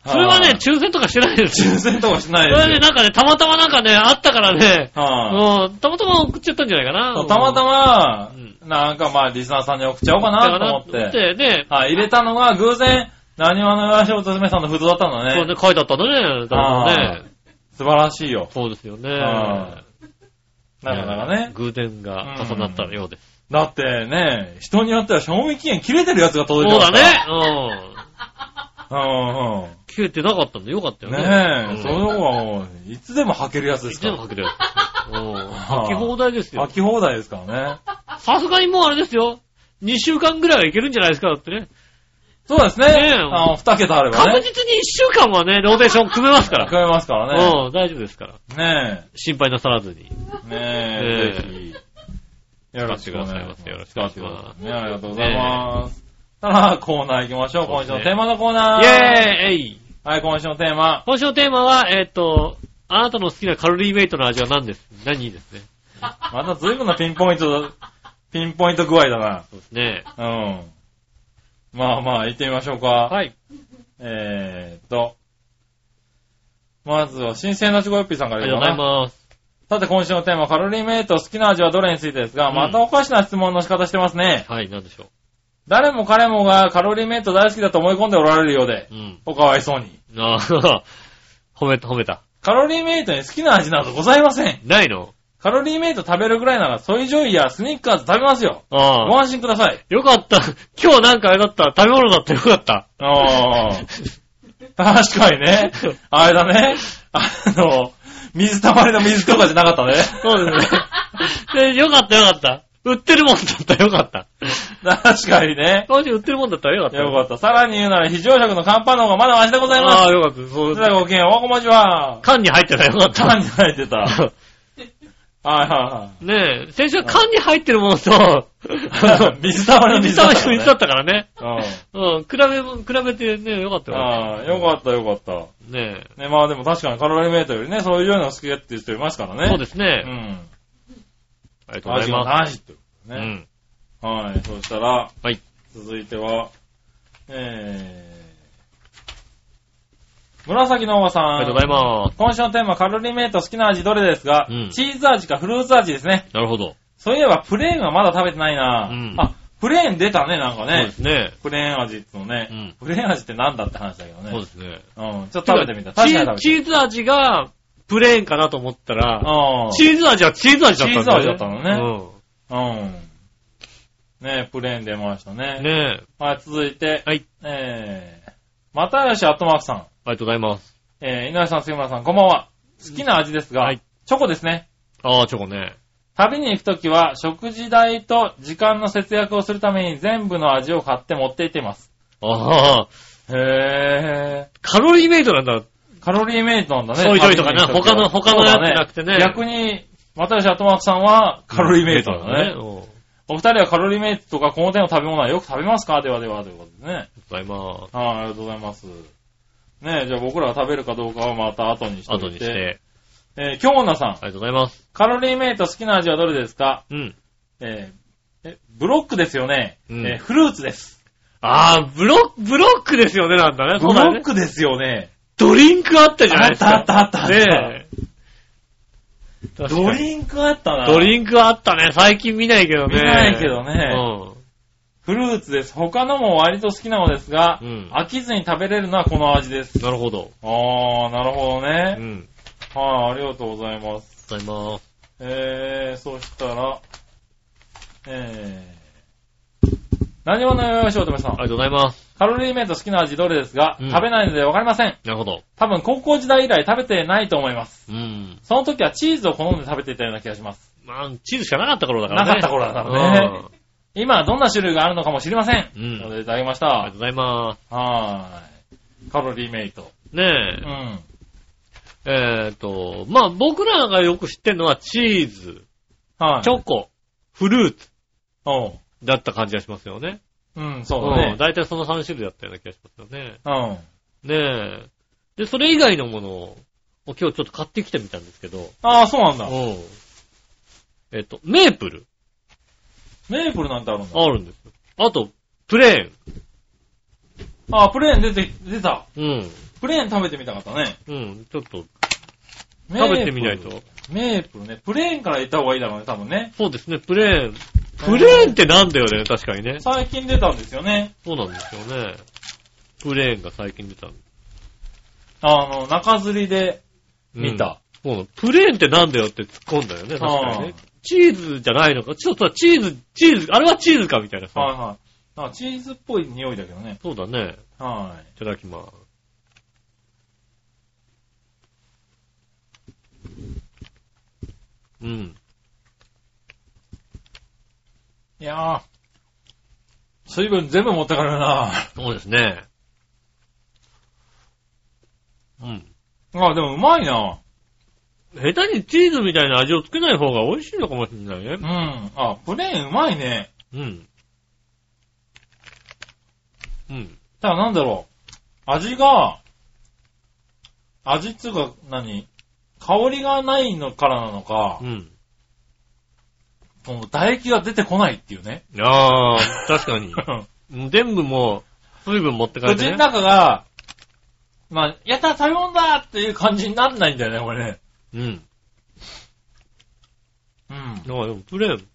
[SPEAKER 2] それはね、抽選とかしてないですよ。
[SPEAKER 3] 抽選とかしな
[SPEAKER 2] そ
[SPEAKER 3] い
[SPEAKER 2] れ
[SPEAKER 3] で
[SPEAKER 2] は
[SPEAKER 3] す
[SPEAKER 2] ね、
[SPEAKER 3] よ。
[SPEAKER 2] なんかね、たまたまなんかね、あったからね、
[SPEAKER 3] は
[SPEAKER 2] うん、たまたま送っちゃったんじゃないか
[SPEAKER 3] い
[SPEAKER 2] な。
[SPEAKER 3] そうたまた
[SPEAKER 2] ま
[SPEAKER 3] ま
[SPEAKER 2] うん、
[SPEAKER 3] なんかまあ、リスナーさんに送っちゃおうか
[SPEAKER 2] だか
[SPEAKER 3] なと
[SPEAKER 2] ら
[SPEAKER 3] 思
[SPEAKER 2] な
[SPEAKER 3] っ、
[SPEAKER 2] と思ってて、ね、
[SPEAKER 3] はい、入れたのが偶然、何話のよしおとめさんの不動だったん
[SPEAKER 2] そ
[SPEAKER 3] だ
[SPEAKER 2] うね
[SPEAKER 3] ね。、
[SPEAKER 2] 書いてあったんだね。だから
[SPEAKER 3] は
[SPEAKER 2] ね
[SPEAKER 3] い、素晴らしいよ。
[SPEAKER 2] そうですよね。
[SPEAKER 3] はなかなかね。
[SPEAKER 2] 偶然が重なったようです。
[SPEAKER 3] だってね、人によっては賞味期限切れてるやつが
[SPEAKER 2] そう
[SPEAKER 3] 届いてま
[SPEAKER 2] だ
[SPEAKER 3] すから。
[SPEAKER 2] ね。うん。
[SPEAKER 3] うんうん。
[SPEAKER 2] 切れてなかったんでよかったよね。
[SPEAKER 3] ねえ、そううんいうのはもう、いつでも履けるやつで
[SPEAKER 2] い
[SPEAKER 3] す
[SPEAKER 2] つで
[SPEAKER 3] か
[SPEAKER 2] も履
[SPEAKER 3] ら。
[SPEAKER 2] けてる。うん。 履き放題ですよ
[SPEAKER 3] 履。き放題ですからね。
[SPEAKER 2] さすがにもうあれですよ。2週間ぐらいはいけるんじゃないですか、だってね。
[SPEAKER 3] そうですね。
[SPEAKER 2] ねえ
[SPEAKER 3] あの、二桁あれば
[SPEAKER 2] 確
[SPEAKER 3] ね。
[SPEAKER 2] 実に1週間はね、ローテーション組めますから。
[SPEAKER 3] 組めますから
[SPEAKER 2] うん、大丈夫ですから。
[SPEAKER 3] ね。ね
[SPEAKER 2] 心配なさらずに。
[SPEAKER 3] え、ねえ、
[SPEAKER 2] ねえ
[SPEAKER 3] ぜひ。よろしくお願いします。
[SPEAKER 2] よろしくお願いします
[SPEAKER 3] 使ってくださいね、ありがとうございます。さあ、コーナー行きましょう。
[SPEAKER 2] そう
[SPEAKER 3] 今
[SPEAKER 2] です
[SPEAKER 3] 週
[SPEAKER 2] ね
[SPEAKER 3] のテーマのコーナー。
[SPEAKER 2] イェーイ
[SPEAKER 3] はい、今週のテーマ。
[SPEAKER 2] 今週のテーマは、えっ、と、あなたの好きなカロリーメイトの味は何です何ですね。
[SPEAKER 3] また随分なピンポイント、ピンポイント具合だな。
[SPEAKER 2] そうですね。
[SPEAKER 3] うん。まあまあ、行ってみましょうか。
[SPEAKER 2] はい。
[SPEAKER 3] えーっと。まずは、新鮮なチョコヨッピーさんか
[SPEAKER 2] あ
[SPEAKER 3] ら
[SPEAKER 2] りがとうござい
[SPEAKER 3] す。
[SPEAKER 2] ます。
[SPEAKER 3] さて、今週のテーマ、カロリーメイト、好きな味はどれについてですが、
[SPEAKER 2] うん
[SPEAKER 3] またおかしな質問の仕方してますね。
[SPEAKER 2] はい、なんでしょ
[SPEAKER 3] 誰も彼もがカロリーメイト大好きだと思い込んでおられるようで、
[SPEAKER 2] う。うん。
[SPEAKER 3] おかわいそうに。
[SPEAKER 2] ああ、褒めた、褒めた。
[SPEAKER 3] カロリーメイトに好きな味などございません。
[SPEAKER 2] ないの
[SPEAKER 3] カロリーメイト食べるぐらいなら、ソイジョイやスニッカーズ食べますよ。ご
[SPEAKER 2] ああ。
[SPEAKER 3] 安心ください。
[SPEAKER 2] よかった。今日なんかあれだった。食べ物だったよかった。
[SPEAKER 3] ああ。確かに ね。あれだね。あの、水溜まりの水とかじゃなかったね。
[SPEAKER 2] そうですね。で、 よかったよかった。売ってるもんだったらよかった。
[SPEAKER 3] 確かにね。
[SPEAKER 2] 当時売ってるもんだったらよかった。
[SPEAKER 3] よかった。さらに言うなら、非常食の乾パンの方がまだマシでござい
[SPEAKER 2] あ
[SPEAKER 3] ま
[SPEAKER 2] あ、
[SPEAKER 3] す。
[SPEAKER 2] よかった。そ
[SPEAKER 3] そうれではごきげんよう、おはこまちは。
[SPEAKER 2] 缶に入ってたらよかった。
[SPEAKER 3] 缶に入ってた。はいは
[SPEAKER 2] ねえ、先週は缶に入ってるものと、
[SPEAKER 3] いはい。 水溜まりの
[SPEAKER 2] 水溜
[SPEAKER 3] 水だ
[SPEAKER 2] りの
[SPEAKER 3] ったからね
[SPEAKER 2] 水だったからね。
[SPEAKER 3] う
[SPEAKER 2] うん、比べも、比べてね、よかった
[SPEAKER 3] ん。
[SPEAKER 2] よかっ
[SPEAKER 3] ああ、よかったよかった。
[SPEAKER 2] た。ね
[SPEAKER 3] ね、まあでも確かにカロリーメイトよりね、そういうようなの好きやっていう人いますから
[SPEAKER 2] え。
[SPEAKER 3] ね。
[SPEAKER 2] そうです
[SPEAKER 3] う
[SPEAKER 2] ね。
[SPEAKER 3] ん。
[SPEAKER 2] ありがとうござ
[SPEAKER 3] 味
[SPEAKER 2] い
[SPEAKER 3] が
[SPEAKER 2] ま
[SPEAKER 3] ないってこと
[SPEAKER 2] す。う
[SPEAKER 3] ね。
[SPEAKER 2] ん。
[SPEAKER 3] はい、そしたら、
[SPEAKER 2] はい。
[SPEAKER 3] 続いては、えー、紫のおばさん。
[SPEAKER 2] ありがとうございます。
[SPEAKER 3] 今週のテーマ、カロリーメイト好きな味どれですが、
[SPEAKER 2] うん
[SPEAKER 3] チーズ味かフルーツ味ですね。
[SPEAKER 2] なるほど。
[SPEAKER 3] そういえば、プレーンはまだ食べてないな、
[SPEAKER 2] うん
[SPEAKER 3] あ、プレーン出たね、なんか
[SPEAKER 2] そうで
[SPEAKER 3] ね
[SPEAKER 2] す。ね。
[SPEAKER 3] プレーン味ってのね、
[SPEAKER 2] うん
[SPEAKER 3] プレーン味ってなんだって話だけどね。
[SPEAKER 2] そうですね。
[SPEAKER 3] うん、ちょっと食べてみた。確かに食べてみた。
[SPEAKER 2] チーチーズ味がプレーンかなと思ったら、
[SPEAKER 3] あー
[SPEAKER 2] チーズ味はチーズ味だったんだよね。
[SPEAKER 3] チーズ味だったのうん。ねプレーン出ました
[SPEAKER 2] う
[SPEAKER 3] ね。
[SPEAKER 2] ん。ねえ。
[SPEAKER 3] はい、続いて、
[SPEAKER 2] はい。
[SPEAKER 3] えー、またよし、アットマークさん。
[SPEAKER 2] ありがとうございます。
[SPEAKER 3] えー、井上さん、杉村さん、こんばんは。好きな味ですが、
[SPEAKER 2] はい
[SPEAKER 3] チョコですね。
[SPEAKER 2] ああ、チョコね。
[SPEAKER 3] 旅に行くときは、食事代と時間の節約をするために全部の味を買って持って行っています。
[SPEAKER 2] ああ、
[SPEAKER 3] へ
[SPEAKER 2] カロリーメイトなんだ。
[SPEAKER 3] ー。カロリーメイトなんだね。
[SPEAKER 2] そういうちょいとかね
[SPEAKER 3] 旅に行く時は
[SPEAKER 2] 他の他のやつ
[SPEAKER 3] そうだ
[SPEAKER 2] じゃなくてね
[SPEAKER 3] 逆に、又吉アットマークさんはカロリーメイトなんだ
[SPEAKER 2] うんあ
[SPEAKER 3] ね。
[SPEAKER 2] りがと
[SPEAKER 3] お二人はカロリーメイトとかこの手の食べ物はよく食べますかではではということですね。
[SPEAKER 2] うございます。
[SPEAKER 3] はい、ありがとうございます。ねえ、じゃあ僕らが食べるかどうかはまた後にしておいて。
[SPEAKER 2] 後にして。
[SPEAKER 3] えー、京女さん
[SPEAKER 2] あ、りがとうございます。
[SPEAKER 3] カロリーメイト好きな味はどれですか
[SPEAKER 2] うん。
[SPEAKER 3] えーえ、ブロックですよね。
[SPEAKER 2] うん
[SPEAKER 3] えーフルーツです。
[SPEAKER 2] ああ、ブロック、ブロックですよね、なんだね。
[SPEAKER 3] ブ
[SPEAKER 2] そうだ
[SPEAKER 3] ロ
[SPEAKER 2] ね
[SPEAKER 3] ッ。クですよね。
[SPEAKER 2] ドリンクあったじゃないですか。
[SPEAKER 3] あったあったあったあった
[SPEAKER 2] ねえ。
[SPEAKER 3] ド
[SPEAKER 2] ン
[SPEAKER 3] リンクあったな。
[SPEAKER 2] ド
[SPEAKER 3] ン
[SPEAKER 2] リンクあったね。最近見ないけどね。
[SPEAKER 3] 見ないけどね
[SPEAKER 2] う
[SPEAKER 3] フルーツです。他のも割と好きなのですが、
[SPEAKER 2] うん
[SPEAKER 3] 飽きずに食べれるのはこの味です
[SPEAKER 2] ん。。なるほど。
[SPEAKER 3] あー、なるほど
[SPEAKER 2] う
[SPEAKER 3] ね。
[SPEAKER 2] ん。
[SPEAKER 3] はい、ありがとうございます。
[SPEAKER 2] ありがとうございます。
[SPEAKER 3] えー、そしたら、えー、何者よよしおとめさ
[SPEAKER 2] ありが
[SPEAKER 3] ん。
[SPEAKER 2] とうございます。
[SPEAKER 3] カロリーメイト好きな味どれですが、
[SPEAKER 2] うん
[SPEAKER 3] 食べないのでわかりません。
[SPEAKER 2] なるほど。
[SPEAKER 3] 多分高校時代以来食べてないと思います。
[SPEAKER 2] うん。
[SPEAKER 3] その時はチーズを好んで食べていたような気がします。
[SPEAKER 2] まあ、チーズしかなかった頃だからね。
[SPEAKER 3] なかった頃だからね
[SPEAKER 2] うん
[SPEAKER 3] 今はどんな種類があるのかも知りません。
[SPEAKER 2] うん
[SPEAKER 3] ということでいただきまし
[SPEAKER 2] ありが
[SPEAKER 3] た
[SPEAKER 2] とう。ございま
[SPEAKER 3] はーい。カロリーメイト。
[SPEAKER 2] す。ね
[SPEAKER 3] う
[SPEAKER 2] え。
[SPEAKER 3] ん。
[SPEAKER 2] えっ、と、まあ僕らがよく知ってるのはチーズ、
[SPEAKER 3] はい。
[SPEAKER 2] チョコ、フルーツ
[SPEAKER 3] おう。
[SPEAKER 2] だった感じがしますよね。
[SPEAKER 3] うん、そうだ
[SPEAKER 2] ん
[SPEAKER 3] ね。
[SPEAKER 2] 大体その3種類だったような気がしますよね。
[SPEAKER 3] うん。
[SPEAKER 2] ねえ。で、それ以外のものを今日ちょっと買ってきてみたんですけど、
[SPEAKER 3] ああ、そうなん
[SPEAKER 2] う
[SPEAKER 3] だ
[SPEAKER 2] ん。。えっ、と、メープル、
[SPEAKER 3] メープルなんてあるんだ。
[SPEAKER 2] あるんですよ。あと、プレ
[SPEAKER 3] あー、プレーン出て、出た。
[SPEAKER 2] ーン。
[SPEAKER 3] プレーン食べてみたかったね。
[SPEAKER 2] うん。うん。ちょっと、
[SPEAKER 3] メ
[SPEAKER 2] 食
[SPEAKER 3] ープル
[SPEAKER 2] べてみないと。。
[SPEAKER 3] メープルね。プレーンから行った方がいいだろうね、多分ね。
[SPEAKER 2] そうですね、プレーン。プレーンってなんだよね、確かにね。
[SPEAKER 3] 最近出たんですよね。
[SPEAKER 2] そうなんですよね。プレーンが最近出たんで
[SPEAKER 3] あの、中吊りで見た。
[SPEAKER 2] もう、プレーンってなんだよって突っ込んだよね、確かに
[SPEAKER 3] うん
[SPEAKER 2] ね。チーズじゃないのか、ちょっとチーズ、チーズ、あれはチーズかみたいな
[SPEAKER 3] はい
[SPEAKER 2] さ。
[SPEAKER 3] はい。なんかチーズっぽい匂いだけどね。
[SPEAKER 2] そうだね。
[SPEAKER 3] はい
[SPEAKER 2] ただきます。うん。
[SPEAKER 3] い。いやー、水分全部持ってかれるな
[SPEAKER 2] そうですね。うん。
[SPEAKER 3] あ、でもうまいな
[SPEAKER 2] 下手にチーズみたいな味をつけない方が美味しいのかもしれないね
[SPEAKER 3] うん。。あ、プレーンうまいね。
[SPEAKER 2] うん。うん。
[SPEAKER 3] ただなんだろう。味が、味っつうか、何香りがないのからなのか
[SPEAKER 2] う、ん。
[SPEAKER 3] もう唾液が出てこないっていうね。
[SPEAKER 2] ああ、確かに。
[SPEAKER 3] うん
[SPEAKER 2] 全部もう、水分持ってかれ
[SPEAKER 3] 口
[SPEAKER 2] て
[SPEAKER 3] の
[SPEAKER 2] ね。
[SPEAKER 3] 中が、まあ、やった食べ物だっていう感じになんないんだよね、これね。
[SPEAKER 2] うん。
[SPEAKER 3] うん
[SPEAKER 2] だ。からでもプレーン、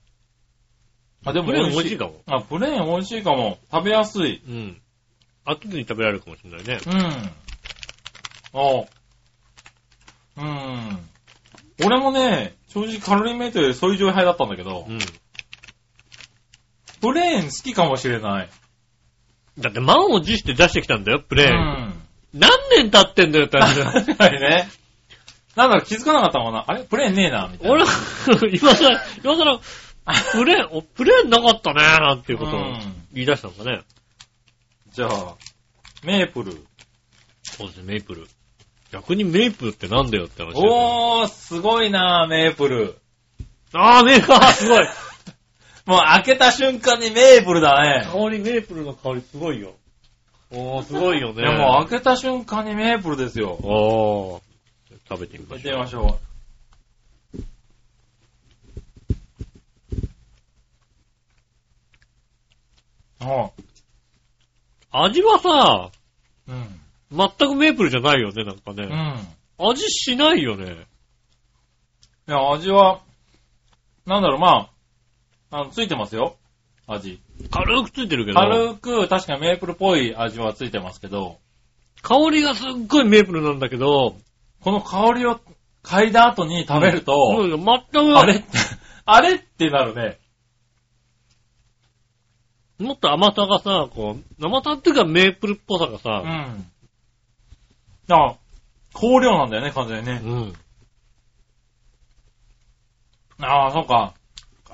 [SPEAKER 3] あ、でも
[SPEAKER 2] プレーン美味しいかも。
[SPEAKER 3] あ、プレーン美味しいかも。食べやすい。
[SPEAKER 2] うん。飽きずに食べられるかもしれないね。
[SPEAKER 3] うん。あうん。俺もね、正直カロリーメイトよりそういう状態だったんだけど、
[SPEAKER 2] うん。
[SPEAKER 3] プレーン好きかもしれない。
[SPEAKER 2] だって満を持して出してきたんだよ、プレ
[SPEAKER 3] う
[SPEAKER 2] ーン。
[SPEAKER 3] ん。
[SPEAKER 2] 何年経ってんだよって話 だよ。
[SPEAKER 3] 確かにね。 なんだろう、気づかなかったのかな。あれプレーンねえな、みたいな。
[SPEAKER 2] 俺は、今さら、今さら、プレーン、おプレーンなかったねーなんていうことを
[SPEAKER 3] うん
[SPEAKER 2] 言い出したのかね。
[SPEAKER 3] じゃあ、メープル。
[SPEAKER 2] そうですね、メイプル。逆にメイプルってなんだよって話だよね。
[SPEAKER 3] おー、すごいな、メープル。
[SPEAKER 2] あー、メイプル、すご い。
[SPEAKER 3] もう開けた瞬間にメープルだね。
[SPEAKER 2] 香り、メイプルの香りすごいよ。おー、すごいよね。
[SPEAKER 3] でもう開けた瞬間にメープルですよ。
[SPEAKER 2] おー。食べてみ
[SPEAKER 3] 行
[SPEAKER 2] ま
[SPEAKER 3] っ
[SPEAKER 2] してょ
[SPEAKER 3] み
[SPEAKER 2] う。
[SPEAKER 3] ましょう。あ
[SPEAKER 2] 味はさ、
[SPEAKER 3] うん。
[SPEAKER 2] 全くメープルじゃないよね、なんか
[SPEAKER 3] う
[SPEAKER 2] ね。
[SPEAKER 3] ん。
[SPEAKER 2] 味しないよね。
[SPEAKER 3] いや、味は、なんだろう、まあ、あの、ついてますよ。味。
[SPEAKER 2] 軽くついてるけど。
[SPEAKER 3] 軽く、確かにメープルっぽい味はついてますけど、
[SPEAKER 2] 香りがすっごいメープルなんだけど、
[SPEAKER 3] この香りを嗅いだ後に食べる
[SPEAKER 2] そうよ
[SPEAKER 3] と、
[SPEAKER 2] 全く、
[SPEAKER 3] あれあれってなるね。
[SPEAKER 2] もっと甘さがさ、こう、甘さっていうかメープルっぽさが
[SPEAKER 3] う
[SPEAKER 2] さ、
[SPEAKER 3] ん。あ、香料なんだよね、完全にね。
[SPEAKER 2] うん。
[SPEAKER 3] ああ、そうか。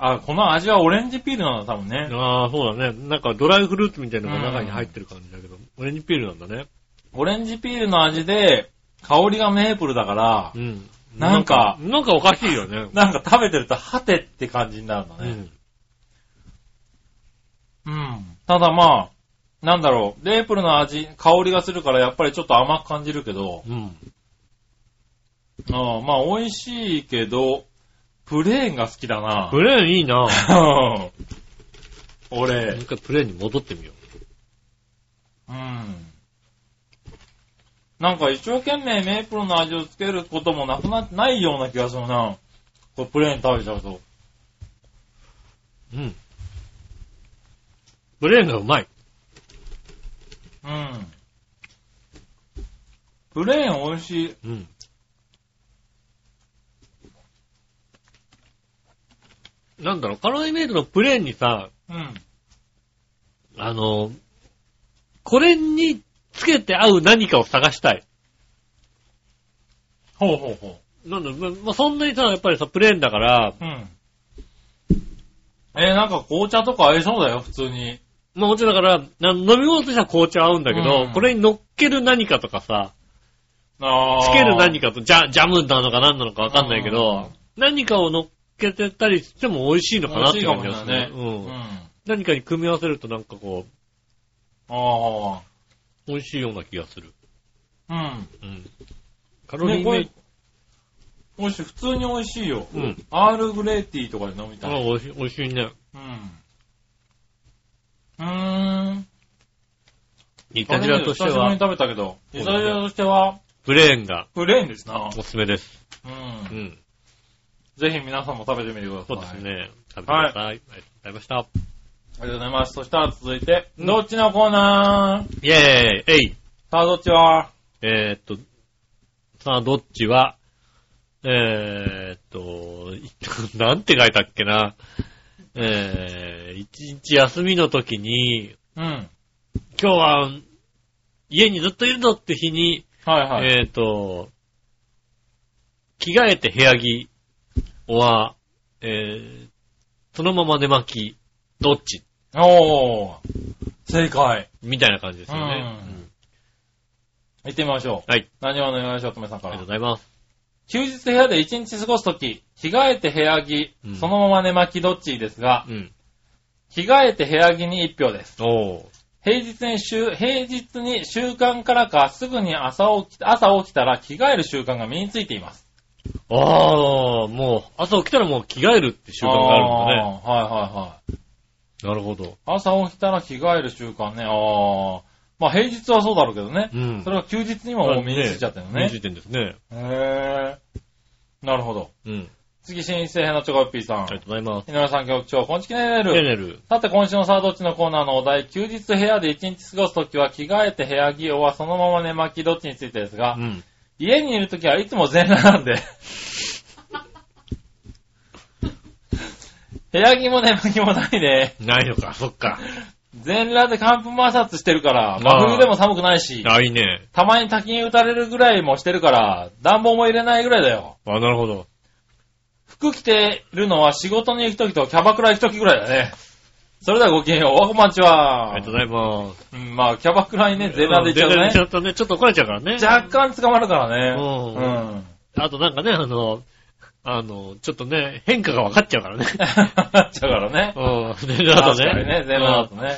[SPEAKER 3] あこの味はオレンジピールなんだ、多分ね。
[SPEAKER 2] ああ、そうだね。なんかドライフルーツみたいなのが中に入ってる感じだけど、オレンジピールなんだね。
[SPEAKER 3] オレンジピールの味で、香りがメープルだから
[SPEAKER 2] う、ん。
[SPEAKER 3] なんか
[SPEAKER 2] なんかおかしいよね。
[SPEAKER 3] なんか食べてると、ハテって感じになるの
[SPEAKER 2] う
[SPEAKER 3] ね。
[SPEAKER 2] ん。
[SPEAKER 3] うん。ただまあ、なんだろう、レープルの味、香りがするから、やっぱりちょっと甘く感じるけど、
[SPEAKER 2] うん。
[SPEAKER 3] ああまあ、美味しいけど、プレーンが好きだな。
[SPEAKER 2] プレーンいいな
[SPEAKER 3] 俺、
[SPEAKER 2] 一回プレーンに戻ってみよ
[SPEAKER 3] うん。なんか一生懸命メープルの味をつけることもなくなってないような気がするな。これプレーン食べちゃうと。
[SPEAKER 2] う。うん。プレーンがうまい。
[SPEAKER 3] うん。プレーン美味しい。
[SPEAKER 2] うん。なんだろう、カロリーメイトのプレーンにさ、
[SPEAKER 3] うん。
[SPEAKER 2] あの、これにつけて合う何かを探したい。
[SPEAKER 3] ほうほうほ
[SPEAKER 2] なんだろう、ままあ、そんなにさ、やっぱりさ、プレーンだから、
[SPEAKER 3] う。うん。えーなんか紅茶とか合いそうだよ、普通に。
[SPEAKER 2] まあもちろんだから、な飲み物としては紅茶合うんだけど、
[SPEAKER 3] うん
[SPEAKER 2] これに乗っける何かとかさ、
[SPEAKER 3] あ
[SPEAKER 2] つける何
[SPEAKER 3] か
[SPEAKER 2] かと、ジャジャムなのか何なのかわかんないけど、何かを乗っけてたりしても美味しいのかなってい
[SPEAKER 3] 美味しいか
[SPEAKER 2] う
[SPEAKER 3] も
[SPEAKER 2] 感じが
[SPEAKER 3] し
[SPEAKER 2] す
[SPEAKER 3] れない
[SPEAKER 2] る
[SPEAKER 3] ね。
[SPEAKER 2] う
[SPEAKER 3] うん。
[SPEAKER 2] ん。
[SPEAKER 3] あ
[SPEAKER 2] 何かに組み合わせるとなんかこう、
[SPEAKER 3] あ
[SPEAKER 2] 美味しいような気がする。
[SPEAKER 3] ー。
[SPEAKER 2] うん。カ
[SPEAKER 3] う
[SPEAKER 2] ロ
[SPEAKER 3] ん。
[SPEAKER 2] リ
[SPEAKER 3] ね、
[SPEAKER 2] ー
[SPEAKER 3] こ
[SPEAKER 2] メ
[SPEAKER 3] れ
[SPEAKER 2] イ、
[SPEAKER 3] 美味しい。普通に美味しいよ。
[SPEAKER 2] うん。
[SPEAKER 3] アールグレーティーとかで飲み
[SPEAKER 2] ト、
[SPEAKER 3] た
[SPEAKER 2] あ
[SPEAKER 3] い。
[SPEAKER 2] 美味しい、美味しいね。
[SPEAKER 3] うん。うーん。
[SPEAKER 2] イタジアとして
[SPEAKER 3] 久しぶり
[SPEAKER 2] は
[SPEAKER 3] に、食べたけど、
[SPEAKER 2] そう
[SPEAKER 3] イ
[SPEAKER 2] だね
[SPEAKER 3] タジアとしては、
[SPEAKER 2] プレーンが
[SPEAKER 3] プレーンですな。
[SPEAKER 2] おすすめです。
[SPEAKER 3] う。
[SPEAKER 2] うんん。
[SPEAKER 3] ぜひ皆さんも食べてみてください。
[SPEAKER 2] そうですね。食べてください。はい。ありがとうございました。
[SPEAKER 3] ありがとうございます。そしたら続いて、
[SPEAKER 2] うん
[SPEAKER 3] どっちのコーナー
[SPEAKER 2] イェーイえい
[SPEAKER 3] さあ、どっちは
[SPEAKER 2] えー、っと、さあ、どっちは、えー、っと、 いなんて書いたっけな。えー、一日休みの時に、
[SPEAKER 3] うん。
[SPEAKER 2] 今日は、家にずっといるぞって日に、
[SPEAKER 3] はいはい。
[SPEAKER 2] えー、っと、着替えて部屋着は、えー、そのまま寝巻き、どっち
[SPEAKER 3] おー。正解。
[SPEAKER 2] みたいな感じですよね。
[SPEAKER 3] うん
[SPEAKER 2] うん
[SPEAKER 3] 行ってみましょう。
[SPEAKER 2] はい。
[SPEAKER 3] 何話のよしおとめさんか
[SPEAKER 2] ありがと
[SPEAKER 3] ら
[SPEAKER 2] うご。ざいます。
[SPEAKER 3] 休日部屋で一日過ごすとき、着替えて部屋着
[SPEAKER 2] うん、
[SPEAKER 3] そのまま寝巻きどっちですが、
[SPEAKER 2] うん。
[SPEAKER 3] 着替えて部屋着に1票です。
[SPEAKER 2] おー。
[SPEAKER 3] 平日に週、平日に習慣からかすぐに朝起き、朝起きたら着替える習慣が身についています。
[SPEAKER 2] ああ、もう、朝起きたらもう着替えるって習慣があるんだね。
[SPEAKER 3] あーはいはいはい。
[SPEAKER 2] なるほど。
[SPEAKER 3] 朝起きたら着替える習慣ね。ああ。まあ平日はそうだろうけどね。
[SPEAKER 2] うん
[SPEAKER 3] それが休日にももう身についちゃったよ
[SPEAKER 2] 身
[SPEAKER 3] ね
[SPEAKER 2] につ。いてんですね。
[SPEAKER 3] へえ。なるほど。
[SPEAKER 2] うん。
[SPEAKER 3] 次、新生編のチョコヨッピーさん。
[SPEAKER 2] ありがとうございます。
[SPEAKER 3] 井上さん局長、こんちきね
[SPEAKER 2] ね
[SPEAKER 3] る。
[SPEAKER 2] るねる。
[SPEAKER 3] さて、今週のサードッチのコーナーのお題、休日部屋で一日過ごすときは着替えて部屋着用はそのまま寝巻きどっちについてですが、
[SPEAKER 2] うん。
[SPEAKER 3] 家にいるときはいつも全裸なんで。部屋着も寝巻きもないね。
[SPEAKER 2] ないのか、そっか。
[SPEAKER 3] 全裸で寒風摩擦してるから、
[SPEAKER 2] まあ
[SPEAKER 3] 真冬でも寒くないし、
[SPEAKER 2] ないね。
[SPEAKER 3] たまに滝に打たれるぐらいもしてるから、暖房も入れないぐらいだよ。
[SPEAKER 2] あ、なるほど。
[SPEAKER 3] 服着てるのは仕事に行くときとキャバクラ行くときぐらいだね。それではごきげんよう、おはこまんち
[SPEAKER 2] あ
[SPEAKER 3] は。
[SPEAKER 2] りがとうございます。
[SPEAKER 3] うん、まあ、キャバクラにね、全裸で行
[SPEAKER 2] 全
[SPEAKER 3] っち
[SPEAKER 2] 然
[SPEAKER 3] ゃ
[SPEAKER 2] 行っちゃったね。ちょっと怒られちゃうからね。
[SPEAKER 3] うね。若干捕まるからね。
[SPEAKER 2] う
[SPEAKER 3] うんん。
[SPEAKER 2] あとなんかね、あの、あの、ちょっとね、変化が分かっちゃうからね。
[SPEAKER 3] なっちゃうか らね。
[SPEAKER 2] うん。全然だと
[SPEAKER 3] 確か
[SPEAKER 2] ね。
[SPEAKER 3] にね、全裸だとね。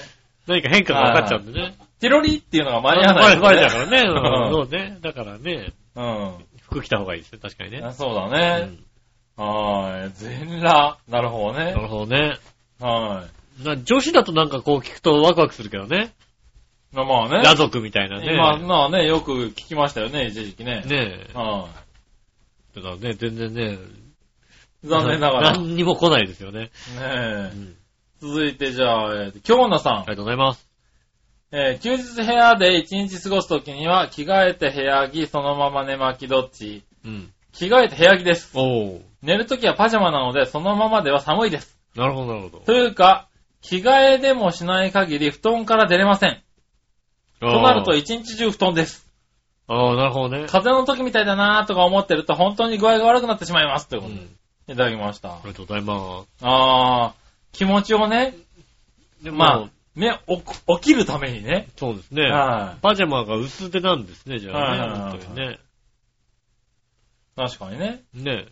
[SPEAKER 2] 何か変化が分かっちゃうんでね。
[SPEAKER 3] テロリっていうのが間に合わない、
[SPEAKER 2] バレバレちゃうからね。うん
[SPEAKER 3] う
[SPEAKER 2] そうね。だからね、
[SPEAKER 3] ん。
[SPEAKER 2] 服着た方がいいですね。確かに
[SPEAKER 3] う
[SPEAKER 2] ね
[SPEAKER 3] ん。。そうだ
[SPEAKER 2] う
[SPEAKER 3] ね。
[SPEAKER 2] ん
[SPEAKER 3] はい。全裸。なるほど
[SPEAKER 2] なる
[SPEAKER 3] ね。
[SPEAKER 2] ほどね。
[SPEAKER 3] は
[SPEAKER 2] な女子だとなんかこう聞くとワクワクするけどね。
[SPEAKER 3] い。まあまあね。
[SPEAKER 2] 裸族みたいなね。
[SPEAKER 3] 今、まあね、よく聞きましたよね、一時期ね。
[SPEAKER 2] ねえ。
[SPEAKER 3] は
[SPEAKER 2] だからね、全然ね。
[SPEAKER 3] い。残念ながら。ね
[SPEAKER 2] 何にも来ないですよね。う
[SPEAKER 3] え。
[SPEAKER 2] ん
[SPEAKER 3] 続いてじゃあ、えー京奈さん
[SPEAKER 2] あり。がとうございます。
[SPEAKER 3] えー休日部屋で一日過ごすときには、着替えて部屋着、そのまま寝巻きどっち
[SPEAKER 2] うん。
[SPEAKER 3] 着替えて部屋着です。
[SPEAKER 2] おー。
[SPEAKER 3] 寝るときはパジャマなので、そのままでは寒いです。
[SPEAKER 2] なるほど、なるほど。
[SPEAKER 3] というか、着替えでもしない限り布団から出れません。
[SPEAKER 2] と
[SPEAKER 3] となると一日中布団です。
[SPEAKER 2] ああ、なるほどね。
[SPEAKER 3] 風邪の時みたいだなぁとか思ってると本当に具合が悪くなってしまいます。という
[SPEAKER 2] う
[SPEAKER 3] ことで、
[SPEAKER 2] ん。
[SPEAKER 3] いただきました
[SPEAKER 2] あ。りがとうございま
[SPEAKER 3] あー、気持ちをね、
[SPEAKER 2] す。で
[SPEAKER 3] まあ、ね、お起きるためにね。
[SPEAKER 2] そうですね。
[SPEAKER 3] は
[SPEAKER 2] パジャマが薄手なんですね、じゃあね。
[SPEAKER 3] はいはいはい
[SPEAKER 2] 本当にね。
[SPEAKER 3] い。確かにね。
[SPEAKER 2] ね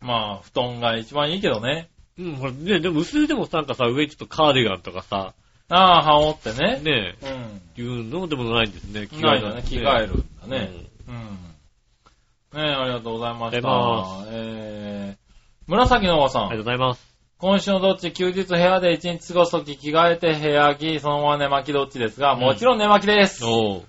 [SPEAKER 3] まあ、布団が一番いいけどね。
[SPEAKER 2] うん、ほら、ねでも薄手でもなんかさ、上ちょっとカーディガンとかさ、
[SPEAKER 3] ああ、羽織ってね。
[SPEAKER 2] ね
[SPEAKER 3] うん。
[SPEAKER 2] いうのでもないんですね。着替え
[SPEAKER 3] ないだね、着替え
[SPEAKER 2] る。
[SPEAKER 3] るんだね。うん。ねえ、ありがとうございま
[SPEAKER 2] あり
[SPEAKER 3] し
[SPEAKER 2] がとうござ
[SPEAKER 3] た。えー、紫のおばさ。
[SPEAKER 2] うんありがとうんございます。
[SPEAKER 3] 今週のどっち、休日部屋で一日過ごすとき着替えて部屋着、そのまま寝巻きどっちですが、
[SPEAKER 2] うん
[SPEAKER 3] もちろん寝巻きです。
[SPEAKER 2] おう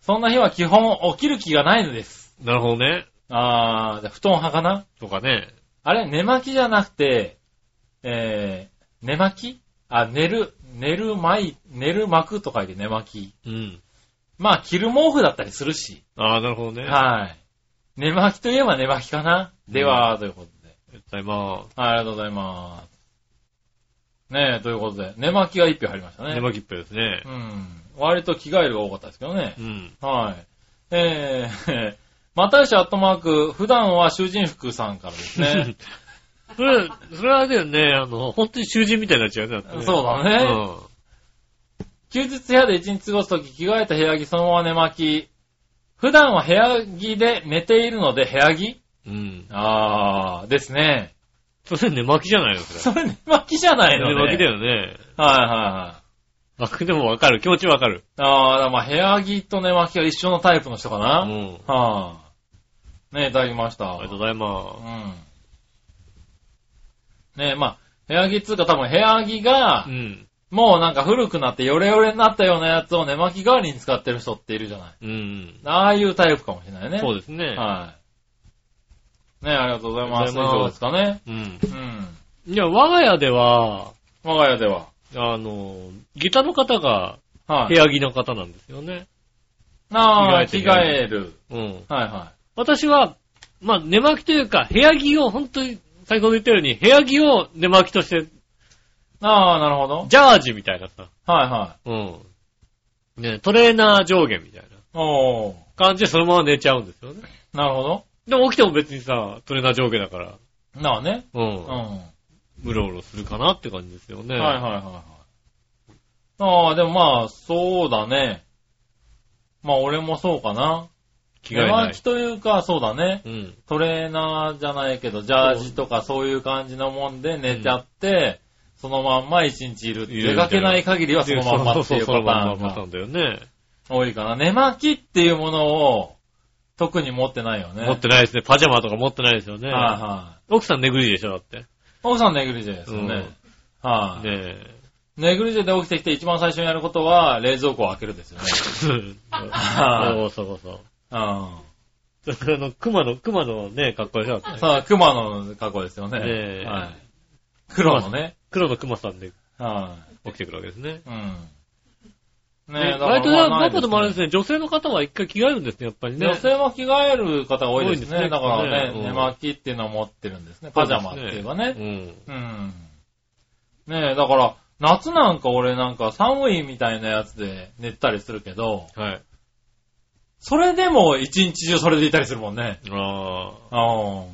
[SPEAKER 3] そんな日は基本起きる気がないのです。
[SPEAKER 2] なるほどね。
[SPEAKER 3] あー、じゃあ布団派かな
[SPEAKER 2] とかね。
[SPEAKER 3] あれ寝巻きじゃなくて、えー、寝巻きあ、寝る、寝る巻い、寝る巻くと書いて寝巻き。
[SPEAKER 2] うん。
[SPEAKER 3] まあ、着る毛布だったりするし。
[SPEAKER 2] ああ、なるほどね。あ
[SPEAKER 3] はい。寝巻きといえば寝巻きかな。では、ということで。
[SPEAKER 2] りがとうございま
[SPEAKER 3] はい、ありがとうございます。ねえ、ということで、寝巻きが一票入りました
[SPEAKER 2] す。
[SPEAKER 3] ね。
[SPEAKER 2] 寝巻きっぽいですね
[SPEAKER 3] う。ん。割と着替えるが多かったですけどね
[SPEAKER 2] う。 ん。
[SPEAKER 3] はい。えー、 またよしアットマーク、普段は囚人服さんからで すね。
[SPEAKER 2] それ、それはあれだよね、あの、本当に囚人みたいになっちゃうね。って
[SPEAKER 3] そうだね
[SPEAKER 2] うん。
[SPEAKER 3] 休日部屋で一日過ごすとき着替えた部屋着そのまま寝巻き。普段は部屋着で寝ているので部屋着
[SPEAKER 2] うん。
[SPEAKER 3] あー、ですね。
[SPEAKER 2] それ寝巻きじゃないのそ
[SPEAKER 3] それ寝巻きじゃな
[SPEAKER 2] れ。
[SPEAKER 3] いのね。
[SPEAKER 2] 寝巻きだよね。
[SPEAKER 3] はいはいはい。
[SPEAKER 2] あ、でもわかる。気持ちわかる。
[SPEAKER 3] ああ、だからまあ、部屋着と寝巻きが一緒のタイプの人か
[SPEAKER 2] う
[SPEAKER 3] な。は
[SPEAKER 2] ん。
[SPEAKER 3] あ。ねえ、いただきました。
[SPEAKER 2] ありがとうございま
[SPEAKER 3] うん。ねえ、まあ、部屋着っつうか多分部屋着が
[SPEAKER 2] す。う、ん。
[SPEAKER 3] もうなんか古くなってヨレヨレになったようなやつを寝巻き代わりに使ってる人っているじゃない。
[SPEAKER 2] うん。
[SPEAKER 3] ああいうタイプかもしれないね。
[SPEAKER 2] そう
[SPEAKER 3] で
[SPEAKER 2] ですね。
[SPEAKER 3] はい。ねえ、ありがとうございます。以
[SPEAKER 2] ありがとうございます
[SPEAKER 3] 上ですかね。
[SPEAKER 2] うん。
[SPEAKER 3] うん。
[SPEAKER 2] いや、我が家では、
[SPEAKER 3] 我が家では。
[SPEAKER 2] あの、ギターの方が
[SPEAKER 3] は
[SPEAKER 2] 部
[SPEAKER 3] い。
[SPEAKER 2] 屋着の方なんですよね。
[SPEAKER 3] ああ、
[SPEAKER 2] 着
[SPEAKER 3] 着
[SPEAKER 2] 替えて
[SPEAKER 3] 替える。
[SPEAKER 2] うん。
[SPEAKER 3] はいは
[SPEAKER 2] 私は、まあ、寝巻きというか、部屋着を、本当に、先ほど言ったように、部屋着を寝巻きとして、
[SPEAKER 3] い。ああ、なるほど。
[SPEAKER 2] ジャージみたいなさ、
[SPEAKER 3] はいは。
[SPEAKER 2] うん。ね、トレーナー上下みたいない
[SPEAKER 3] おー。
[SPEAKER 2] 感じでそのまま寝ちゃうんですよね。
[SPEAKER 3] なるほど。
[SPEAKER 2] でも起きても別にさ、トレーナー上下だから、
[SPEAKER 3] なあね。
[SPEAKER 2] う。
[SPEAKER 3] うんん。
[SPEAKER 2] うろうろするかなって感じですよね。
[SPEAKER 3] はいはいはいはい。ああ、でもまあ、そうだね。まあ、俺もそうかな。
[SPEAKER 2] 着替えな
[SPEAKER 3] 巻
[SPEAKER 2] い
[SPEAKER 3] き。というか、そうだね。
[SPEAKER 2] うん。
[SPEAKER 3] トレーナーじゃないけど、ジャージとかそういう感じのもんで寝ちゃって、そのまんま一日いる。
[SPEAKER 2] いる
[SPEAKER 3] 出かけない限りはそのまんまっていうパタ
[SPEAKER 2] そうそうそうそのま
[SPEAKER 3] ー
[SPEAKER 2] ん
[SPEAKER 3] ン
[SPEAKER 2] まパター
[SPEAKER 3] が
[SPEAKER 2] ンだよね。
[SPEAKER 3] 多いかな。寝巻きっていうものを、特に持ってないよね。
[SPEAKER 2] 持ってないですね。パジャマとか持ってないですよね。
[SPEAKER 3] はいはい。
[SPEAKER 2] 奥さんネグリでしょ、だって。
[SPEAKER 3] 奥さんネグリジェですよ
[SPEAKER 2] うん
[SPEAKER 3] ね。はい。
[SPEAKER 2] ね
[SPEAKER 3] ネグリジェで起きてきて一番最初にやることは、冷蔵庫を開けるですよね。
[SPEAKER 2] え。
[SPEAKER 3] は
[SPEAKER 2] そうそうそう。
[SPEAKER 3] う
[SPEAKER 2] だからあの、熊の、熊のね、格好でしょ。
[SPEAKER 3] ん。さあ、熊の過去ですよね。
[SPEAKER 2] ねえ
[SPEAKER 3] はい。黒のね。
[SPEAKER 2] 黒の熊さんで
[SPEAKER 3] は
[SPEAKER 2] 起きてくるわけですね。
[SPEAKER 3] い。うん。
[SPEAKER 2] ね
[SPEAKER 3] ねえ、
[SPEAKER 2] 割とね
[SPEAKER 3] だからまあない
[SPEAKER 2] どこでもあるんですすね。女性の方は一回着替えるんですね、やっぱり
[SPEAKER 3] ね
[SPEAKER 2] ね。
[SPEAKER 3] 女性も着替える方多いで
[SPEAKER 2] 多いで
[SPEAKER 3] すね。
[SPEAKER 2] すね
[SPEAKER 3] だから
[SPEAKER 2] う
[SPEAKER 3] ね、
[SPEAKER 2] ん
[SPEAKER 3] 寝巻きっていうのを持ってるんですね。パジャマっていうかね。
[SPEAKER 2] うん。
[SPEAKER 3] うん。ねえ、だから、夏なんか俺なんか寒いみたいなやつで寝たりするけど、
[SPEAKER 2] はい。
[SPEAKER 3] それでも一日中それでいたりするもんね。
[SPEAKER 2] あ
[SPEAKER 3] ああ。
[SPEAKER 2] あ。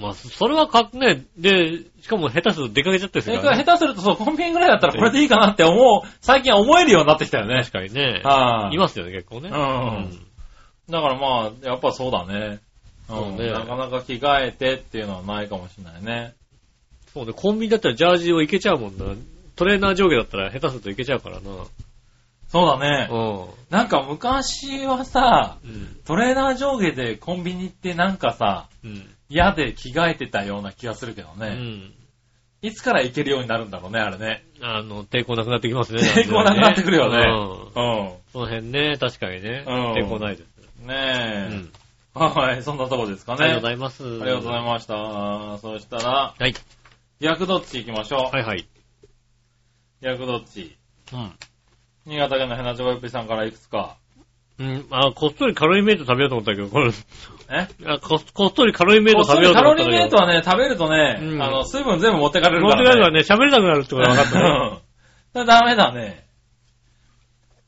[SPEAKER 2] まあ、そそれはか、ね、で、しかも下手すると出かけちゃったりす
[SPEAKER 3] それ
[SPEAKER 2] る
[SPEAKER 3] か
[SPEAKER 2] からら、ね。
[SPEAKER 3] 下手するとそう、コンビニぐらいだったらこれでいいかなって思う、最近思えるようになってきたよね。
[SPEAKER 2] 確かにね。
[SPEAKER 3] はいい。
[SPEAKER 2] ますよね、結構ね。
[SPEAKER 3] うんだからまあ、やっぱそうだね。
[SPEAKER 2] そう
[SPEAKER 3] うん。
[SPEAKER 2] ね
[SPEAKER 3] なかなか着替えてっていうのはないかもしれないね。
[SPEAKER 2] そうね、コンビニだったらジャージをいけちゃうもんな。トレーナー上下だったら下手するといけちゃうからな。
[SPEAKER 3] そうだね。
[SPEAKER 2] うん。
[SPEAKER 3] なんか昔はさ、
[SPEAKER 2] うん。
[SPEAKER 3] トレーナー上下でコンビニってなんかさ、
[SPEAKER 2] うん。
[SPEAKER 3] 嫌で着替えてたような気がするけど
[SPEAKER 2] う
[SPEAKER 3] ね。
[SPEAKER 2] ん。
[SPEAKER 3] いつから行けるようになるんだろうね、あれね。
[SPEAKER 2] あの、抵抗なくなってきますね。
[SPEAKER 3] 抵抗なくなってくるよね
[SPEAKER 2] うん。その辺ね、確かにね。
[SPEAKER 3] うん
[SPEAKER 2] 抵抗ないです。
[SPEAKER 3] うん。
[SPEAKER 2] うん。
[SPEAKER 3] ねえ。はい、そんなとこですか
[SPEAKER 2] あ
[SPEAKER 3] ね。
[SPEAKER 2] りがとうございます。
[SPEAKER 3] ありがとうございました。そしたら、
[SPEAKER 2] はい。
[SPEAKER 3] 逆どっち行きましょう。
[SPEAKER 2] はいはい。
[SPEAKER 3] 逆どっち。
[SPEAKER 2] うん。
[SPEAKER 3] 新潟県のヘナチョコヨッピーさんからいくつか。
[SPEAKER 2] うん、あ、こっそりカロリーメイト食べようと思ったけど、これ、
[SPEAKER 3] え
[SPEAKER 2] あここっそりカロリーメイ
[SPEAKER 3] こ
[SPEAKER 2] ト
[SPEAKER 3] っ
[SPEAKER 2] 食
[SPEAKER 3] そ
[SPEAKER 2] べよ
[SPEAKER 3] り
[SPEAKER 2] うと
[SPEAKER 3] カ
[SPEAKER 2] 思
[SPEAKER 3] ロ
[SPEAKER 2] ったけ
[SPEAKER 3] リー
[SPEAKER 2] ど。
[SPEAKER 3] メイトはね、食べるとね、
[SPEAKER 2] うん
[SPEAKER 3] あの、水分全部持ってかれる
[SPEAKER 2] 持っ
[SPEAKER 3] か
[SPEAKER 2] て帰るからら
[SPEAKER 3] ね。
[SPEAKER 2] ね、喋れなくなるってことが分 かったね。
[SPEAKER 3] ね。それダメだね。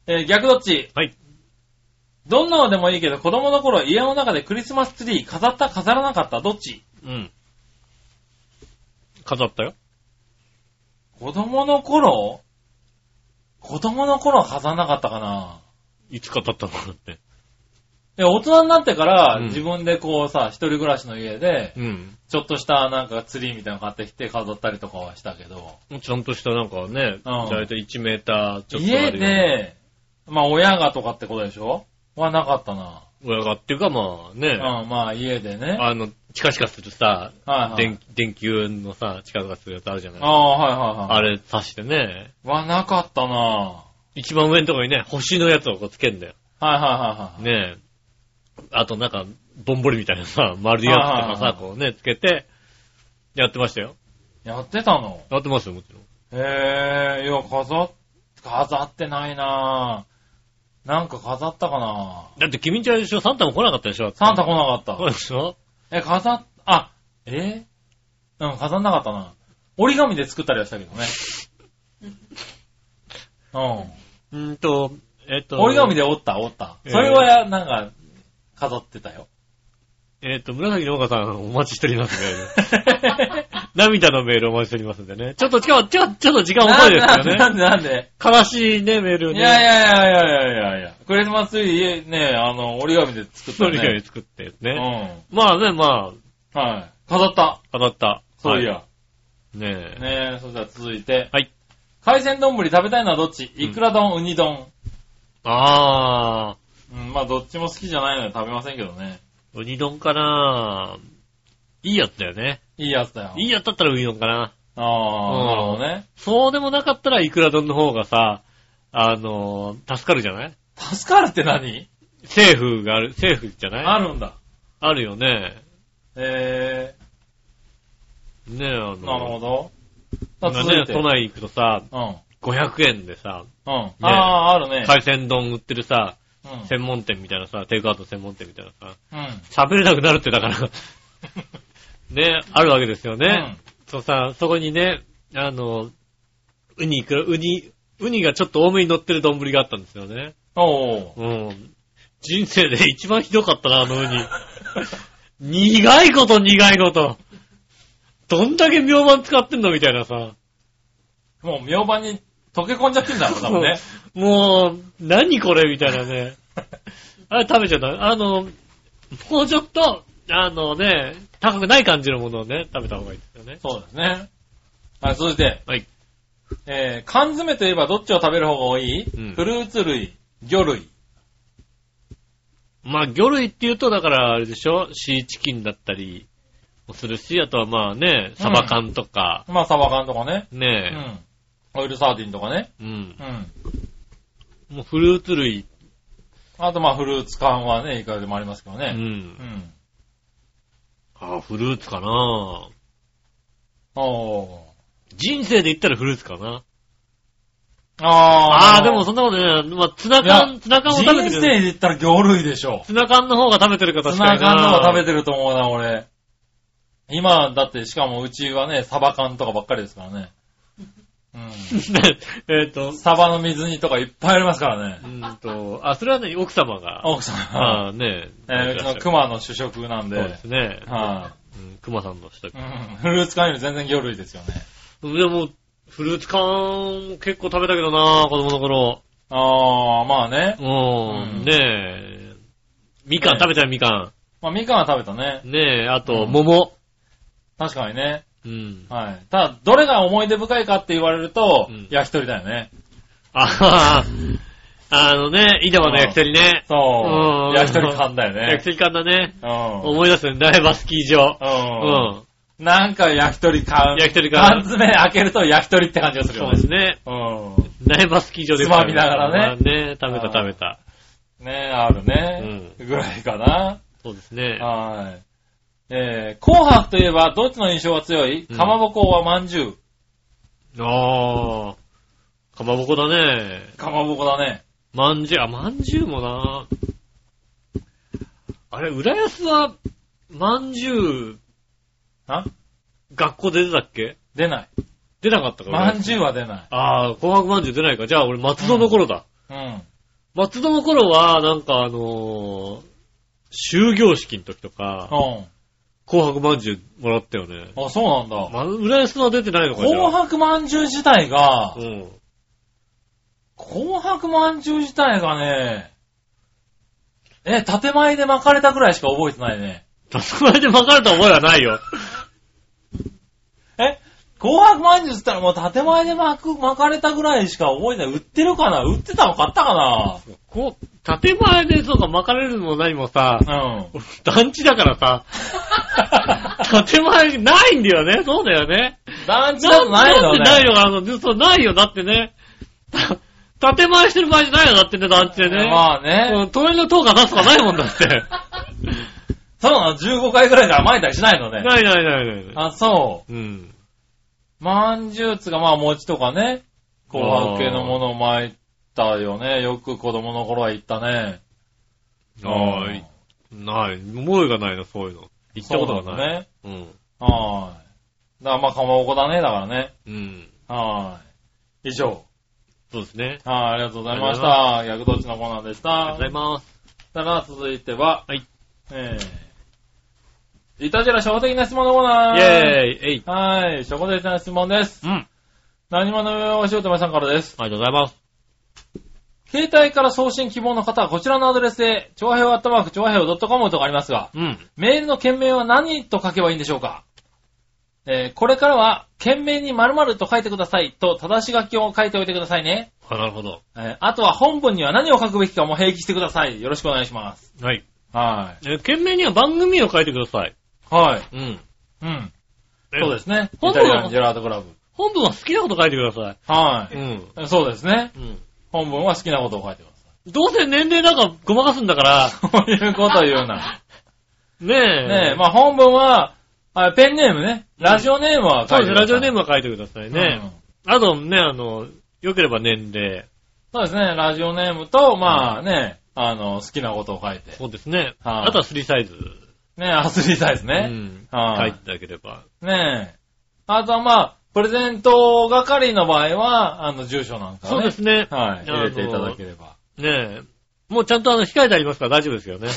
[SPEAKER 3] えー逆どっち
[SPEAKER 2] はい。
[SPEAKER 3] どんなのでもいいけど、子供の頃家の中でクリスマスツリー飾った飾らなかったどっち
[SPEAKER 2] うん。飾ったよ。
[SPEAKER 3] 子供の頃子供の頃飾らなかったかない
[SPEAKER 2] つ飾ったのかって。
[SPEAKER 3] いや、大人になってから、
[SPEAKER 2] うん
[SPEAKER 3] 自分でこうさ、一人暮らしの家で、
[SPEAKER 2] うん。
[SPEAKER 3] ちょっとしたなんかツリーみたいなの買ってきて飾ったりとかはしたけど、
[SPEAKER 2] ちゃんとしたなんかね、だいたい1メーターちょっとあ
[SPEAKER 3] 家
[SPEAKER 2] るよ
[SPEAKER 3] で、まあ親がとかってことでしょはなかったな。
[SPEAKER 2] うな。親がっていうかまあね、
[SPEAKER 3] うん、まあ家でね。
[SPEAKER 2] あの、チカチカするさ、
[SPEAKER 3] はいはい。
[SPEAKER 2] 電電球のさ、チカチカするやつあるじゃない。
[SPEAKER 3] あ
[SPEAKER 2] あ
[SPEAKER 3] あ、はいはいはい。
[SPEAKER 2] れ刺してね、
[SPEAKER 3] はなかったなは
[SPEAKER 2] 一番上のところにね、星のやつをこうつけんだよ。
[SPEAKER 3] いはいはいはい。
[SPEAKER 2] ねえ。あとなんか、ぼんぼりみたいなさ、丸いやつとか
[SPEAKER 3] はいはいは
[SPEAKER 2] さ、こうね、つけて、やってましたよ。
[SPEAKER 3] やってたの
[SPEAKER 2] やってますよ、もちろん。
[SPEAKER 3] へえ、いや、飾っ、飾ってないななんか飾ったかな
[SPEAKER 2] だって君んちゃでしょ、サンタも来なかったでしょだって
[SPEAKER 3] サンタ来なか
[SPEAKER 2] そう
[SPEAKER 3] っ
[SPEAKER 2] でしょ
[SPEAKER 3] た。え、飾っ、あ、えうん、飾んなかったな。折り紙で作ったりはしたけ どね。うん。
[SPEAKER 2] うーんと、えっと、
[SPEAKER 3] 折り紙で折った、折った。
[SPEAKER 2] えー
[SPEAKER 3] それはや、なんか、飾っ てたよ。
[SPEAKER 2] えっと、紫の岡さん、お待ちしておりますね。 涙のメールお待ちしておりますんでね。ちょっと今日、ちょちょっと時間遅いですか
[SPEAKER 3] なんで、な
[SPEAKER 2] ら
[SPEAKER 3] ん
[SPEAKER 2] ね。
[SPEAKER 3] で、なんで。
[SPEAKER 2] 悲しいね、メール
[SPEAKER 3] い
[SPEAKER 2] ね。
[SPEAKER 3] やいやいやいやいやいやいや。クリスマスツリー、ね、あの、折り紙で作った
[SPEAKER 2] そ
[SPEAKER 3] よ
[SPEAKER 2] れ
[SPEAKER 3] ね。
[SPEAKER 2] 以外作ってね。
[SPEAKER 3] う
[SPEAKER 2] まあね、ま
[SPEAKER 3] ん。はい。飾った。
[SPEAKER 2] あ、当たった。
[SPEAKER 3] そういや。
[SPEAKER 2] はねえ。
[SPEAKER 3] ねえ、そしたら続いて。
[SPEAKER 2] はい。
[SPEAKER 3] 海鮮丼食べたいのはどっちいくら丼、ウニ丼。
[SPEAKER 2] あ
[SPEAKER 3] うん、まあどっちも好きじゃないので食べませんけどね。
[SPEAKER 2] ー、ウニ丼かないいやつだよね。
[SPEAKER 3] いいやつだよ。
[SPEAKER 2] いいやつだったらウニ丼かな。
[SPEAKER 3] あ
[SPEAKER 2] う
[SPEAKER 3] あ、
[SPEAKER 2] ん
[SPEAKER 3] なるほどね。
[SPEAKER 2] そうでもなかったらいくら丼の方がさ、あのー助かるじゃない
[SPEAKER 3] 助かるって何
[SPEAKER 2] 政府がある、政府じゃない
[SPEAKER 3] あるんだ。
[SPEAKER 2] あるよね。
[SPEAKER 3] え
[SPEAKER 2] ねえ、あの
[SPEAKER 3] ー、なるほど。さあ
[SPEAKER 2] 今
[SPEAKER 3] 続い
[SPEAKER 2] ね、
[SPEAKER 3] て。
[SPEAKER 2] 都内行くとさ、
[SPEAKER 3] うん。うん。
[SPEAKER 2] 500円でさ、
[SPEAKER 3] ああ、あるね。
[SPEAKER 2] 海鮮丼売ってるさ、
[SPEAKER 3] うん
[SPEAKER 2] 専門店みたいなさ、テイクアウト専門店みたいなさ、
[SPEAKER 3] うん。
[SPEAKER 2] 喋れなくなるって だから、ね、あるわけですよね。そうさ、そこにね、あの、ウニいくら、ウニ、ウニがちょっと多めに乗ってる丼があったんですよね。
[SPEAKER 3] うん。おー。
[SPEAKER 2] うん。人生で一番ひどかったな、あのウニ。 苦いこと苦いこと。どんだけ妙盤使ってんのみたいなさ。
[SPEAKER 3] もう、明晩に溶け込んじゃってんだろう、多分ね。
[SPEAKER 2] もう、何これみたいな ね。あれ食べちゃった。あの、もうちょっと、あのね、高くない感じのものをね、食べた方がいいですよね。
[SPEAKER 3] そうですね。はい、続いて、
[SPEAKER 2] はい。
[SPEAKER 3] えー、缶詰といえばどっちを食べる方が多い、
[SPEAKER 2] うん
[SPEAKER 3] フルーツ類、魚類。
[SPEAKER 2] まあ、魚類って言うと、だから、あれでしょシーチキンだったりもするし、あとはまあね、サバ缶とか、
[SPEAKER 3] まあ、サバ缶とかね。う
[SPEAKER 2] ね
[SPEAKER 3] ん。オイルサーディンとかね。
[SPEAKER 2] え、うん
[SPEAKER 3] う。ん。
[SPEAKER 2] もうフルーツ類、
[SPEAKER 3] あと、まあ、フルーツ缶はね、いくらでもありますけど
[SPEAKER 2] う
[SPEAKER 3] ね。
[SPEAKER 2] ん
[SPEAKER 3] う。ん。
[SPEAKER 2] ああ、フルーツかな
[SPEAKER 3] おー。
[SPEAKER 2] 人生で言ったらフルーツかな
[SPEAKER 3] あ
[SPEAKER 2] ああー、でもそんなことね、まあ、ツナ
[SPEAKER 3] いや
[SPEAKER 2] 缶、ツナ缶を食べて
[SPEAKER 3] 人生
[SPEAKER 2] る。
[SPEAKER 3] で言ったら魚類でしょ。
[SPEAKER 2] ツナ缶の方が食べてるか確
[SPEAKER 3] ツ
[SPEAKER 2] か
[SPEAKER 3] ナ
[SPEAKER 2] にな。
[SPEAKER 3] 缶の方が食べてると思うな、俺。今、だって、しかもうちはね、サバ缶とかばっかりですからね。うん。
[SPEAKER 2] べて る。えっと、
[SPEAKER 3] サバの水煮とかいっぱいありますからね
[SPEAKER 2] う。ーんと、あ、それはね、奥様が。
[SPEAKER 3] 奥さんは、
[SPEAKER 2] ああ、ねえ。
[SPEAKER 3] えーうち
[SPEAKER 2] ま
[SPEAKER 3] の熊の主食なん
[SPEAKER 2] で。
[SPEAKER 3] で、
[SPEAKER 2] そうですね。
[SPEAKER 3] は
[SPEAKER 2] うん熊さんの人
[SPEAKER 3] い。うん。フルーツ缶より全然魚類ですよね。
[SPEAKER 2] でも、フルーツ缶結構食べたけどな、子供の頃。
[SPEAKER 3] あー、まあね。
[SPEAKER 2] う、
[SPEAKER 3] うんん
[SPEAKER 2] ねえ。みかん
[SPEAKER 3] ね
[SPEAKER 2] 食べたよ、みか
[SPEAKER 3] まあ、みかんは食べたね。
[SPEAKER 2] ん。ねえ、あと、
[SPEAKER 3] うん
[SPEAKER 2] 桃。
[SPEAKER 3] 確かにね。
[SPEAKER 2] うん。
[SPEAKER 3] はい。ただ、どれが思い出深いかって言われると、
[SPEAKER 2] うん
[SPEAKER 3] 焼き鳥だよね。
[SPEAKER 2] あははあのね、稲葉の焼き鳥ね。
[SPEAKER 3] そう
[SPEAKER 2] ん
[SPEAKER 3] う。焼き鳥缶だよね。
[SPEAKER 2] 焼き鳥缶だね。
[SPEAKER 3] うん。
[SPEAKER 2] 思い出すね、苗場スキー場。う
[SPEAKER 3] う
[SPEAKER 2] ん。
[SPEAKER 3] ん。なんか焼き鳥缶。
[SPEAKER 2] 焼き鳥缶
[SPEAKER 3] 缶詰開けると焼き鳥って感じがする
[SPEAKER 2] そ
[SPEAKER 3] よ
[SPEAKER 2] うです
[SPEAKER 3] ね。
[SPEAKER 2] ね。
[SPEAKER 3] う
[SPEAKER 2] 苗場スキー場で。
[SPEAKER 3] つまみながらね
[SPEAKER 2] まあね、食べた食べた。
[SPEAKER 3] ん。ねあるね。ぐらいかな。
[SPEAKER 2] そうですね。
[SPEAKER 3] はい。えー、紅白といえば、どっちの印象が強い
[SPEAKER 2] うん
[SPEAKER 3] かまぼこはまんじゅ
[SPEAKER 2] ああ。かまぼこだね。
[SPEAKER 3] う。かまぼこだね。
[SPEAKER 2] まんじゅう、あ、まんじゅうもな。あれ、浦安は、まんじゅう、
[SPEAKER 3] あ
[SPEAKER 2] 学校出てたっけ
[SPEAKER 3] 出ない。
[SPEAKER 2] 出なかったか
[SPEAKER 3] まん
[SPEAKER 2] ゅう。
[SPEAKER 3] じゅうは出ない。
[SPEAKER 2] ああ、紅白まんじゅう出ないか。じゃあ俺、松戸の頃だ。
[SPEAKER 3] うん。
[SPEAKER 2] 松戸の頃は、なんかあのー、終業式の時とか、
[SPEAKER 3] う
[SPEAKER 2] 紅白まんじゅうもらったよね。
[SPEAKER 3] ん。あ、そうなんだ。
[SPEAKER 2] ま、浦安は出てないのかじゃ
[SPEAKER 3] 紅白まんじゅう自体
[SPEAKER 2] あ。、
[SPEAKER 3] が
[SPEAKER 2] うん。
[SPEAKER 3] 紅白まんじゅう自体がね、え、建前で巻かれたぐらいしか覚えてないね。
[SPEAKER 2] それで分かれた覚えはないよ。
[SPEAKER 3] え紅白まんじゅうっつったらもう建前で巻く、巻かれたぐらいしか覚えてない。売ってるかな売ってたの買ったか
[SPEAKER 2] こう、建前でそうか巻かれるのも何もさ、
[SPEAKER 3] な うん。
[SPEAKER 2] 団地だからさ、建前ないんだよね。そうだよね。
[SPEAKER 3] 団地だとないのね。
[SPEAKER 2] なんでないのかなずっとないよ。だってね。た建前してる場合じゃないよ。だってね、団地でね。
[SPEAKER 3] まあ
[SPEAKER 2] う
[SPEAKER 3] ね。
[SPEAKER 2] ん隣の塔が出すとかないもんだ って。
[SPEAKER 3] そうなの ?15 回ぐらいから巻いたりしないのね。
[SPEAKER 2] ないないないないない。
[SPEAKER 3] あ、そ
[SPEAKER 2] うん。
[SPEAKER 3] う。まんじゅうっつうか、まあ餅とかね。紅白系のものを巻いたよね。よく子供の頃は行ったね。
[SPEAKER 2] ああ
[SPEAKER 3] うん
[SPEAKER 2] い、ない。思いがないな、そういうの。行ったことがない。う
[SPEAKER 3] はい。だからまあ、かまぼこだね、だからね。
[SPEAKER 2] ん。うん。
[SPEAKER 3] はい。以上。
[SPEAKER 2] そうですね。
[SPEAKER 3] はい、ありがとうございまし
[SPEAKER 2] あ
[SPEAKER 3] た。逆どっちのコーナーでし
[SPEAKER 2] ありがとう
[SPEAKER 3] た
[SPEAKER 2] ご。ざいます。
[SPEAKER 3] たら、続いては、
[SPEAKER 2] はい。
[SPEAKER 3] えー、いたじら初歩的な質問のコー
[SPEAKER 2] イェー
[SPEAKER 3] ナー。
[SPEAKER 2] イ、えい。
[SPEAKER 3] はい、初歩的な質問です。
[SPEAKER 2] うん。あり
[SPEAKER 3] 何者よ、おしおとめさんからです。
[SPEAKER 2] がとうございます。
[SPEAKER 3] 携帯から送信希望の方はこちらのアドレスで、長平アットマーク長平を .com とかありますが、
[SPEAKER 2] うん。
[SPEAKER 3] メールの件名は何と書けばいいんでしょうかえー、これからは、件名に〇〇と書いてくださいと正し書きを書いておいてくださいね。
[SPEAKER 2] あ、なるほど。
[SPEAKER 3] えー、あとは本文には何を書くべきかも平気してください。よろしくお願いします。
[SPEAKER 2] はい。
[SPEAKER 3] は
[SPEAKER 2] え、件名には番組を書いてください。
[SPEAKER 3] い。はい。
[SPEAKER 2] うん。。
[SPEAKER 3] うん。そうですすね。イ
[SPEAKER 2] 本
[SPEAKER 3] タ
[SPEAKER 2] 当
[SPEAKER 3] リアンジェラートクラブ。
[SPEAKER 2] 本文は好きなこと書いてくださ。
[SPEAKER 3] はい
[SPEAKER 2] ん。
[SPEAKER 3] い。そうですね。
[SPEAKER 2] うん。
[SPEAKER 3] 本文は好きなことを書いて ます。
[SPEAKER 2] どうせ年齢なんかごまかすんだから、
[SPEAKER 3] こういうことを言う な。
[SPEAKER 2] ねえ。
[SPEAKER 3] ねえ、まあ本文は、あペンネームね。ラジオネームは
[SPEAKER 2] そ
[SPEAKER 3] 書
[SPEAKER 2] う
[SPEAKER 3] い
[SPEAKER 2] です。
[SPEAKER 3] てください
[SPEAKER 2] ラジオネームは書いてくださいね。
[SPEAKER 3] うん
[SPEAKER 2] あとね、あの、良ければ年齢。
[SPEAKER 3] そうですね。ラジオネームと、まあね、あの、好きなことを書いて。
[SPEAKER 2] そうですね。
[SPEAKER 3] はい
[SPEAKER 2] あとはスリーサイズ。
[SPEAKER 3] ねアスリートです
[SPEAKER 2] う
[SPEAKER 3] ね。
[SPEAKER 2] ん。書
[SPEAKER 3] はいい
[SPEAKER 2] ていただければ。
[SPEAKER 3] ねえ。あとはまあ、プレゼント係の場合は、あの、住所なんかを
[SPEAKER 2] そうで
[SPEAKER 3] ね。
[SPEAKER 2] すね。
[SPEAKER 3] はい。
[SPEAKER 2] あの
[SPEAKER 3] 入れていただければ。
[SPEAKER 2] ねえ。もうちゃんとあの、控えてありますから大丈夫です よね。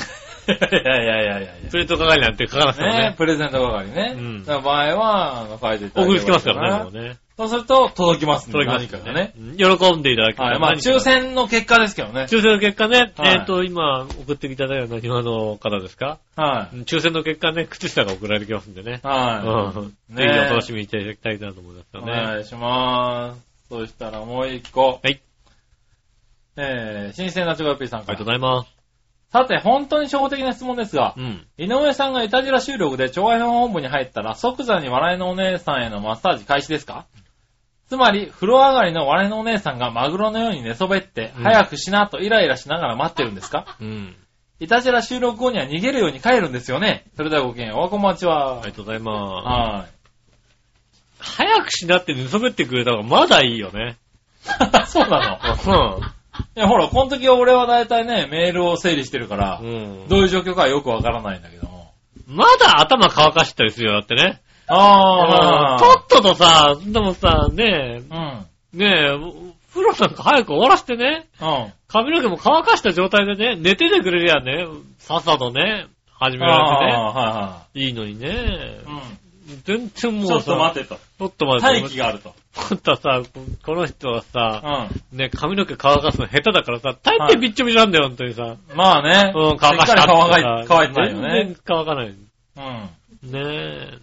[SPEAKER 3] いやいやいやいやいや
[SPEAKER 2] プ。レート係なんて書かなくても
[SPEAKER 3] ね
[SPEAKER 2] ね。
[SPEAKER 3] プレゼント係ね。
[SPEAKER 2] うん
[SPEAKER 3] だから場合は、あの、書いていただければ
[SPEAKER 2] 送りつけますからね、も
[SPEAKER 3] ね。
[SPEAKER 2] うね。
[SPEAKER 3] そうすると、届きますんで
[SPEAKER 2] 届きます
[SPEAKER 3] 何か
[SPEAKER 2] よ
[SPEAKER 3] がね。
[SPEAKER 2] うん喜んでいただけた
[SPEAKER 3] は
[SPEAKER 2] ら
[SPEAKER 3] い。まあ、
[SPEAKER 2] 何かが
[SPEAKER 3] 抽選の結果ですけどね。
[SPEAKER 2] 抽選の結果ね、
[SPEAKER 3] はい
[SPEAKER 2] えっ、と、今、送っていただいたのは今の方ですか
[SPEAKER 3] はい。
[SPEAKER 2] 抽選の結果ね、靴下が送られてきますんでね。
[SPEAKER 3] は
[SPEAKER 2] うん。
[SPEAKER 3] ね
[SPEAKER 2] ぜひお楽しみいただきたいなと思います
[SPEAKER 3] い。
[SPEAKER 2] よ
[SPEAKER 3] お
[SPEAKER 2] ね。
[SPEAKER 3] 願いします。そしたらもう一個。
[SPEAKER 2] はい。
[SPEAKER 3] えー、新鮮なチョコヨッピーさん
[SPEAKER 2] あ
[SPEAKER 3] か
[SPEAKER 2] りがとう
[SPEAKER 3] ら。
[SPEAKER 2] ございます。
[SPEAKER 3] さて、本当に初歩的な質問ですが
[SPEAKER 2] う、ん。
[SPEAKER 3] 井上さんがイタジラ収録で長編本部に入ったら、即座に笑いのお姉さんへのマッサージ開始ですかつまり、風呂上がりの笑いのお姉さんがマグロのように寝そべって、
[SPEAKER 2] うん
[SPEAKER 3] 早くしなとイライラしながら待ってるんですか
[SPEAKER 2] うん。
[SPEAKER 3] イタジラ収録後には逃げるように帰るんですよね。それではごきげんよう、おはこんばんちは。
[SPEAKER 2] あり
[SPEAKER 3] はい。
[SPEAKER 2] がとうございます。早くしなって寝そべってくれた方がまだいいよね。
[SPEAKER 3] そうなの。
[SPEAKER 2] う
[SPEAKER 3] いや、ほら、この時は俺は大体ね、メールを整理してるから、
[SPEAKER 2] ん。うん。
[SPEAKER 3] どういう状況かはよくわからないんだけども。
[SPEAKER 2] まだ頭乾かしてたりするよ、だってね。
[SPEAKER 3] あ
[SPEAKER 2] とっととさ、でもさ、ね
[SPEAKER 3] うん。うん。
[SPEAKER 2] え、ねえ、風呂なんか早く終わらせてね、髪の毛も乾かした状態でね、寝ててくれりゃね、さっさとね、始められてね、
[SPEAKER 3] あ
[SPEAKER 2] いいのにね
[SPEAKER 3] ー、はいはい。
[SPEAKER 2] 全然
[SPEAKER 3] うん。
[SPEAKER 2] もう
[SPEAKER 3] ち
[SPEAKER 2] さ
[SPEAKER 3] ょ、っと待てと。
[SPEAKER 2] ちょっと待って、
[SPEAKER 3] 待機があると。
[SPEAKER 2] またさ、この人は
[SPEAKER 3] う
[SPEAKER 2] さ、
[SPEAKER 3] ん。
[SPEAKER 2] ね、髪の毛乾かすの下手だからさ、大抵びっちょびちょなんだよ、本当にさ。
[SPEAKER 3] まあね。
[SPEAKER 2] うん、乾かし
[SPEAKER 3] しっ
[SPEAKER 2] た
[SPEAKER 3] かり
[SPEAKER 2] って
[SPEAKER 3] 乾
[SPEAKER 2] さ
[SPEAKER 3] い乾いてないよ
[SPEAKER 2] 全
[SPEAKER 3] ね。
[SPEAKER 2] 然乾かない。ね
[SPEAKER 3] う
[SPEAKER 2] え、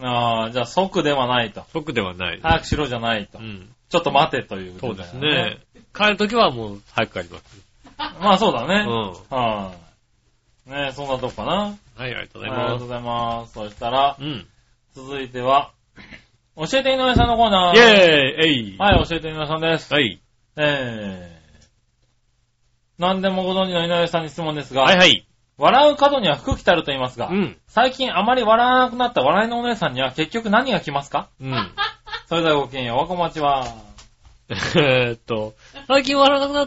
[SPEAKER 3] ん。ああ、じゃあ即ではないと。
[SPEAKER 2] 僕ではない。
[SPEAKER 3] 早くしろじゃないと
[SPEAKER 2] う。ん。
[SPEAKER 3] ちょっと待てという
[SPEAKER 2] そ
[SPEAKER 3] こ
[SPEAKER 2] う
[SPEAKER 3] と
[SPEAKER 2] で
[SPEAKER 3] だ
[SPEAKER 2] す
[SPEAKER 3] よ
[SPEAKER 2] ね。。帰るときはもう早く帰ります。
[SPEAKER 3] まあそうだ
[SPEAKER 2] う
[SPEAKER 3] ね。
[SPEAKER 2] ん。は
[SPEAKER 3] はい。ねそんなとこかな。はい
[SPEAKER 2] い、ありがとうござ
[SPEAKER 3] あり
[SPEAKER 2] い
[SPEAKER 3] がと
[SPEAKER 2] ま
[SPEAKER 3] うご
[SPEAKER 2] す。
[SPEAKER 3] ざいます。そしたら
[SPEAKER 2] う、ん。
[SPEAKER 3] 続いては、教えて井上さんのコーナー。
[SPEAKER 2] イェーイえい
[SPEAKER 3] はい、教えて井上さんです。
[SPEAKER 2] はい。
[SPEAKER 3] えー。何でもご存知の井上さんに質問ですが、
[SPEAKER 2] はいはい。
[SPEAKER 3] 笑う角には服着たると言いますが、
[SPEAKER 2] うん。
[SPEAKER 3] 最近あまり笑わなくなった笑いのお姉さんには結局何が来ますか
[SPEAKER 2] うん。
[SPEAKER 3] それではごきげんよう、わこまちは。
[SPEAKER 2] えーっと、最近笑わなくなっ
[SPEAKER 3] う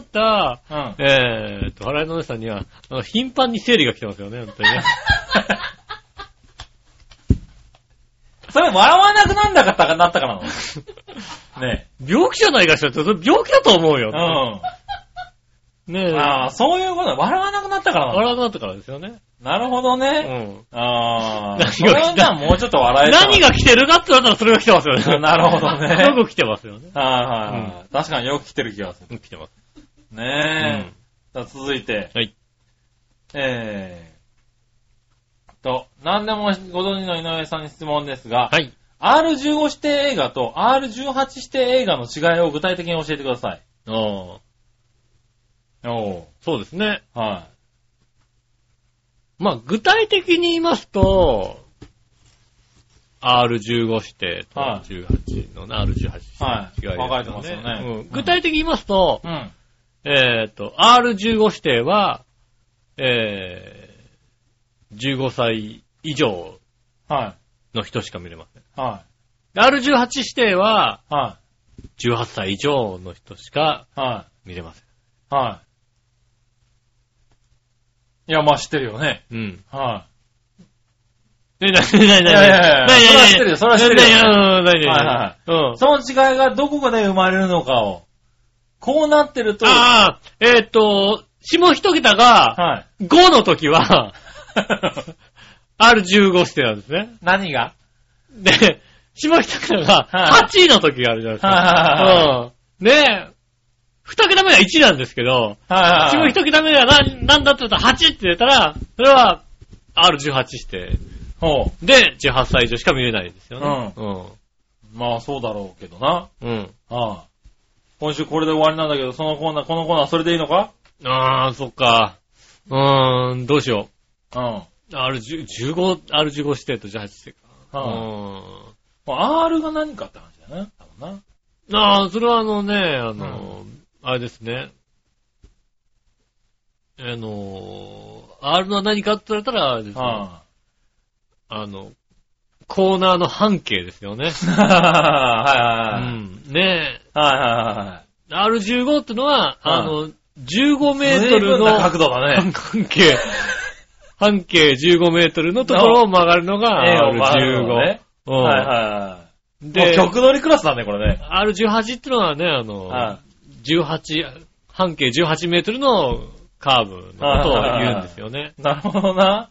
[SPEAKER 2] た、
[SPEAKER 3] ん。
[SPEAKER 2] えーっと、笑いのお姉さんには、あの頻繁に生理が来てますよね、本当に ね。
[SPEAKER 3] それ笑わなくなんなかったかなったか らなの。ね
[SPEAKER 2] 病気じゃないかしらって、それ病気だと思う
[SPEAKER 3] え。う
[SPEAKER 2] よ。
[SPEAKER 3] ん。
[SPEAKER 2] ねえ。
[SPEAKER 3] ああ、そういうことだ。笑わなくなったからな
[SPEAKER 2] 笑
[SPEAKER 3] の。
[SPEAKER 2] わなくなったからですよね。
[SPEAKER 3] なるほど
[SPEAKER 2] う
[SPEAKER 3] ね。
[SPEAKER 2] ん。
[SPEAKER 3] あ
[SPEAKER 2] 何が
[SPEAKER 3] あ。それはじゃあもうちょっと笑えたわ
[SPEAKER 2] 何が来てるかって言われたらそれが来てますよね。
[SPEAKER 3] なるほどね
[SPEAKER 2] よく来てますよね。
[SPEAKER 3] はいはいはい。確かによく来てる気がする。
[SPEAKER 2] 来てます。
[SPEAKER 3] ねえ。じゃあ続いて。
[SPEAKER 2] はい。
[SPEAKER 3] えー。と、何でもご存知の井上さんに質問ですが、
[SPEAKER 2] はい。
[SPEAKER 3] R15 指定映画と R18 指定映画の違いを具体的に教えてください。
[SPEAKER 2] ああ、
[SPEAKER 3] お
[SPEAKER 2] そうですね。
[SPEAKER 3] は
[SPEAKER 2] まあ、具体的に言いますと、R15 指定と
[SPEAKER 3] は
[SPEAKER 2] 18のね、R18 指
[SPEAKER 3] い。はい。
[SPEAKER 2] 定の違いですよね
[SPEAKER 3] 分かれてますよね。
[SPEAKER 2] うん具体的に言いますと、
[SPEAKER 3] うん。
[SPEAKER 2] えーっと、R15 指定は、えー、15歳以上
[SPEAKER 3] は
[SPEAKER 2] の人しか見れません。
[SPEAKER 3] い。は
[SPEAKER 2] R18 指定は、
[SPEAKER 3] い。は
[SPEAKER 2] 18歳以上の人しか
[SPEAKER 3] い。は
[SPEAKER 2] 見れません。
[SPEAKER 3] い。はい。いや、まあ知ってるよね。
[SPEAKER 2] うん。
[SPEAKER 3] は
[SPEAKER 2] え、なになになに
[SPEAKER 3] いやいやい
[SPEAKER 2] な
[SPEAKER 3] や
[SPEAKER 2] になに
[SPEAKER 3] それは知ってるよそれは知ってるよ
[SPEAKER 2] なになに
[SPEAKER 3] はいは
[SPEAKER 2] う
[SPEAKER 3] い
[SPEAKER 2] んなになにうん
[SPEAKER 3] い。。その違いがどこで生まれるのかを。こうなってると、は
[SPEAKER 2] ああ、えーっ、と、下一桁が
[SPEAKER 3] い。
[SPEAKER 2] 5の時は、R15 指定なんですね。
[SPEAKER 3] 何が
[SPEAKER 2] で、下一桁が
[SPEAKER 3] はい
[SPEAKER 2] 8の時があるじゃないです
[SPEAKER 3] はいはい
[SPEAKER 2] か。うん。ねえ、二桁目が1なんですけど、
[SPEAKER 3] はい
[SPEAKER 2] 下
[SPEAKER 3] はい。
[SPEAKER 2] 一桁目が何なんだって言ったら8って出たら、それは R18 指定。
[SPEAKER 3] ほ
[SPEAKER 2] で、18歳以上しか見れないですよね。
[SPEAKER 3] う。まあそうだろうけどな。
[SPEAKER 2] うん。うん。
[SPEAKER 3] はい。今週これで終わりなんだけど、そのコーナー、このコーナーそれでいいのか
[SPEAKER 2] ああ、そっか。うーん、どうしよ
[SPEAKER 3] うん。は
[SPEAKER 2] う。R15、R15 指定と18指定か。
[SPEAKER 3] い。
[SPEAKER 2] うん。
[SPEAKER 3] まあ R が何かって話だよね。多分な。
[SPEAKER 2] ああ、それはあのね、あの、あれですね。あの、R のは何かって言われたら、あれですね
[SPEAKER 3] は
[SPEAKER 2] あの、コーナーの半径ですよね。
[SPEAKER 3] い。は
[SPEAKER 2] う
[SPEAKER 3] いはいはい。
[SPEAKER 2] ん。ね
[SPEAKER 3] はいはいはい はい。
[SPEAKER 2] え、R15 ってのは、
[SPEAKER 3] うん
[SPEAKER 2] あの、15メートルの
[SPEAKER 3] 随分な角度だね。
[SPEAKER 2] 半 径、半径15メートルのところを曲がるのが
[SPEAKER 3] 円を回るの
[SPEAKER 2] R15
[SPEAKER 3] ね。。
[SPEAKER 2] うん
[SPEAKER 3] はいはいはい。
[SPEAKER 2] で
[SPEAKER 3] もう曲乗りクラスなんだね、これね。
[SPEAKER 2] R18 ってのはね、あの、
[SPEAKER 3] は
[SPEAKER 2] 18、半径18メートルのカーブのことを言うんですよね。
[SPEAKER 3] い。なるほどな。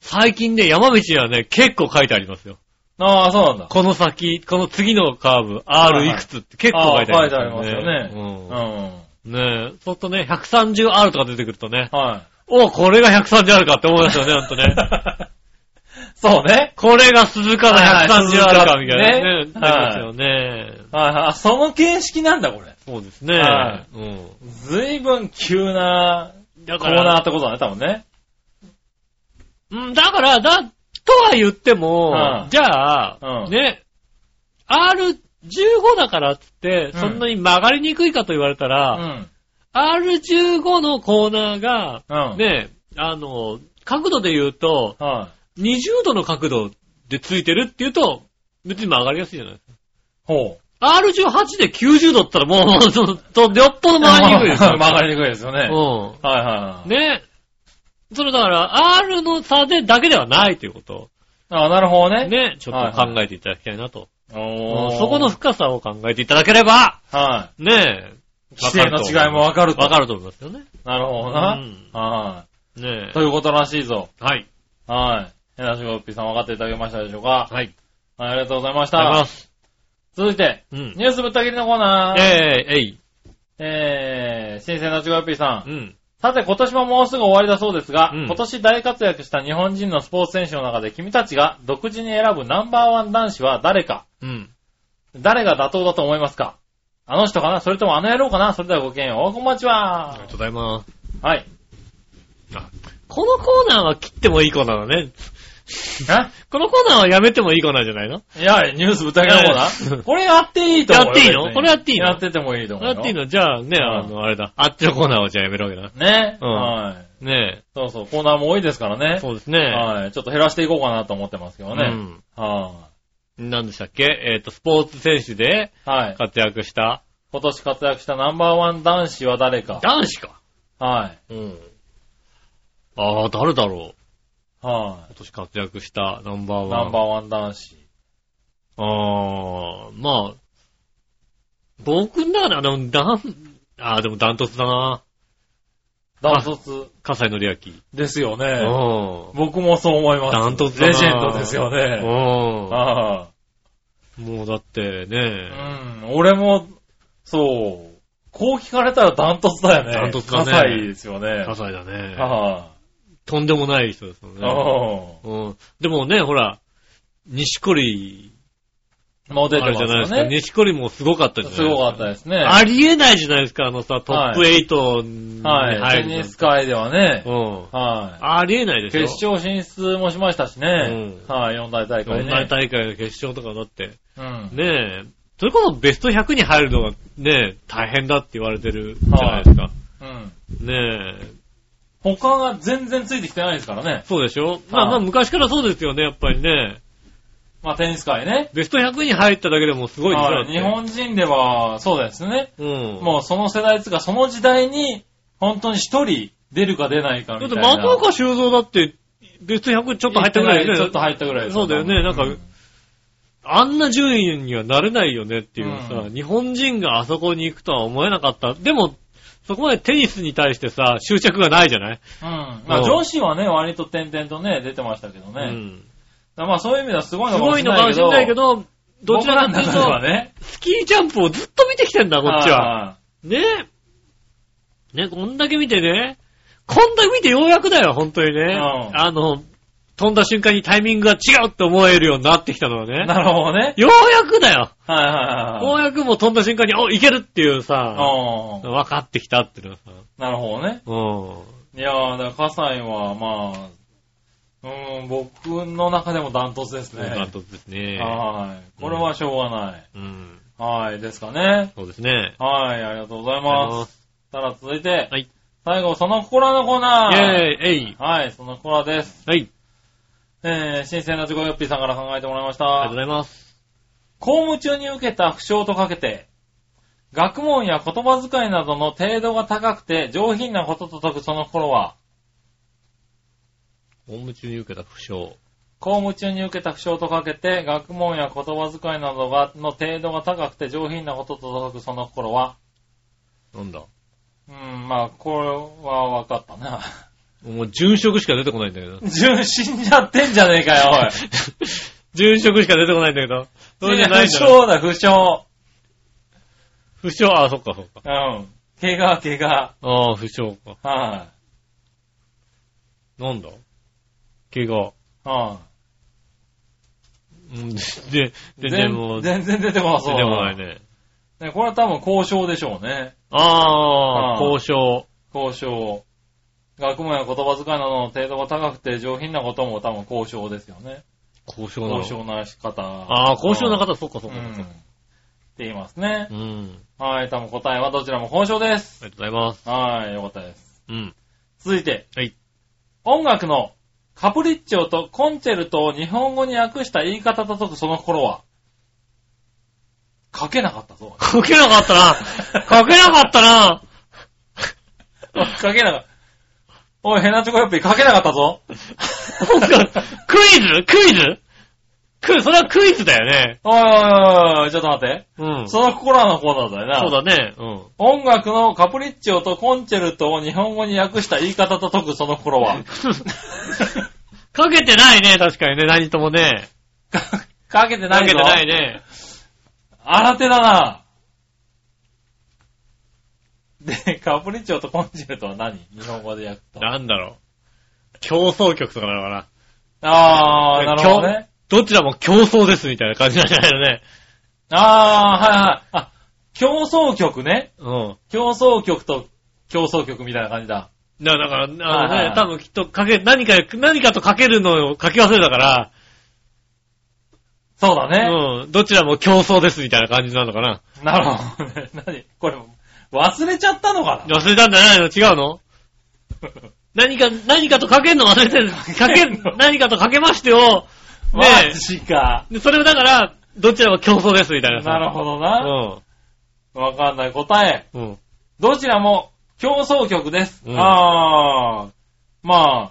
[SPEAKER 2] 最近ね、山道にはね、結構書いてありますよ。
[SPEAKER 3] ああ、そうなんだ。
[SPEAKER 2] この先、この次のカーブ、
[SPEAKER 3] はい
[SPEAKER 2] R いくつって結構書いてありますよね。
[SPEAKER 3] ああ書いてありう
[SPEAKER 2] うん。ねえ、そうするとね、130R とか出てくるとね、
[SPEAKER 3] ん。は
[SPEAKER 2] おこれが 130R かって思いますよね、 ほんとね。
[SPEAKER 3] い。そうね。
[SPEAKER 2] これが鈴鹿の 130R かみたいなね。
[SPEAKER 3] ね
[SPEAKER 2] なりますよね。
[SPEAKER 3] はいはい。あその形式なんだ、これ。
[SPEAKER 2] そうですね。
[SPEAKER 3] は
[SPEAKER 2] うん。
[SPEAKER 3] ずいぶん急な
[SPEAKER 2] だ
[SPEAKER 3] コー
[SPEAKER 2] から、
[SPEAKER 3] ナーってことだね、多分ね。
[SPEAKER 2] うん、だから、だ、とは言っても、
[SPEAKER 3] うん
[SPEAKER 2] じゃあ、
[SPEAKER 3] うん
[SPEAKER 2] ね、R15 だからっつって、
[SPEAKER 3] うん
[SPEAKER 2] そんなに曲がりにくいかと言われた
[SPEAKER 3] う
[SPEAKER 2] ら、
[SPEAKER 3] ん。
[SPEAKER 2] R15 のコーナーが、
[SPEAKER 3] うん。、
[SPEAKER 2] ね、あの、角度で言うと、
[SPEAKER 3] はい。
[SPEAKER 2] 20度の角度でついてるっていうと、別に曲がりやすいじゃない
[SPEAKER 3] ほう。
[SPEAKER 2] R18 で90度って言ったらもう、 そのと、よっぽど曲がりにくいですよ。
[SPEAKER 3] 曲がりにくいですよね。はい
[SPEAKER 2] うん。
[SPEAKER 3] はいはい。
[SPEAKER 2] ね。それだから、R の差でだけではないということ。
[SPEAKER 3] あなるほどね。
[SPEAKER 2] ね。ちょっと考えていただきたいなと。
[SPEAKER 3] おー
[SPEAKER 2] そこの、深さを考えていただければ、
[SPEAKER 3] は
[SPEAKER 2] ね
[SPEAKER 3] い。規制の違いもわかると。
[SPEAKER 2] わかると思いますよね。
[SPEAKER 3] なるほど
[SPEAKER 2] う。
[SPEAKER 3] なんは
[SPEAKER 2] ね
[SPEAKER 3] い。ということらしいぞ。
[SPEAKER 2] はい。
[SPEAKER 3] はい。変なしごっぴさん分かっていただけましたでしょうか
[SPEAKER 2] はい。あり
[SPEAKER 3] はい、ありがとうございまし
[SPEAKER 2] がとうござい
[SPEAKER 3] た
[SPEAKER 2] ま。す。
[SPEAKER 3] 続いて、
[SPEAKER 2] うん。
[SPEAKER 3] ニュースぶった切りのコーナ
[SPEAKER 2] え
[SPEAKER 3] ー。
[SPEAKER 2] え、えい。
[SPEAKER 3] えー、新鮮なちごよっぴーさん
[SPEAKER 2] う。ん。
[SPEAKER 3] さて、今年ももうすぐ終わりだそうですが、
[SPEAKER 2] うん
[SPEAKER 3] 今年大活躍した日本人のスポーツ選手の中で君たちが独自に選ぶナンバーワン男子は誰か
[SPEAKER 2] うん。
[SPEAKER 3] 誰が妥当だと思いますかあの人かなそれともあの野郎かなそれではごきげんよう。こんばんち
[SPEAKER 2] ありが
[SPEAKER 3] は
[SPEAKER 2] とうございます。
[SPEAKER 3] はい。
[SPEAKER 2] このコーナーは切ってもいいコーナーだね。
[SPEAKER 3] え
[SPEAKER 2] このコーナーはやめてもいいコーナーじゃないの
[SPEAKER 3] いや、ニュースぶった切りのコー
[SPEAKER 2] え
[SPEAKER 3] ナ
[SPEAKER 2] え
[SPEAKER 3] ーこれやっていいと思う
[SPEAKER 2] や
[SPEAKER 3] よ。
[SPEAKER 2] っていいの
[SPEAKER 3] 別に
[SPEAKER 2] これやっていいの
[SPEAKER 3] やっててもいいと思う
[SPEAKER 2] だ
[SPEAKER 3] よ。
[SPEAKER 2] っていいのじゃあね、あの、あれだ。あっちのコーナーはじゃあやめるわけだ。
[SPEAKER 3] ね、
[SPEAKER 2] うん
[SPEAKER 3] はい。
[SPEAKER 2] ね
[SPEAKER 3] そうそう、コーナーも多いですから
[SPEAKER 2] え。
[SPEAKER 3] ね。
[SPEAKER 2] そうですね。
[SPEAKER 3] はい。ちょっと減らしていこうかなと思ってますけどね。は
[SPEAKER 2] うん。何でしたっけえっ、と、スポーツ選手で
[SPEAKER 3] い。はい。
[SPEAKER 2] 活躍した
[SPEAKER 3] 今年活躍したナンバーワン男子は誰か。
[SPEAKER 2] 男子か。
[SPEAKER 3] はい。
[SPEAKER 2] うん。ああ、誰だろう。
[SPEAKER 3] は
[SPEAKER 2] 今年活躍したナンバー
[SPEAKER 3] い。
[SPEAKER 2] ワン。
[SPEAKER 3] ナンバーワン男子。
[SPEAKER 2] ああ、まあ、僕の中では、でも、ダン、ああ、でもダントツだな。
[SPEAKER 3] ダントツ
[SPEAKER 2] 葛西紀
[SPEAKER 3] ですよ
[SPEAKER 2] 明。
[SPEAKER 3] ね。
[SPEAKER 2] う
[SPEAKER 3] 僕もそう思います。
[SPEAKER 2] ダントツだな
[SPEAKER 3] レジェンドですよ
[SPEAKER 2] ん。
[SPEAKER 3] ね。
[SPEAKER 2] う
[SPEAKER 3] あ
[SPEAKER 2] ん。もうだって
[SPEAKER 3] あ。
[SPEAKER 2] ね
[SPEAKER 3] う、ん。俺も、そう。こう聞かれたらダントツだよね。
[SPEAKER 2] ダントツだね
[SPEAKER 3] ダサいですよね。
[SPEAKER 2] 葛西だね。
[SPEAKER 3] あ
[SPEAKER 2] とんでもない人ですよね。
[SPEAKER 3] あ。うん
[SPEAKER 2] うん。でもね、ほら、錦織、
[SPEAKER 3] もう
[SPEAKER 2] あ
[SPEAKER 3] 出て
[SPEAKER 2] れ
[SPEAKER 3] ま
[SPEAKER 2] じゃないですす
[SPEAKER 3] よ
[SPEAKER 2] か。
[SPEAKER 3] ね。
[SPEAKER 2] 錦織もすごかったじゃないですすか。
[SPEAKER 3] ごかったですね。
[SPEAKER 2] ありえないじゃないですか、あのさ、トップ8に入る
[SPEAKER 3] はい。テ
[SPEAKER 2] なんて
[SPEAKER 3] ニス界ではね
[SPEAKER 2] う。ん。
[SPEAKER 3] はい。
[SPEAKER 2] ありえないでしょ。
[SPEAKER 3] 決勝進出もしましたしね。
[SPEAKER 2] う
[SPEAKER 3] はい、四大大会
[SPEAKER 2] 四大
[SPEAKER 3] ね。
[SPEAKER 2] 大会の決勝とかだって。
[SPEAKER 3] うん。
[SPEAKER 2] ねえ。それこそベスト100に入るのがね、大変だって言われてるじゃないですか。
[SPEAKER 3] うん。
[SPEAKER 2] ねえ。
[SPEAKER 3] 他が全然ついてきてないですからね。
[SPEAKER 2] そうでしょまあまあ昔からそうですよね、やっぱりね。
[SPEAKER 3] まあ、テニス界ね。
[SPEAKER 2] ベスト100に入っただけでもすごいですよ
[SPEAKER 3] はい日本人では、そうですね。
[SPEAKER 2] うん。
[SPEAKER 3] もうその世代つうか、その時代に、本当に一人出るか出ない
[SPEAKER 2] だ
[SPEAKER 3] か
[SPEAKER 2] っ
[SPEAKER 3] み
[SPEAKER 2] て
[SPEAKER 3] たいな。
[SPEAKER 2] 松岡修造だって、ベスト100ちょっと入ったぐらいだよね。
[SPEAKER 3] ちょっと入ったぐらいです
[SPEAKER 2] そうだよね。なんか、
[SPEAKER 3] うん
[SPEAKER 2] あんな順位にはなれないよねっていうさ、
[SPEAKER 3] う
[SPEAKER 2] 日本人があそこに行くとは思えなかった。でも、そこまでテニスに対してさ、執着がないじゃない、
[SPEAKER 3] うん。まあ、女子はね、割と点々とね、出てましたけど
[SPEAKER 2] う
[SPEAKER 3] ね。
[SPEAKER 2] ん。
[SPEAKER 3] まあ、そういう意味ではすご
[SPEAKER 2] す
[SPEAKER 3] いのかも
[SPEAKER 2] ごい
[SPEAKER 3] しれ
[SPEAKER 2] の
[SPEAKER 3] な
[SPEAKER 2] かも
[SPEAKER 3] いけど。
[SPEAKER 2] しれないけ
[SPEAKER 3] ど、
[SPEAKER 2] ど、どちらかという
[SPEAKER 3] は
[SPEAKER 2] と、
[SPEAKER 3] ね。
[SPEAKER 2] スキージャンプをずっと見てきてんだ、こっちは。
[SPEAKER 3] はい。
[SPEAKER 2] ねね、こんだけ見てね、こんだけ見てようやくだよ、本当にね。
[SPEAKER 3] うん
[SPEAKER 2] あの、飛んだ瞬間にタイミングが違うって思えるようになってきたのはね。
[SPEAKER 3] なるほどね。
[SPEAKER 2] ようやくだよ。
[SPEAKER 3] はいはいはい
[SPEAKER 2] よう
[SPEAKER 3] はい。
[SPEAKER 2] やくもう飛んだ瞬間に、お、いけるっていうさ、
[SPEAKER 3] うん
[SPEAKER 2] 分かってきたっていうのがさ。
[SPEAKER 3] なるほどね。
[SPEAKER 2] う
[SPEAKER 3] いやー、だから、葛西は、まあ、うーん、僕の中でもダントツです
[SPEAKER 2] ん。なん
[SPEAKER 3] ね。
[SPEAKER 2] とですね。
[SPEAKER 3] はい。これはしょうがない。
[SPEAKER 2] うん。
[SPEAKER 3] はい、ですかね。
[SPEAKER 2] そうですね。
[SPEAKER 3] はい、ありがとうございます。ただ続いて、
[SPEAKER 2] はい
[SPEAKER 3] 最後、その心のコーナ
[SPEAKER 2] イェーイ、
[SPEAKER 3] ー。
[SPEAKER 2] えい。
[SPEAKER 3] はい、その心です。
[SPEAKER 2] はい。
[SPEAKER 3] えー、新鮮な自己ヨッピーさんから考えてもらいまし
[SPEAKER 2] ありがとう
[SPEAKER 3] た
[SPEAKER 2] ご。ざいます。
[SPEAKER 3] 公務中に受けた負傷とかけて、学問や言葉遣いなどの程度が高くて上品なことと解くその心は、
[SPEAKER 2] 本務中に受けた負傷。
[SPEAKER 3] 公務中に受けた負傷とかけて、学問や言葉遣いなどが、の程度が高くて上品なことと解くその心は、
[SPEAKER 2] なんだ
[SPEAKER 3] うん、まあ、これは分かったな。
[SPEAKER 2] もう、殉職しか出てこないんだけど。
[SPEAKER 3] 純真じゃってんじゃねえか よ、
[SPEAKER 2] 殉職しか出てこないんだけど。そ
[SPEAKER 3] お
[SPEAKER 2] れ
[SPEAKER 3] い。
[SPEAKER 2] じゃ
[SPEAKER 3] 負
[SPEAKER 2] ないん
[SPEAKER 3] 傷
[SPEAKER 2] だろ。
[SPEAKER 3] だ、負傷。
[SPEAKER 2] 負傷、あ、そっかそっか。
[SPEAKER 3] うん。怪我、怪我。
[SPEAKER 2] ああ、負傷か。
[SPEAKER 3] は
[SPEAKER 2] なんだ怪我。
[SPEAKER 3] い、は
[SPEAKER 2] うん、で、
[SPEAKER 3] い、
[SPEAKER 2] で、でも、出て
[SPEAKER 3] 全然出てこなそうだ。
[SPEAKER 2] こないね。
[SPEAKER 3] ねこれは多分交渉でしょうね。
[SPEAKER 2] ああ、
[SPEAKER 3] うん
[SPEAKER 2] 交渉。
[SPEAKER 3] 交渉。学問や言葉遣いなどの程度が高くて上品なことも多分交渉ですよね。
[SPEAKER 2] 交渉なの。
[SPEAKER 3] 交渉な仕方。
[SPEAKER 2] ああ、交渉の
[SPEAKER 3] 方
[SPEAKER 2] 方、そっかそっ
[SPEAKER 3] う
[SPEAKER 2] かそ
[SPEAKER 3] ん。
[SPEAKER 2] っ
[SPEAKER 3] って
[SPEAKER 2] か。
[SPEAKER 3] 言いますね
[SPEAKER 2] う。ん。
[SPEAKER 3] はい、多分答えはどちらも交渉です。
[SPEAKER 2] ありがとうございます。
[SPEAKER 3] はい、よかったです。
[SPEAKER 2] うん。
[SPEAKER 3] 続いて。
[SPEAKER 2] はい。
[SPEAKER 3] 音楽のカプリッチョとコンチェルトを日本語に訳した言い方と解くその頃は、書けなかったぞ。
[SPEAKER 2] 書けなかったな書けなかったな
[SPEAKER 3] 書けなかった。おい、ヘナチョコヨッピー書けなかったぞ。
[SPEAKER 2] クイズクイズクそれはクイズだよね。
[SPEAKER 3] おいおいおいおい、ちょっと待って。
[SPEAKER 2] うん。そ
[SPEAKER 3] その心はのコーナーだよな。
[SPEAKER 2] うだね。うん。
[SPEAKER 3] 音楽のカプリッチョとコンチェルトを日本語に訳した言い方と解くその頃は、
[SPEAKER 2] かけてないね、確かにね、何ともね。
[SPEAKER 3] かけて
[SPEAKER 2] か
[SPEAKER 3] な
[SPEAKER 2] け
[SPEAKER 3] い
[SPEAKER 2] て
[SPEAKER 3] ぞ。
[SPEAKER 2] ないね。
[SPEAKER 3] 新手だな。で、カプリッチョとコンチェルトは何日本語で訳と。
[SPEAKER 2] なんだろう。競争曲とかなのかな。
[SPEAKER 3] あー、なるほどね。
[SPEAKER 2] どちらも競争ですみたいな感じなんじゃないのね。
[SPEAKER 3] あー、はいはい。あ、競争曲ね。
[SPEAKER 2] うん。
[SPEAKER 3] 競争曲と競争曲みたいな感じだ。
[SPEAKER 2] だだから、あのね、
[SPEAKER 3] はいはい
[SPEAKER 2] 多分きっとかけ、何か、何かとかけるのをかけ忘れたから、
[SPEAKER 3] そうだね。
[SPEAKER 2] うん、どちらも競争ですみたいな感じなのかな。
[SPEAKER 3] なるほどね。何これ、忘れちゃったのかな
[SPEAKER 2] 忘れたんじゃないの違う の何か、何かとかけるの忘れてる。 かけ
[SPEAKER 3] けんの、
[SPEAKER 2] 何かとかけましてを、ね
[SPEAKER 3] マジか。
[SPEAKER 2] でそれをだから、どちらも競争ですみたいなさ。
[SPEAKER 3] なるほどな。わかんない。答え。
[SPEAKER 2] うん。うん。
[SPEAKER 3] どちらも競争曲です。
[SPEAKER 2] うん
[SPEAKER 3] ああ。まあ、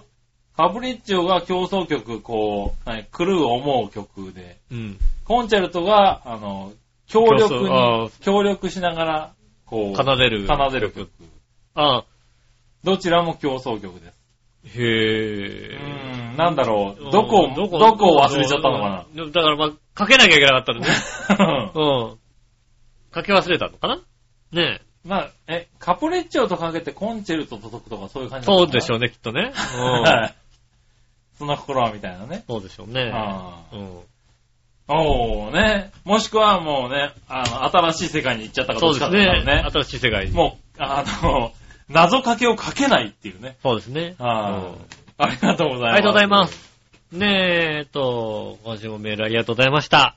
[SPEAKER 3] カプリッチョが競争曲、こう、何狂う思う曲で、
[SPEAKER 2] うん。
[SPEAKER 3] コンチェルトが、あの、協力
[SPEAKER 2] 競争あ
[SPEAKER 3] に
[SPEAKER 2] あ、
[SPEAKER 3] 協力しながら、こう、
[SPEAKER 2] 奏でる。
[SPEAKER 3] 奏でる曲。
[SPEAKER 2] ああ
[SPEAKER 3] どちらも競争曲です。
[SPEAKER 2] へ
[SPEAKER 3] う
[SPEAKER 2] え。
[SPEAKER 3] ーん、なんだろう。どこを、どこを忘れちゃったのか
[SPEAKER 2] な。だからまあ、かけなきゃいけなかったのね。
[SPEAKER 3] な。
[SPEAKER 2] うん。かけ忘れたのかなねえ。
[SPEAKER 3] まあ、え、カプリッチョとかけてコンチェルトと解くとかそういう感じなの
[SPEAKER 2] そ
[SPEAKER 3] か
[SPEAKER 2] う
[SPEAKER 3] な
[SPEAKER 2] でしょうね、きっとね。う
[SPEAKER 3] は
[SPEAKER 2] ん。
[SPEAKER 3] い。その心はみたいなね。
[SPEAKER 2] そうでしょうね。
[SPEAKER 3] あ
[SPEAKER 2] う
[SPEAKER 3] あ
[SPEAKER 2] ん。
[SPEAKER 3] おーね。もしくはもうね、あの、新しい世界に行っちゃったか
[SPEAKER 2] そ
[SPEAKER 3] ど
[SPEAKER 2] う
[SPEAKER 3] っち
[SPEAKER 2] で
[SPEAKER 3] か
[SPEAKER 2] す
[SPEAKER 3] だよ
[SPEAKER 2] ね
[SPEAKER 3] ね。。
[SPEAKER 2] 新しい世界に。
[SPEAKER 3] もう、あの、謎かけをかけないっていうね。
[SPEAKER 2] そうですね。
[SPEAKER 3] あ
[SPEAKER 2] うん
[SPEAKER 3] ーありがとうございます。
[SPEAKER 2] ありがとうございま。す。ねえ、えっと、今週もメールありがとうございました。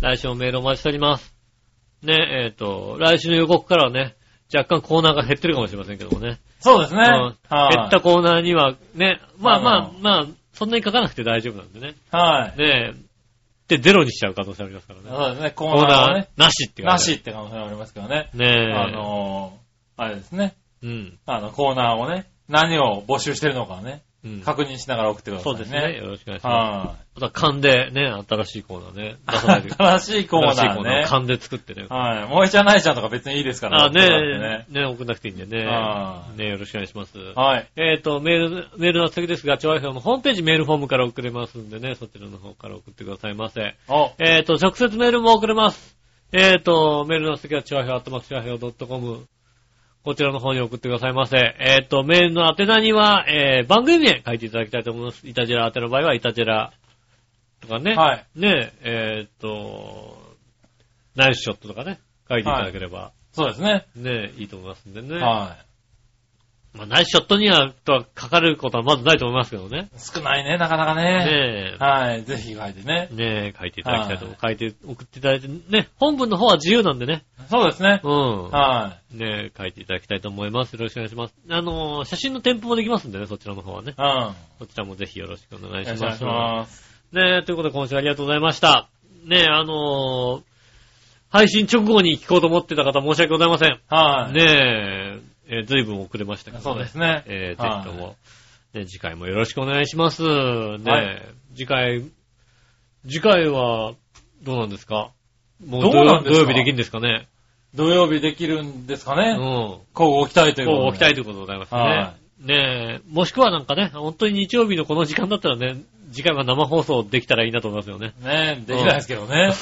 [SPEAKER 2] 来週もメールお待ちしております。ねえ、えっと、来週の予告からはね、若干コーナーが減ってるかもしれませんけどもね。
[SPEAKER 3] そうですね。
[SPEAKER 2] うん
[SPEAKER 3] はい
[SPEAKER 2] 減ったコーナーにはね、まあまあ
[SPEAKER 3] う
[SPEAKER 2] まあ、そんなに書かなくて大丈夫なんでね。
[SPEAKER 3] はい。
[SPEAKER 2] ねえ、で、ゼロにしちゃう可能性ありますからね。
[SPEAKER 3] そうですね、コ
[SPEAKER 2] コー
[SPEAKER 3] ーナーは
[SPEAKER 2] ナ
[SPEAKER 3] ね、
[SPEAKER 2] ーなしって感
[SPEAKER 3] な
[SPEAKER 2] じ
[SPEAKER 3] し。って可能性がありますけどね。
[SPEAKER 2] ねえ。
[SPEAKER 3] あのー、あれですね。
[SPEAKER 2] うん。
[SPEAKER 3] あの、コーナーをね、何を募集してるのかをね、
[SPEAKER 2] うん。
[SPEAKER 3] 確認しながら送ってください
[SPEAKER 2] そう
[SPEAKER 3] ね。
[SPEAKER 2] ですね。。よろしくお願いします。
[SPEAKER 3] は
[SPEAKER 2] あとは勘でね、新しいコーナーね。出さない
[SPEAKER 3] い。
[SPEAKER 2] で。
[SPEAKER 3] 新しい コー
[SPEAKER 2] 新しい
[SPEAKER 3] ナ
[SPEAKER 2] コ
[SPEAKER 3] ー
[SPEAKER 2] ーナ
[SPEAKER 3] ね
[SPEAKER 2] ー。勘で作ってね。
[SPEAKER 3] はい。萌えちゃん、ないちゃんとか別にいいですから
[SPEAKER 2] あ、
[SPEAKER 3] 送ってもらっ
[SPEAKER 2] ね
[SPEAKER 3] てね
[SPEAKER 2] え、ね送んなくていいんでね
[SPEAKER 3] は。
[SPEAKER 2] ねよろしくお願いします。
[SPEAKER 3] はい。
[SPEAKER 2] えっ、と、メール、メールの次ですが、調和表のホームページメールフォームから送れますんでね、そちらの方から送ってくださいませ。
[SPEAKER 3] お、
[SPEAKER 2] えっ、と、直接メールも送れます。えっ、と、メールの次は調和表、アットマーク調和表 .com。こちらの方に送ってくださいませ。えっ、と、メールの宛名には、えー、番組名書いていただきたいと思います。イタジェラ宛ての場合は、イタジェラとかね。
[SPEAKER 3] はい。
[SPEAKER 2] ねえ、えっ、と、ナイスショットとかね、書いていただければ。
[SPEAKER 3] そうですね。
[SPEAKER 2] ねえ、いいと思いますんでね。
[SPEAKER 3] は
[SPEAKER 2] まあ、ナイスショットには、とはかかることはまずないと思いますけどね。
[SPEAKER 3] い。少ないね、なかなかね。
[SPEAKER 2] ね
[SPEAKER 3] はい。ぜひ書いてね
[SPEAKER 2] え、。ねえ、書いていただきたいと思
[SPEAKER 3] は
[SPEAKER 2] う。書いて、送っていただいて、ね、本文の方は自由なんでね。
[SPEAKER 3] そうですね。
[SPEAKER 2] うん。
[SPEAKER 3] は
[SPEAKER 2] ねえ、書いていただきたいと思います。よろしくお願いします。あのー、写真の添付もできますんでね、そちらの方はね
[SPEAKER 3] い。。うん。よ
[SPEAKER 2] そちらもぜひよろしくお願い
[SPEAKER 3] ろ
[SPEAKER 2] し
[SPEAKER 3] しくお願
[SPEAKER 2] ま
[SPEAKER 3] い
[SPEAKER 2] す。
[SPEAKER 3] します。
[SPEAKER 2] ねえ、ということで今週ありがとうございました。ねえ、あのー、配信直後に聞こうと思ってた方申し訳ございません。
[SPEAKER 3] はい。
[SPEAKER 2] ねえ、えー、ずいぶん遅れましたけどね。
[SPEAKER 3] そうですね。
[SPEAKER 2] えー、
[SPEAKER 3] は
[SPEAKER 2] ぜ
[SPEAKER 3] い
[SPEAKER 2] ひとも、ね、次回もよろしくお願いします。ね、
[SPEAKER 3] はい
[SPEAKER 2] 次回、次回は、どうなんですかも
[SPEAKER 3] どうなんです
[SPEAKER 2] 土
[SPEAKER 3] か
[SPEAKER 2] 曜土曜日できるんですかね
[SPEAKER 3] 土曜日できるんですか
[SPEAKER 2] う
[SPEAKER 3] ね。
[SPEAKER 2] ん。
[SPEAKER 3] 交互期待というこ
[SPEAKER 2] も
[SPEAKER 3] と
[SPEAKER 2] うご
[SPEAKER 3] で。
[SPEAKER 2] 期待ということでございますね
[SPEAKER 3] は。
[SPEAKER 2] ねえ、もしくはなんかね、本当に日曜日のこの時間だったらね、次回は生放送できたらいいなと思いますよね。
[SPEAKER 3] ねできないですけ どね。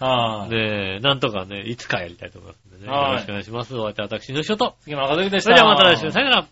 [SPEAKER 3] はい。
[SPEAKER 2] ねえ、なんとかね、いつかやりたいと思いますんでね。
[SPEAKER 3] はい
[SPEAKER 2] よろしくお願いします。お相手は私、の仕事。
[SPEAKER 3] 杉村和之でし
[SPEAKER 2] そ
[SPEAKER 3] た。
[SPEAKER 2] れではまた来週、さよなら。